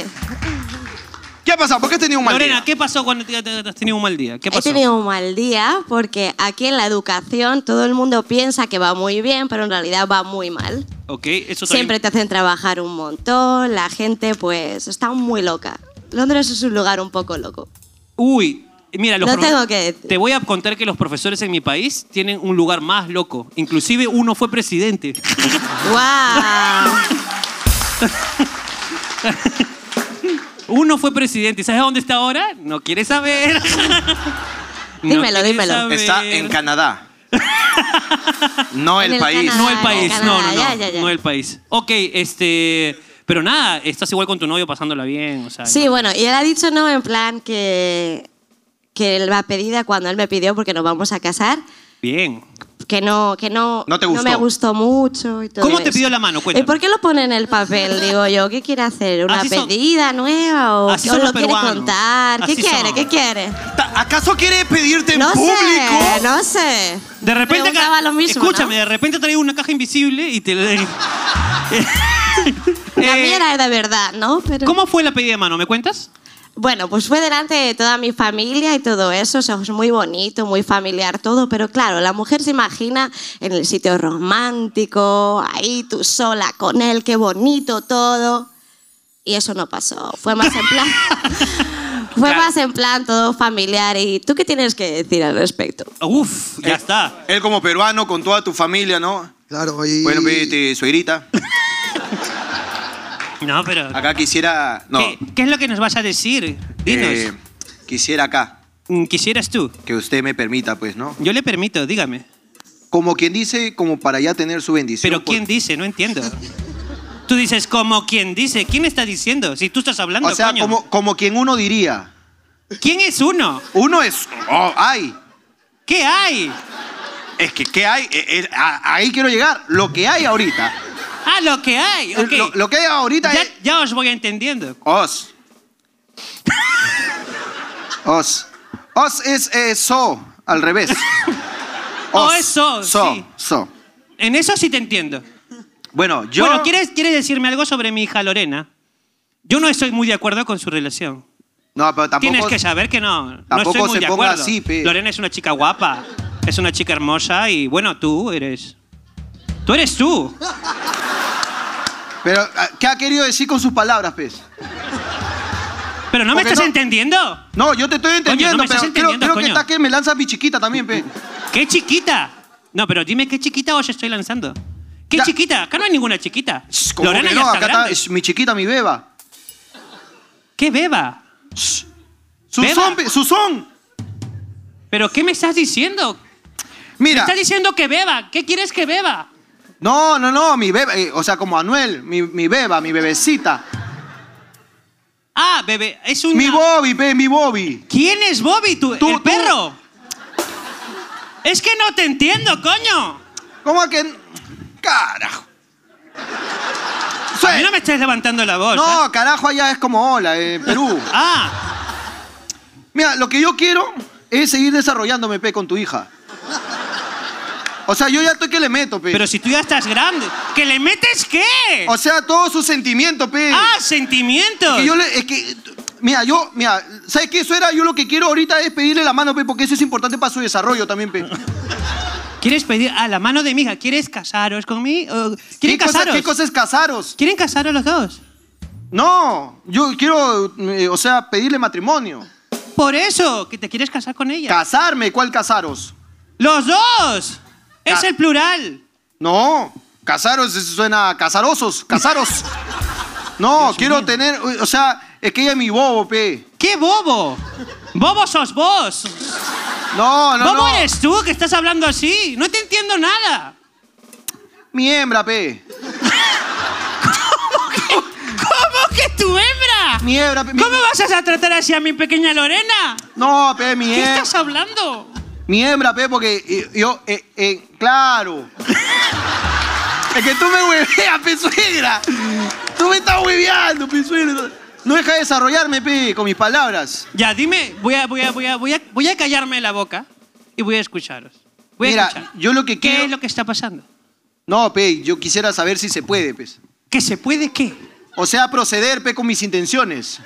[SPEAKER 2] ¿Qué ha pasado? ¿Por qué has tenido un mal
[SPEAKER 3] Lorena,
[SPEAKER 2] día?
[SPEAKER 3] ¿qué pasó cuando te- te- te has tenido un mal día? ¿Qué
[SPEAKER 20] He
[SPEAKER 3] pasó?
[SPEAKER 20] tenido un mal día porque aquí en la educación todo el mundo piensa que va muy bien, pero en realidad va muy mal.
[SPEAKER 3] Ok, eso también-
[SPEAKER 20] Siempre te hacen trabajar un montón, la gente pues está muy loca. Londres es un lugar un poco loco.
[SPEAKER 3] Uy, mira, los
[SPEAKER 20] No
[SPEAKER 3] profe-
[SPEAKER 20] tengo que decir.
[SPEAKER 3] te voy a contar que los profesores en mi país tienen un lugar más loco. Inclusive uno fue presidente. Ah.
[SPEAKER 20] ¡Guau!
[SPEAKER 3] Uno fue presidente. ¿Y sabes dónde está ahora? No quieres saber. No
[SPEAKER 20] Dímelo,
[SPEAKER 3] quieres
[SPEAKER 20] dímelo.
[SPEAKER 3] saber.
[SPEAKER 2] Está en Canadá. No
[SPEAKER 20] En
[SPEAKER 2] el
[SPEAKER 20] el
[SPEAKER 2] país.
[SPEAKER 20] Canadá.
[SPEAKER 3] No el país,
[SPEAKER 20] en
[SPEAKER 3] no, no,
[SPEAKER 20] Canadá, ya,
[SPEAKER 3] no.
[SPEAKER 20] ya, ya.
[SPEAKER 3] No el país. Ok, este. Pero nada, estás igual con tu novio pasándola bien. O sea,
[SPEAKER 20] Sí, bueno, y él ha dicho no en plan que, que él va pedida cuando él me pidió porque nos vamos a casar,
[SPEAKER 3] Bien.
[SPEAKER 20] que no, que no,
[SPEAKER 3] No te gustó.
[SPEAKER 20] me gustó mucho y todo Eh,
[SPEAKER 3] ¿Cómo te
[SPEAKER 20] eso.
[SPEAKER 3] pidió la mano?
[SPEAKER 20] ¿Y
[SPEAKER 3] Cuéntame.
[SPEAKER 20] por qué lo pone en el papel? Digo yo, ¿qué quiere hacer? ¿Una
[SPEAKER 3] Así son-
[SPEAKER 20] pedida nueva? ¿O,
[SPEAKER 3] así
[SPEAKER 20] o
[SPEAKER 3] son
[SPEAKER 20] lo
[SPEAKER 3] los
[SPEAKER 20] quiere
[SPEAKER 3] peruanos.
[SPEAKER 20] contar? ¿Qué
[SPEAKER 3] Así
[SPEAKER 20] quiere?
[SPEAKER 3] son.
[SPEAKER 20] ¿Qué quiere?
[SPEAKER 2] ¿Acaso quiere pedirte en
[SPEAKER 20] No sé,
[SPEAKER 2] público?
[SPEAKER 20] no sé.
[SPEAKER 3] De repente.
[SPEAKER 20] Preguntaba lo mismo,
[SPEAKER 3] escúchame, de repente traigo una caja invisible y te la. Eh,
[SPEAKER 20] La mía era de verdad, ¿no? Pero...
[SPEAKER 3] ¿Cómo fue la pedida de mano? ¿Me cuentas?
[SPEAKER 20] Bueno, pues fue delante de toda mi familia y todo eso, o sea, es muy bonito, muy familiar todo, pero claro, la mujer se imagina en el sitio romántico, ahí tú sola con él, qué bonito todo. Y eso no pasó, fue más en plan fue más en plan todo familiar y tú qué tienes que decir al respecto?
[SPEAKER 3] Uf, ya está.
[SPEAKER 2] Él como peruano con toda tu familia, ¿no?
[SPEAKER 19] Claro, y...
[SPEAKER 2] Bueno, pídete suegrita.
[SPEAKER 3] No, pero.
[SPEAKER 2] Acá quisiera... No.
[SPEAKER 3] ¿Qué, qué es lo que nos vas a decir? Dinos. Mm,
[SPEAKER 2] eh, quisiera acá.
[SPEAKER 3] ¿Quisieras tú?
[SPEAKER 2] Que usted me permita, pues, ¿no?
[SPEAKER 3] Yo le permito, dígame.
[SPEAKER 2] Como quien dice, como para ya tener su bendición. pues.
[SPEAKER 3] Pero ¿quién dice? No entiendo. Tú dices, como quien dice. ¿Quién está diciendo? Si tú estás hablando,
[SPEAKER 2] O sea,
[SPEAKER 3] coño.
[SPEAKER 2] como, como quien uno diría.
[SPEAKER 3] ¿Quién es uno?
[SPEAKER 2] Uno es... Oh, hay.
[SPEAKER 3] ¿Qué hay?
[SPEAKER 2] Es que, ¿qué hay? Eh, eh, a- ahí quiero llegar. Lo que hay ahorita.
[SPEAKER 3] Ah, lo que hay. ok.
[SPEAKER 2] Lo, lo que hay ahorita
[SPEAKER 3] ya,
[SPEAKER 2] es...
[SPEAKER 3] ya os voy entendiendo.
[SPEAKER 2] Os. Os. Os es eh, so, al revés.
[SPEAKER 3] Oh, es so,
[SPEAKER 2] So,
[SPEAKER 3] sí.
[SPEAKER 2] so.
[SPEAKER 3] En eso sí te entiendo.
[SPEAKER 2] Bueno, yo...
[SPEAKER 3] Bueno, ¿quieres, ¿quieres decirme algo sobre mi hija Lorena? Yo no estoy muy de acuerdo con su relación.
[SPEAKER 2] No, pero tampoco...
[SPEAKER 3] Tienes que saber que no. No
[SPEAKER 2] tampoco
[SPEAKER 3] estoy muy
[SPEAKER 2] se
[SPEAKER 3] de
[SPEAKER 2] ponga
[SPEAKER 3] acuerdo.
[SPEAKER 2] así, pe.
[SPEAKER 3] Lorena es una chica guapa. Es una chica hermosa y bueno, tú eres. Tú eres tú.
[SPEAKER 2] Pero, ah, ¿qué ha querido decir con sus palabras, pez?
[SPEAKER 3] Pero no me
[SPEAKER 2] Porque
[SPEAKER 3] estás
[SPEAKER 2] no-
[SPEAKER 3] entendiendo.
[SPEAKER 2] No, yo te estoy entendiendo, pero
[SPEAKER 3] me estás entendiendo,
[SPEAKER 2] creo, creo que
[SPEAKER 3] coño.
[SPEAKER 2] está que me lanzas mi chiquita también, pe.
[SPEAKER 3] ¡Qué chiquita! No, pero dime qué chiquita os estoy lanzando. ¿Qué
[SPEAKER 2] Ya.
[SPEAKER 3] chiquita? Acá no hay ninguna chiquita.
[SPEAKER 2] Como
[SPEAKER 3] Lorena
[SPEAKER 2] que
[SPEAKER 3] ya
[SPEAKER 2] no,
[SPEAKER 3] está
[SPEAKER 2] acá está
[SPEAKER 3] grande.
[SPEAKER 2] es mi chiquita, mi beba.
[SPEAKER 3] ¿Qué beba? ¿Beba?
[SPEAKER 2] Susón, pe, Susón.
[SPEAKER 3] ¿Pero qué me estás diciendo? Me
[SPEAKER 2] Mira,
[SPEAKER 3] estás diciendo que beba. ¿Qué quieres que beba?
[SPEAKER 2] no, no, no, mi beba, eh, o sea, como Anuel, mi, mi beba, mi bebecita.
[SPEAKER 3] Ah, bebé, es un.
[SPEAKER 2] Mi Bobby, pe, mi Bobby.
[SPEAKER 3] ¿Quién es Bobby? ¿Tú,
[SPEAKER 2] Tú,
[SPEAKER 3] el
[SPEAKER 2] tú.
[SPEAKER 3] perro? Es que no te entiendo, coño.
[SPEAKER 2] ¿Cómo que...? n- Carajo.
[SPEAKER 3] A mí no me estés levantando la voz. ¿eh?
[SPEAKER 2] No, carajo, allá es como hola, en Perú.
[SPEAKER 3] Ah,
[SPEAKER 2] Mira, lo que yo quiero es seguir desarrollándome, pe, con tu hija. O sea, yo ya estoy que le meto, pe.
[SPEAKER 3] pero si tú ya estás grande, ¿que le metes qué?
[SPEAKER 2] O sea, todos sus sentimientos, pe.
[SPEAKER 3] ah, sentimientos.
[SPEAKER 2] Que yo le- es que, mira, yo, mira, ¿sabes qué? Eso era, yo lo que quiero ahorita es pedirle la mano, pe, porque eso es importante para su desarrollo también, pe.
[SPEAKER 3] ¿Quieres pedir a la mano de mi hija? ¿Quieres casaros conmigo?
[SPEAKER 2] ¿Qué
[SPEAKER 3] ¿Quieren
[SPEAKER 2] cosa,
[SPEAKER 3] casaros?
[SPEAKER 2] ¿Qué cosa es casaros?
[SPEAKER 3] ¿Quieren casaros los dos?
[SPEAKER 2] No, yo quiero, eh, o sea, pedirle matrimonio.
[SPEAKER 3] Por eso, que te quieres casar con ella.
[SPEAKER 2] Casarme, ¿cuál casaros?
[SPEAKER 3] ¡Los dos! ¡Es el plural!
[SPEAKER 2] No, casaros eso suena a casarosos, casaros. No, quiero tener, o sea, es que ella es mi bobo, pe.
[SPEAKER 3] ¡Qué bobo! ¡Bobo sos vos!
[SPEAKER 2] No, no,
[SPEAKER 3] ¿Cómo
[SPEAKER 2] no.
[SPEAKER 3] eres tú que estás hablando así? ¡No te entiendo nada!
[SPEAKER 2] Mi hembra, pe.
[SPEAKER 3] ¿Cómo que tu hembra?
[SPEAKER 2] Mi hembra, pe. mi-
[SPEAKER 3] ¿Cómo vas a tratar así a mi pequeña Lorena?
[SPEAKER 2] No, pe, mi
[SPEAKER 3] ¿Qué
[SPEAKER 2] hembra.
[SPEAKER 3] estás hablando?
[SPEAKER 2] Mi hembra, pe, porque eh, yo, eh, eh, claro. es que tú me hueveas, pe, suegra. Tú me estás hueveando, pe, suegra. No deja de desarrollarme, pe, con mis palabras.
[SPEAKER 3] Ya, dime, voy a, voy a, voy a, voy a, voy a callarme la boca y voy a escucharos. Voy a
[SPEAKER 2] Mira,
[SPEAKER 3] escuchar.
[SPEAKER 2] yo lo que
[SPEAKER 3] ¿Qué
[SPEAKER 2] quiero...
[SPEAKER 3] es lo que está pasando?
[SPEAKER 2] No, pe, yo quisiera saber si se puede, pues.
[SPEAKER 3] ¿Que se puede qué?
[SPEAKER 2] O sea, proceder, pe, con mis intenciones.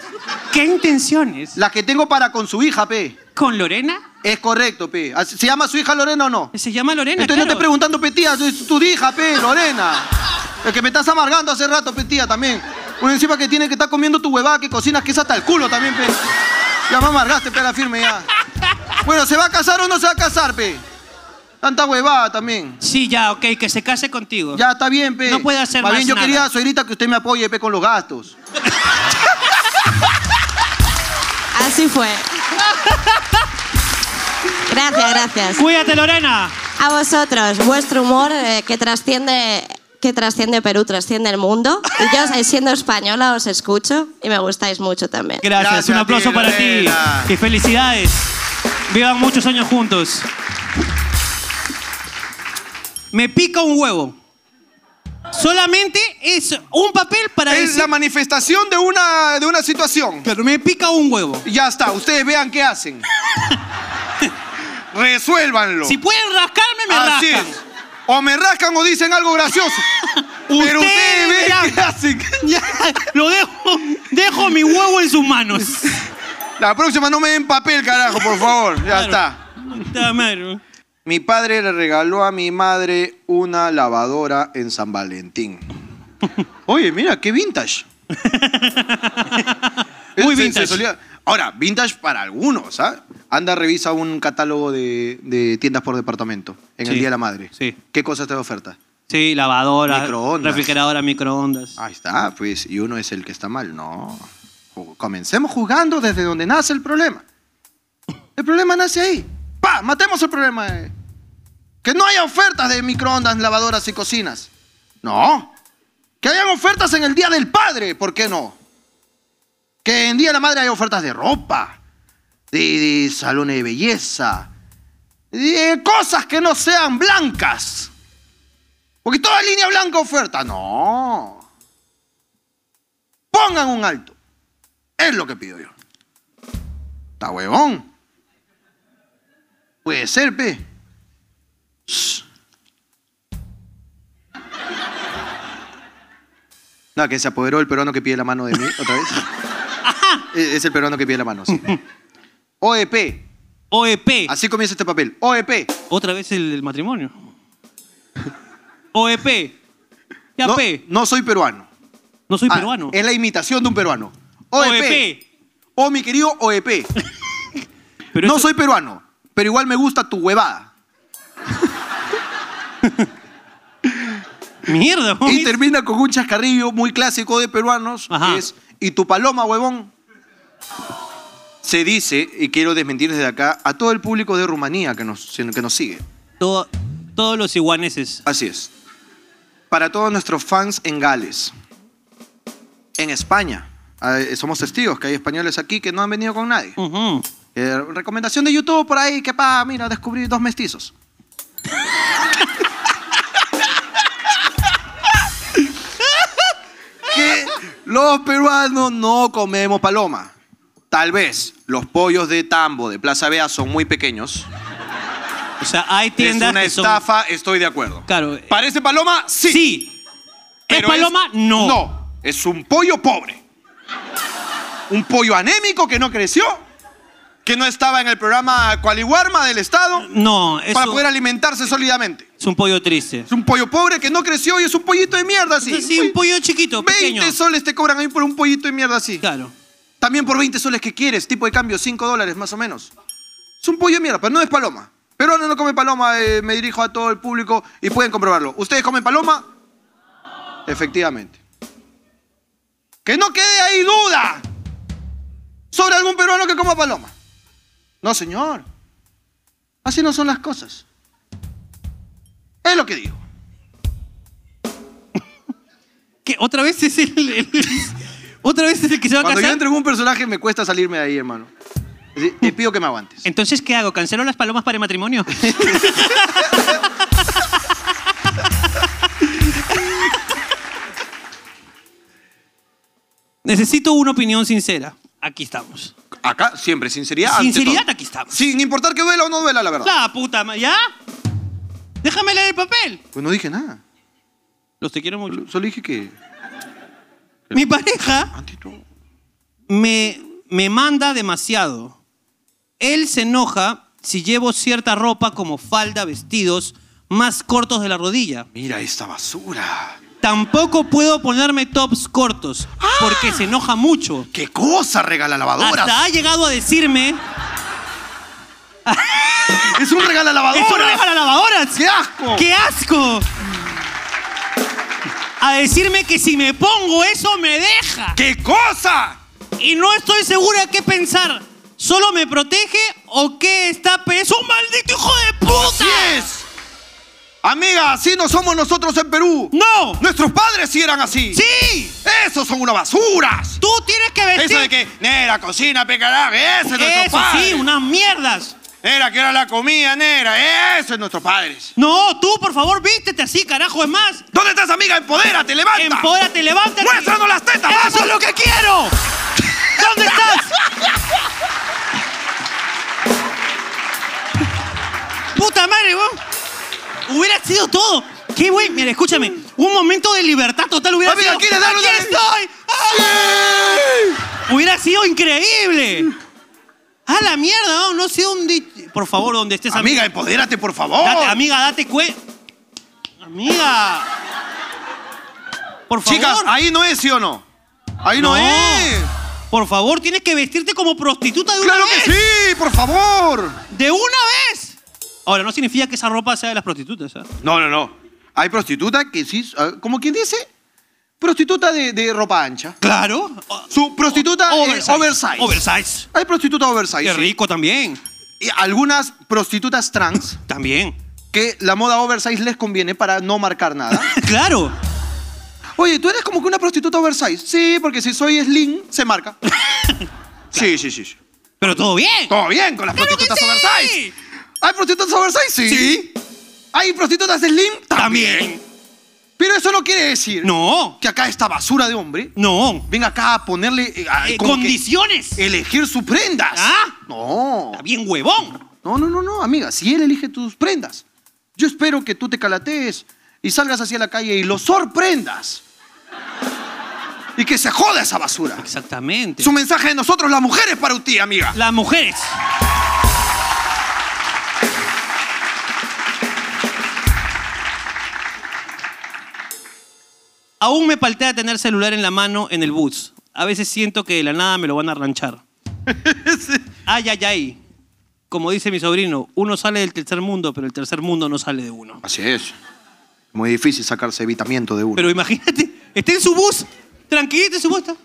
[SPEAKER 3] ¿Qué intenciones?
[SPEAKER 2] Las que tengo para con su hija, pe.
[SPEAKER 3] ¿Con Lorena?
[SPEAKER 2] Es correcto, pe. Así- ¿Se llama su hija Lorena o no?
[SPEAKER 3] Se llama Lorena,
[SPEAKER 2] Entonces no
[SPEAKER 3] claro.
[SPEAKER 2] te preguntando, pe, tía, es tu hija, pe, Lorena. El que me estás amargando hace rato, pe, tía, también. Uno encima que tiene que estar comiendo tu huevada que cocinas, que es hasta el culo también, pe. Ya me amargaste, pe, a la firme ya. Bueno, ¿se va a casar o no se va a casar, pe? Tanta huevada también.
[SPEAKER 3] Sí, ya, ok, que se case contigo.
[SPEAKER 2] Ya está bien, pe.
[SPEAKER 3] No puede hacer
[SPEAKER 2] Más
[SPEAKER 3] más
[SPEAKER 2] bien, yo
[SPEAKER 3] nada.
[SPEAKER 2] quería, suegrita, que usted me apoye, pe, con los gastos.
[SPEAKER 20] Así fue. Gracias, gracias.
[SPEAKER 3] Cuídate, Lorena.
[SPEAKER 20] A vosotros, vuestro humor eh, que trasciende que trasciende Perú, trasciende el mundo. Y yo, eh, siendo española, os escucho y me gustáis mucho también.
[SPEAKER 3] Gracias, un aplauso para ti. Y felicidades. Vivan muchos años juntos. Me pica un huevo. Solamente es un papel para
[SPEAKER 1] Es
[SPEAKER 3] decir-
[SPEAKER 1] la manifestación de una, de una situación.
[SPEAKER 3] Pero me pica un huevo.
[SPEAKER 1] Ya está, ustedes vean qué hacen. Resuélvanlo.
[SPEAKER 3] Si pueden rascarme, me
[SPEAKER 1] Así
[SPEAKER 3] rascan.
[SPEAKER 1] es. O me rascan o dicen algo gracioso. Pero ustedes ven qué hacen.
[SPEAKER 3] Lo dejo, dejo mi huevo en sus manos.
[SPEAKER 1] La próxima no me den papel, carajo, por favor. Ya
[SPEAKER 3] está.
[SPEAKER 2] Mi padre le regaló a mi madre una lavadora en San Valentín. Oye, mira, qué vintage. Muy vintage. Ahora, vintage para algunos, ¿ah? Anda, revisa un catálogo de, de tiendas por departamento en el
[SPEAKER 3] Sí,
[SPEAKER 2] Día de la Madre.
[SPEAKER 3] sí.
[SPEAKER 2] ¿Qué cosas te oferta?
[SPEAKER 3] Sí, lavadora,
[SPEAKER 2] Microondas.
[SPEAKER 3] refrigeradora, microondas.
[SPEAKER 2] Ahí está, pues, y uno es el que está mal. No. Ju- Comencemos jugando desde donde nace el problema. El problema nace ahí. ¡Pa! Matemos el problema. eh. Que no haya ofertas de microondas, lavadoras y cocinas. No. Que hayan ofertas en el Día del Padre, ¿por qué no? Que en Día de la Madre haya ofertas de ropa, de, de salones de belleza, de cosas que no sean blancas. Porque toda línea blanca oferta. No. Pongan un alto. Es lo que pido yo. Está huevón. Puede ser, pe. Shh. No, que se apoderó el peruano que pide la mano de mí otra vez. E- Es el peruano que pide la mano, sí. OEP.
[SPEAKER 3] OEP.
[SPEAKER 2] Así comienza este papel. OEP.
[SPEAKER 3] Otra vez el, el matrimonio. OEP. Ya,
[SPEAKER 2] no,
[SPEAKER 3] P.
[SPEAKER 2] no soy peruano.
[SPEAKER 3] No soy
[SPEAKER 2] peruano. Es la imitación de un peruano. OEP.
[SPEAKER 3] OEP.
[SPEAKER 2] Oh, mi querido OEP. no soy peruano, pero igual me gusta tu huevada.
[SPEAKER 3] Mierda,
[SPEAKER 2] Y termina con un chascarrillo muy clásico de peruanos, que es ¿y tu paloma, huevón? Se dice, y quiero desmentir desde acá, a todo el público de Rumanía que nos, que nos sigue.
[SPEAKER 3] Todo- todos los iguaneses.
[SPEAKER 2] Así es. Para todos nuestros fans en Gales, en España, eh, somos testigos que hay españoles aquí que no han venido con nadie. Eh, recomendación de YouTube por ahí, que pa, mira, descubrí dos mestizos. que los peruanos no comemos paloma. Tal vez los pollos de Tambo, de Plaza Vea, son muy pequeños.
[SPEAKER 3] O sea, hay tiendas
[SPEAKER 2] Es una
[SPEAKER 3] que son-
[SPEAKER 2] estafa, estoy de acuerdo.
[SPEAKER 3] Claro. eh,
[SPEAKER 2] ¿Parece paloma? Sí. Pero
[SPEAKER 3] paloma? No.
[SPEAKER 2] No. Es un pollo pobre. Un pollo anémico que no creció, que no estaba en el programa Cualiguarma del Estado
[SPEAKER 3] No, es
[SPEAKER 2] para
[SPEAKER 3] un-
[SPEAKER 2] poder alimentarse sólidamente.
[SPEAKER 3] es un pollo triste.
[SPEAKER 2] Es un pollo pobre que no creció y es un pollito de mierda así.
[SPEAKER 3] Sí, un pollo chiquito,
[SPEAKER 2] 20
[SPEAKER 3] pequeño.
[SPEAKER 2] soles te cobran ahí por un pollito de mierda así.
[SPEAKER 3] Claro.
[SPEAKER 2] También por 20 soles que quieres, tipo de cambio, 5 dólares más o menos. Es un pollo de mierda, pero no es paloma. Pero no come paloma, eh, me dirijo a todo el público y pueden comprobarlo. ¿Ustedes comen paloma? Efectivamente. Que no quede ahí duda sobre algún peruano que coma paloma. No, señor. Así no son las cosas. Es lo que digo.
[SPEAKER 3] Que otra vez es el, el- otra vez es el que se va a
[SPEAKER 2] Cuando yo
[SPEAKER 3] casar.
[SPEAKER 2] entro en un personaje me cuesta salirme de ahí, hermano. Así, Te pido que me aguantes.
[SPEAKER 3] Entonces, ¿qué hago? ¿Cancelo las palomas para el matrimonio? Necesito una opinión sincera. Aquí estamos.
[SPEAKER 2] Acá siempre sinceridad. ante
[SPEAKER 3] Sinceridad,
[SPEAKER 2] todo.
[SPEAKER 3] aquí estamos.
[SPEAKER 2] Sin importar que duela o no duela, la verdad.
[SPEAKER 3] La puta ma- ¿Ya? Déjame leer el papel.
[SPEAKER 2] Pues no dije nada.
[SPEAKER 3] Los te quiero mucho.
[SPEAKER 2] Solo dije que
[SPEAKER 3] Mi pareja me, me manda demasiado. Él se enoja si llevo cierta ropa como falda, vestidos más cortos de la rodilla.
[SPEAKER 2] Mira esta basura. Ah.
[SPEAKER 3] Tampoco puedo ponerme tops cortos porque se enoja mucho.
[SPEAKER 2] ¿Qué cosa regala lavadoras?
[SPEAKER 3] Hasta ha llegado a decirme
[SPEAKER 2] ¡Es un regalo a lavadoras!
[SPEAKER 3] ¡Es un regalo a lavadoras!
[SPEAKER 2] ¡Qué asco!
[SPEAKER 3] ¡Qué asco! A decirme que si me pongo eso me deja.
[SPEAKER 2] ¡Qué cosa!
[SPEAKER 3] Y no estoy segura qué pensar. ¿Solo me protege o qué está? Pero ¡Es un maldito hijo de puta!
[SPEAKER 2] ¡Así es! Amiga, así no somos nosotros en Perú.
[SPEAKER 3] ¡No!
[SPEAKER 2] Nuestros padres sí eran así.
[SPEAKER 3] ¡Sí!
[SPEAKER 2] ¡Esos son unas basuras!
[SPEAKER 3] ¡Tú tienes que vestir!
[SPEAKER 2] Eso de que, nera, cocina, pecará, Ah, ese es nuestro
[SPEAKER 3] Eso
[SPEAKER 2] padre.
[SPEAKER 3] sí, unas mierdas.
[SPEAKER 2] Nera, que era la comida, Nera. Eso es nuestros padres.
[SPEAKER 3] No, tú, por favor, vístete así, carajo, es más.
[SPEAKER 2] ¿Dónde estás, amiga? Empodérate, levanta.
[SPEAKER 3] Empodérate, levántate.
[SPEAKER 2] Muéstranos las tetas,
[SPEAKER 3] ¡Eso es
[SPEAKER 2] vamos.
[SPEAKER 3] lo que quiero! ¿Dónde estás? ¡Puta madre, vos! Hubiera sido todo. ¡Qué güey! Mira, escúchame. Un momento de libertad total hubiera
[SPEAKER 2] Amiga,
[SPEAKER 3] sido.
[SPEAKER 2] ¿quieres dar
[SPEAKER 3] ¡Aquí
[SPEAKER 2] una-
[SPEAKER 3] estoy! ¡Ah! ¡Hubiera sido increíble! ¡A la mierda! No, no sea un... di- Por favor, donde estés...
[SPEAKER 2] Amiga, empodérate, por favor.
[SPEAKER 3] Date, amiga, date cuenta. Amiga. Por favor.
[SPEAKER 2] Chicas, ahí no es, ¿sí o no? Ahí no,
[SPEAKER 3] No.
[SPEAKER 2] es.
[SPEAKER 3] Por favor, tienes que vestirte como prostituta de una
[SPEAKER 2] ¡Claro
[SPEAKER 3] vez.
[SPEAKER 2] que sí! ¡Por favor!
[SPEAKER 3] ¡De una vez! Ahora, no significa que esa ropa sea de las prostitutas. ¿ah?
[SPEAKER 2] No, no, no. Hay prostituta que sí, ah, como quien dice, prostituta de, de ropa ancha.
[SPEAKER 3] Claro. O-
[SPEAKER 2] Su prostituta eh,
[SPEAKER 3] oversize.
[SPEAKER 2] oversize.
[SPEAKER 3] Oversize.
[SPEAKER 2] Hay prostituta oversize.
[SPEAKER 3] Qué
[SPEAKER 2] sí.
[SPEAKER 3] rico también.
[SPEAKER 2] Y algunas prostitutas trans
[SPEAKER 3] También.
[SPEAKER 2] que la moda oversize les conviene para no marcar nada.
[SPEAKER 3] claro.
[SPEAKER 2] Oye, tú eres como que una prostituta oversize. Sí, porque si soy slim, se marca. sí, sí, sí, sí.
[SPEAKER 3] Pero todo bien.
[SPEAKER 2] Todo bien con las
[SPEAKER 3] Claro que
[SPEAKER 2] prostitutas
[SPEAKER 3] sí.
[SPEAKER 2] oversize. ¿Hay prostitutas oversize? Sí. ¿Hay prostitutas slim? También.
[SPEAKER 3] También.
[SPEAKER 2] Pero eso no quiere decir
[SPEAKER 3] No.
[SPEAKER 2] que acá esta basura de hombre
[SPEAKER 3] No.
[SPEAKER 2] venga acá a ponerle... eh, a-
[SPEAKER 3] Eh,
[SPEAKER 2] como que
[SPEAKER 3] condiciones.
[SPEAKER 2] Elegir sus prendas.
[SPEAKER 3] ¿Ah?
[SPEAKER 2] No.
[SPEAKER 3] Está bien huevón.
[SPEAKER 2] No, no, no, no, amiga. Si él elige tus prendas, yo espero que tú te calatees y salgas hacia la calle y lo sorprendas. Y que se joda esa basura.
[SPEAKER 3] Exactamente.
[SPEAKER 2] Es un mensaje de nosotros, las mujeres, para usted, amiga.
[SPEAKER 3] Las mujeres. Aún me paltea tener celular en la mano en el bus. A veces siento que de la nada me lo van a ranchar. Ay, ay, ay. Como dice mi sobrino, uno sale del tercer mundo, pero el tercer mundo no sale de uno.
[SPEAKER 2] Así es. Muy difícil sacarse evitamiento de uno.
[SPEAKER 3] Pero imagínate, está en su bus, tranquilita en su bus. está.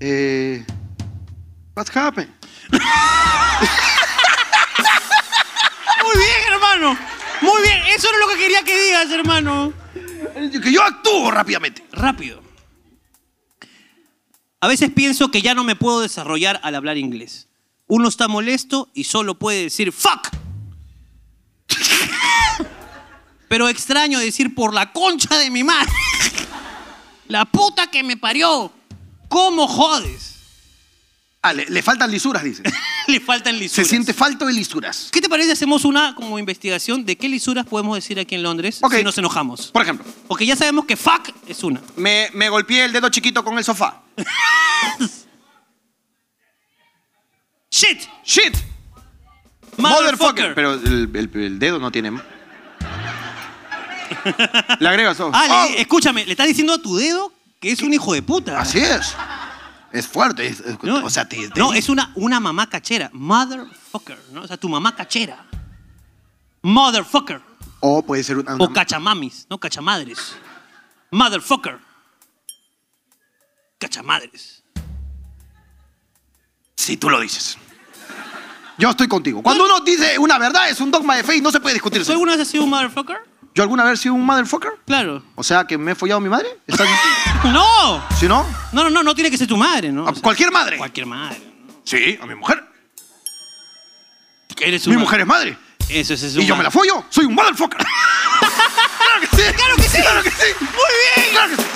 [SPEAKER 2] Eh, what happened?
[SPEAKER 3] Muy bien, hermano. Muy bien, eso era lo que quería que digas, hermano.
[SPEAKER 2] Que yo actúo rápidamente.
[SPEAKER 3] Rápido. A veces pienso que ya no me puedo desarrollar al hablar inglés. Uno está molesto y solo puede decir fuck. Pero extraño decir por la concha de mi madre. La puta que me parió. ¿Cómo jodes?
[SPEAKER 2] Ah, le, le faltan lisuras, dice.
[SPEAKER 3] Le faltan
[SPEAKER 2] Se
[SPEAKER 3] lisuras.
[SPEAKER 2] siente falto de lisuras.
[SPEAKER 3] ¿Qué te parece? Hacemos una como investigación de qué lisuras podemos decir aquí en Londres
[SPEAKER 2] Ok.
[SPEAKER 3] si nos enojamos.
[SPEAKER 2] Por ejemplo,
[SPEAKER 3] Porque ya sabemos que fuck es una.
[SPEAKER 2] me, me golpeé el dedo chiquito con el sofá.
[SPEAKER 3] Shit.
[SPEAKER 2] Shit.
[SPEAKER 3] Motherfucker.
[SPEAKER 2] Pero el, el- el dedo no tiene. Le agregas. oh.
[SPEAKER 3] Ah, le-
[SPEAKER 2] Oh,
[SPEAKER 3] escúchame, le estás diciendo a tu dedo que es un hijo de puta.
[SPEAKER 2] Así es. Es fuerte. es- es-
[SPEAKER 3] ¿no?
[SPEAKER 2] o sea, te- te-
[SPEAKER 3] No, es una, una mamá cachera. Motherfucker, ¿no? O sea, tu mamá cachera. Motherfucker.
[SPEAKER 2] O puede ser una.
[SPEAKER 3] O cachamamis, ¿no? Cachamadres. Motherfucker. Cachamadres.
[SPEAKER 2] si tú lo dices. Yo estoy contigo. Cuando uno dice una verdad, es un dogma de fe y no se puede discutir.
[SPEAKER 3] ¿Tú alguna vez has sido un motherfucker?
[SPEAKER 2] ¿Yo alguna vez he sido un motherfucker?
[SPEAKER 3] Claro.
[SPEAKER 2] O sea, que me he follado a mi madre. ¿Estás-
[SPEAKER 3] ¡No!
[SPEAKER 2] si no,
[SPEAKER 3] No, no, no, no tiene que ser tu madre, ¿no?
[SPEAKER 2] a
[SPEAKER 3] O sea,
[SPEAKER 2] cualquier madre.
[SPEAKER 3] Cualquier madre.
[SPEAKER 2] Sí, a mi mujer.
[SPEAKER 3] Eres
[SPEAKER 2] Mi
[SPEAKER 3] una-
[SPEAKER 2] mujer es madre.
[SPEAKER 3] Eso, eso es
[SPEAKER 2] Y yo
[SPEAKER 3] una-
[SPEAKER 2] me la follo. Soy un motherfucker. ¡Claro que sí! ¡Claro que sí! ¡Claro que sí! ¡Muy bien! ¡Claro que sí!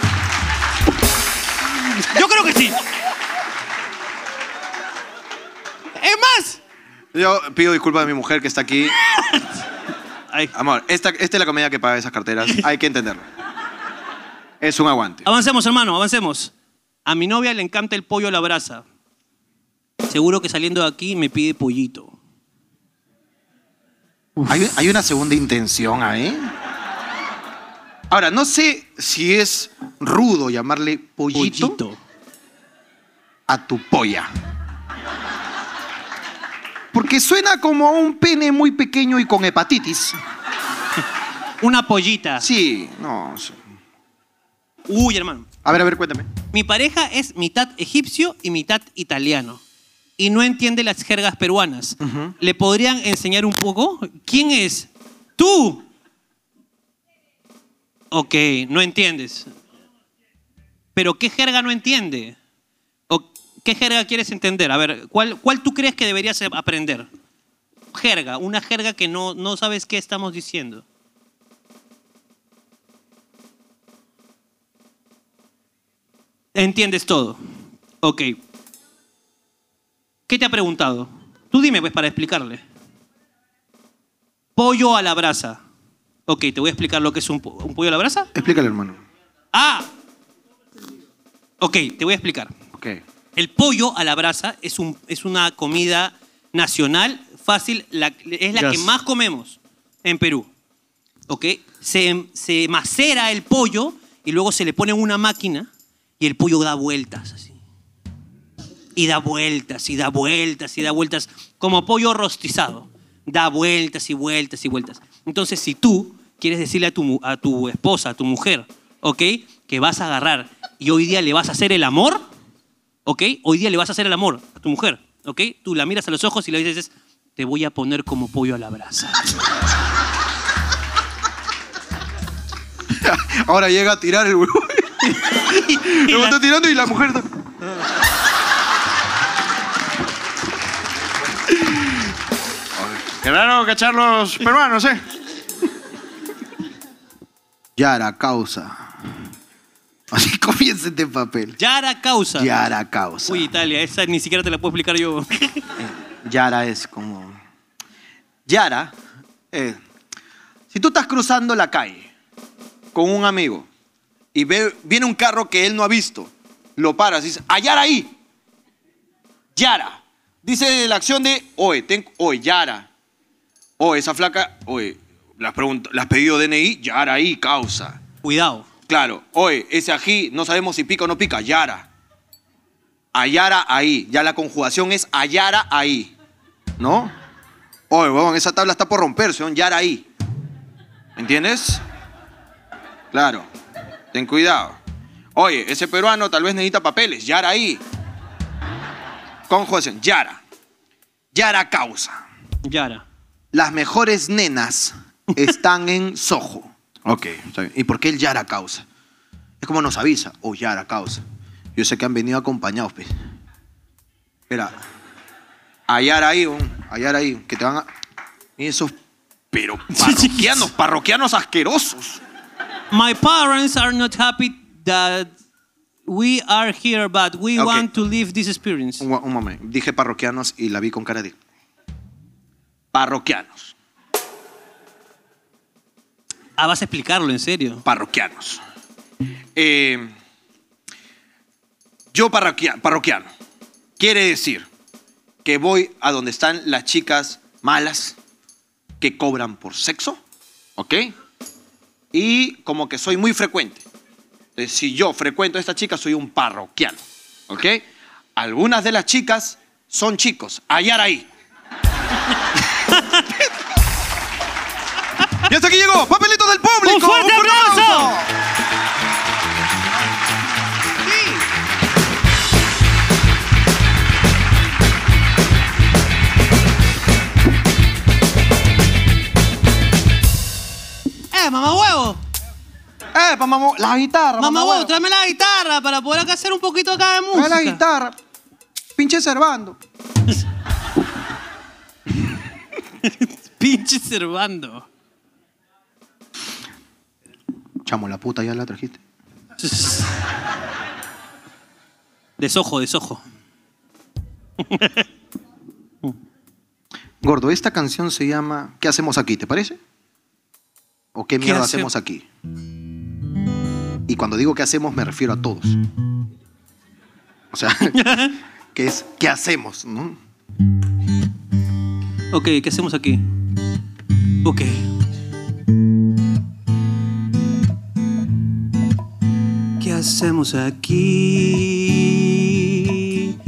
[SPEAKER 3] Yo creo que sí. Es más,
[SPEAKER 2] Yo pido disculpas a mi mujer que está aquí. Amor, esta, esta es la comedia que paga esas carteras. Hay que entenderlo. Es un aguante.
[SPEAKER 3] Avancemos, hermano, avancemos. A mi novia le encanta el pollo a la brasa. Seguro que saliendo de aquí me pide pollito.
[SPEAKER 2] Hay, hay una segunda intención ahí. Ahora, no sé si es rudo llamarle pollito, a tu polla. Porque suena como a un pene muy pequeño y con hepatitis.
[SPEAKER 3] Una pollita.
[SPEAKER 2] Sí, no. sí.
[SPEAKER 3] Uy, hermano.
[SPEAKER 2] A ver, a ver, cuéntame.
[SPEAKER 3] Mi pareja es mitad egipcio y mitad italiano. Y no entiende las jergas peruanas. ¿Le podrían enseñar un poco? ¿Quién es? ¡Tú! Ok, no entiendes. ¿Pero qué jerga no entiende? ¿O ¿Qué jerga quieres entender? A ver, ¿cuál, ¿cuál tú crees que deberías aprender? Jerga, una jerga que no, no sabes qué estamos diciendo. Entiendes todo. Ok. ¿Qué te ha preguntado? Tú dime, pues, para explicarle. Pollo a la brasa. Ok, te voy a explicar lo que es un, po- un pollo a la brasa.
[SPEAKER 2] Explícale, hermano.
[SPEAKER 3] Ah. Ok, te voy a explicar.
[SPEAKER 2] Ok.
[SPEAKER 3] El pollo a la brasa es, un, es una comida nacional fácil, la- es la que
[SPEAKER 10] Gracias.
[SPEAKER 3] más comemos en Perú. ¿Ok? Se, se macera el pollo y luego se le pone en una máquina y el pollo da vueltas así. Y da vueltas, y da vueltas, y da vueltas, como pollo rostizado. Da vueltas y vueltas y vueltas. Entonces, si tú quieres decirle a tu, mu- a tu esposa, a tu mujer, ¿ok? Que vas a agarrar y hoy día le vas a hacer el amor, ¿ok? Hoy día le vas a hacer el amor a tu mujer, ¿ok? Tú la miras a los ojos y le dices, te voy a poner como pollo a la brasa.
[SPEAKER 2] Ahora llega a tirar el huevo. Lo está tirando y la mujer. está- Qué raro cachar los peruanos, ¿eh? Yara causa. Así comienza este papel.
[SPEAKER 3] Yara causa.
[SPEAKER 2] Yara causa.
[SPEAKER 3] Uy, Italia, esa ni siquiera te la puedo explicar yo.
[SPEAKER 2] Yara es como. Yara, eh, si tú estás cruzando la calle con un amigo y ve- viene un carro que él no ha visto, lo paras y dices, ¡A Yara ahí! ¡Yara! Dice la acción de, oye, ten, oye, Yara. Oye, esa flaca, oye, las preguntas, las pedido DNI, Yara ahí, causa.
[SPEAKER 3] Cuidado.
[SPEAKER 2] Claro, oye, ese ají, no sabemos si pica o no pica, Yara. Ayara ahí, ya la conjugación es Ayara ahí. ¿No? Oye, huevón, esa tabla está por romperse, un Yara ahí. ¿Me entiendes? Claro. Ten cuidado. Oye, ese peruano tal vez necesita papeles. Yara ahí. Conjugación. Yara. Yara causa.
[SPEAKER 3] Yara.
[SPEAKER 2] Las mejores nenas están en Soho. Ok, está bien. ¿Y por qué el Yara causa? Es como nos avisa. O Yara causa. Yo sé que han venido acompañados, pues. Mira. A Yara ahí, un- a Yara ahí. Que te van a... Y esos... Pero parroquianos, parroquianos asquerosos.
[SPEAKER 3] My parents are not happy that we are here, but we
[SPEAKER 2] Ok.
[SPEAKER 3] want to live this experience.
[SPEAKER 2] Un, un momento. Dije parroquianos y la vi con cara de. Parroquianos.
[SPEAKER 3] Ah, vas a explicarlo, en serio.
[SPEAKER 2] Parroquianos. Eh, yo parroquia- parroquiano. Quiere decir que voy a donde están las chicas malas que cobran por sexo. ¿Ok? Y como que soy muy frecuente. Entonces, si yo frecuento a esta chica, soy un parroquiano. ¿Ok? Algunas de las chicas son chicos. Hallar ahí. y hasta aquí llegó. Papelitos del público.
[SPEAKER 21] ¡Un fuerte aplauso!
[SPEAKER 3] ¡Eh, mamá huevo!
[SPEAKER 2] ¡Eh, mamá huevo! ¡La guitarra!
[SPEAKER 3] Mamá huevo, tráeme la guitarra para poder acá hacer un poquito acá de música.
[SPEAKER 2] la guitarra. Pinche Cervando.
[SPEAKER 3] Pinche Cervando.
[SPEAKER 2] Chamo, la puta ya la trajiste.
[SPEAKER 3] Desojo, desojo.
[SPEAKER 2] Gordo, esta canción se llama ¿Qué hacemos aquí? ¿Te parece? ¿O qué mierda hacemos aquí? Y cuando digo qué hacemos me refiero a todos. O sea, que es qué hacemos, ¿no?
[SPEAKER 3] Ok, ¿qué hacemos aquí? Ok. ¿Qué hacemos aquí?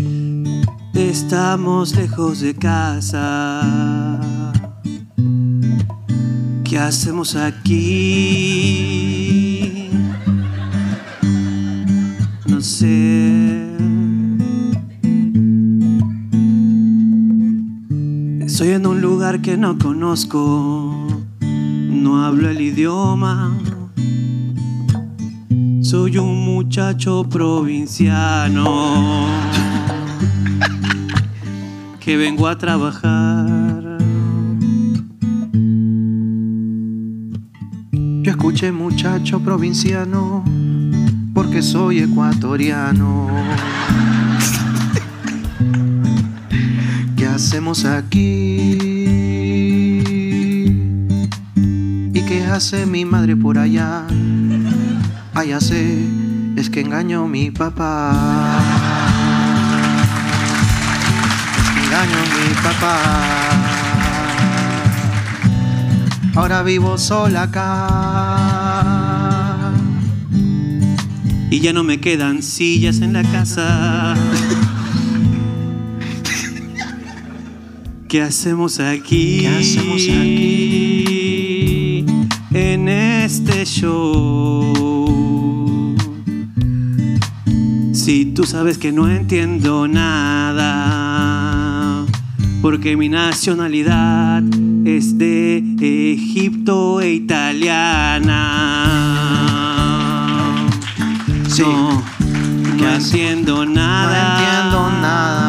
[SPEAKER 3] Estamos lejos de casa. ¿Qué hacemos aquí? No sé. Estoy en un lugar que no conozco, no hablo el idioma. Soy un muchacho provinciano que vengo a trabajar.
[SPEAKER 2] Yo escuché muchacho provinciano porque soy ecuatoriano. ¿Qué hacemos aquí? ¿Y qué hace mi madre por allá? Ah, ya sé, es que engaño a mi papá. Es que engaño a mi papá. Ahora vivo sola acá.
[SPEAKER 3] Y ya no me quedan sillas en la casa. ¿Qué hacemos aquí?
[SPEAKER 2] ¿Qué hacemos
[SPEAKER 3] aquí? En este show. Si tú sabes que no entiendo nada, porque mi nacionalidad es de Egipto e italiana.
[SPEAKER 2] Sí.
[SPEAKER 3] No,
[SPEAKER 2] ¿Qué
[SPEAKER 3] no
[SPEAKER 2] hace-
[SPEAKER 3] entiendo
[SPEAKER 2] No
[SPEAKER 3] nada.
[SPEAKER 2] entiendo nada.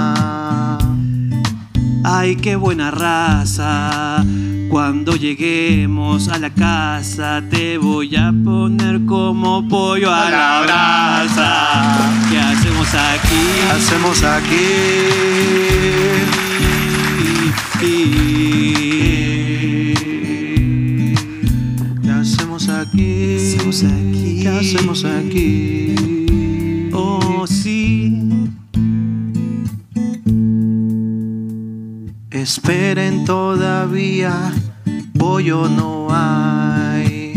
[SPEAKER 3] Ay, qué buena raza. Cuando lleguemos a la casa te voy a poner como pollo a la brasa. ¿Qué hacemos
[SPEAKER 2] ¿Qué
[SPEAKER 3] aquí?
[SPEAKER 2] hacemos aquí? ¿Qué hacemos aquí? ¿Qué hacemos aquí? ¿Qué hacemos aquí?
[SPEAKER 3] Oh, sí.
[SPEAKER 2] Esperen todavía, pollo no hay.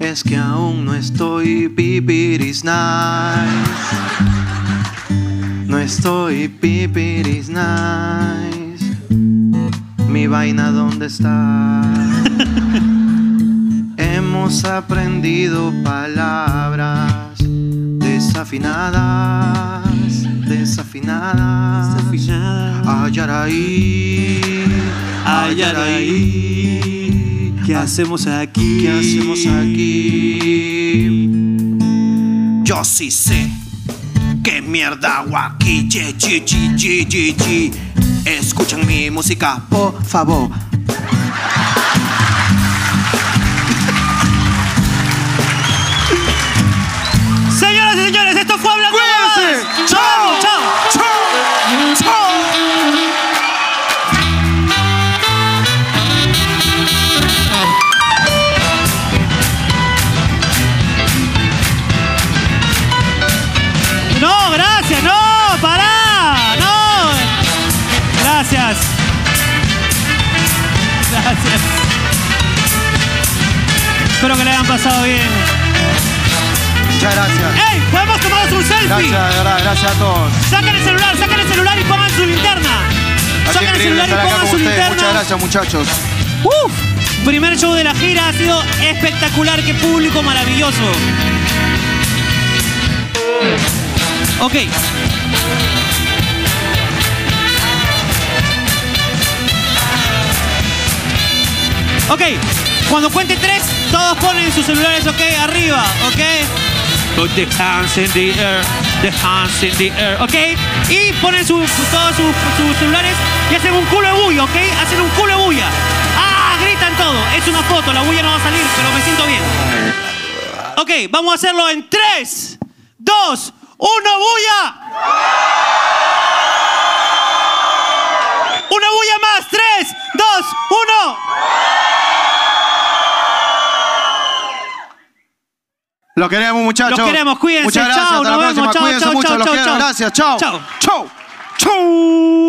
[SPEAKER 2] Es que aún no estoy pipiris nice. No estoy pipiris nice. Mi vaina, ¿dónde está? Hemos aprendido palabras desafinadas, desafinadas.
[SPEAKER 3] Desafinadas.
[SPEAKER 2] Ayaraí, ayaraí.
[SPEAKER 3] ¿Qué hacemos aquí?
[SPEAKER 2] ¿Qué hacemos aquí?
[SPEAKER 10] Yo sí sé que mierda hago aquí, ye, ye, ye, ye, ye, ye. Escuchan mi música, por favor.
[SPEAKER 3] Señoras y señores, esto fue Hablando
[SPEAKER 10] Cuídense.
[SPEAKER 3] Huevadas.
[SPEAKER 10] Chao,
[SPEAKER 3] Chao.
[SPEAKER 10] chao, chao.
[SPEAKER 3] No, gracias, no, pará, no. Gracias. Gracias. Espero que le hayan pasado bien.
[SPEAKER 2] Muchas gracias.
[SPEAKER 3] ¡Ey! ¡Podemos tomarnos un selfie!
[SPEAKER 2] Gracias, gra- gracias a todos.
[SPEAKER 3] Sacan el celular, sacan el celular y pongan su linterna.
[SPEAKER 2] Ha sido
[SPEAKER 3] Sacan el
[SPEAKER 2] increíble
[SPEAKER 3] celular y
[SPEAKER 2] estar acá
[SPEAKER 3] pongan
[SPEAKER 2] con
[SPEAKER 3] su
[SPEAKER 2] ustedes.
[SPEAKER 3] linterna.
[SPEAKER 2] Muchas gracias, muchachos.
[SPEAKER 3] ¡Uf! Primer show de la gira ha sido espectacular, qué público maravilloso. Ok. Ok, cuando cuente tres, todos ponen sus celulares, ok, arriba, ok. Put the hands in the air, the hands in the air, ok. Y ponen su- su- todos sus, sus celulares y hacen un culo de bulla, ok. Hacen un culo de bulla. ¡Ah! Gritan todo. Es una foto, la bulla no va a salir, pero me siento bien. Ok, vamos a hacerlo en 3, 2, 1, bulla. Una bulla más, 3, 2, 1.
[SPEAKER 10] Los queremos, muchachos.
[SPEAKER 2] Los queremos, cuídense.
[SPEAKER 10] Muchas gracias.
[SPEAKER 2] Chao,
[SPEAKER 10] Hasta
[SPEAKER 2] nos
[SPEAKER 10] la
[SPEAKER 2] vemos.
[SPEAKER 10] próxima.
[SPEAKER 2] Chao,
[SPEAKER 10] cuídense
[SPEAKER 2] chao,
[SPEAKER 10] mucho.
[SPEAKER 2] chao,
[SPEAKER 10] los
[SPEAKER 2] chao,
[SPEAKER 10] queremos.
[SPEAKER 2] chao.
[SPEAKER 10] Gracias. Chao.
[SPEAKER 2] Chao.
[SPEAKER 10] Chau. Chau.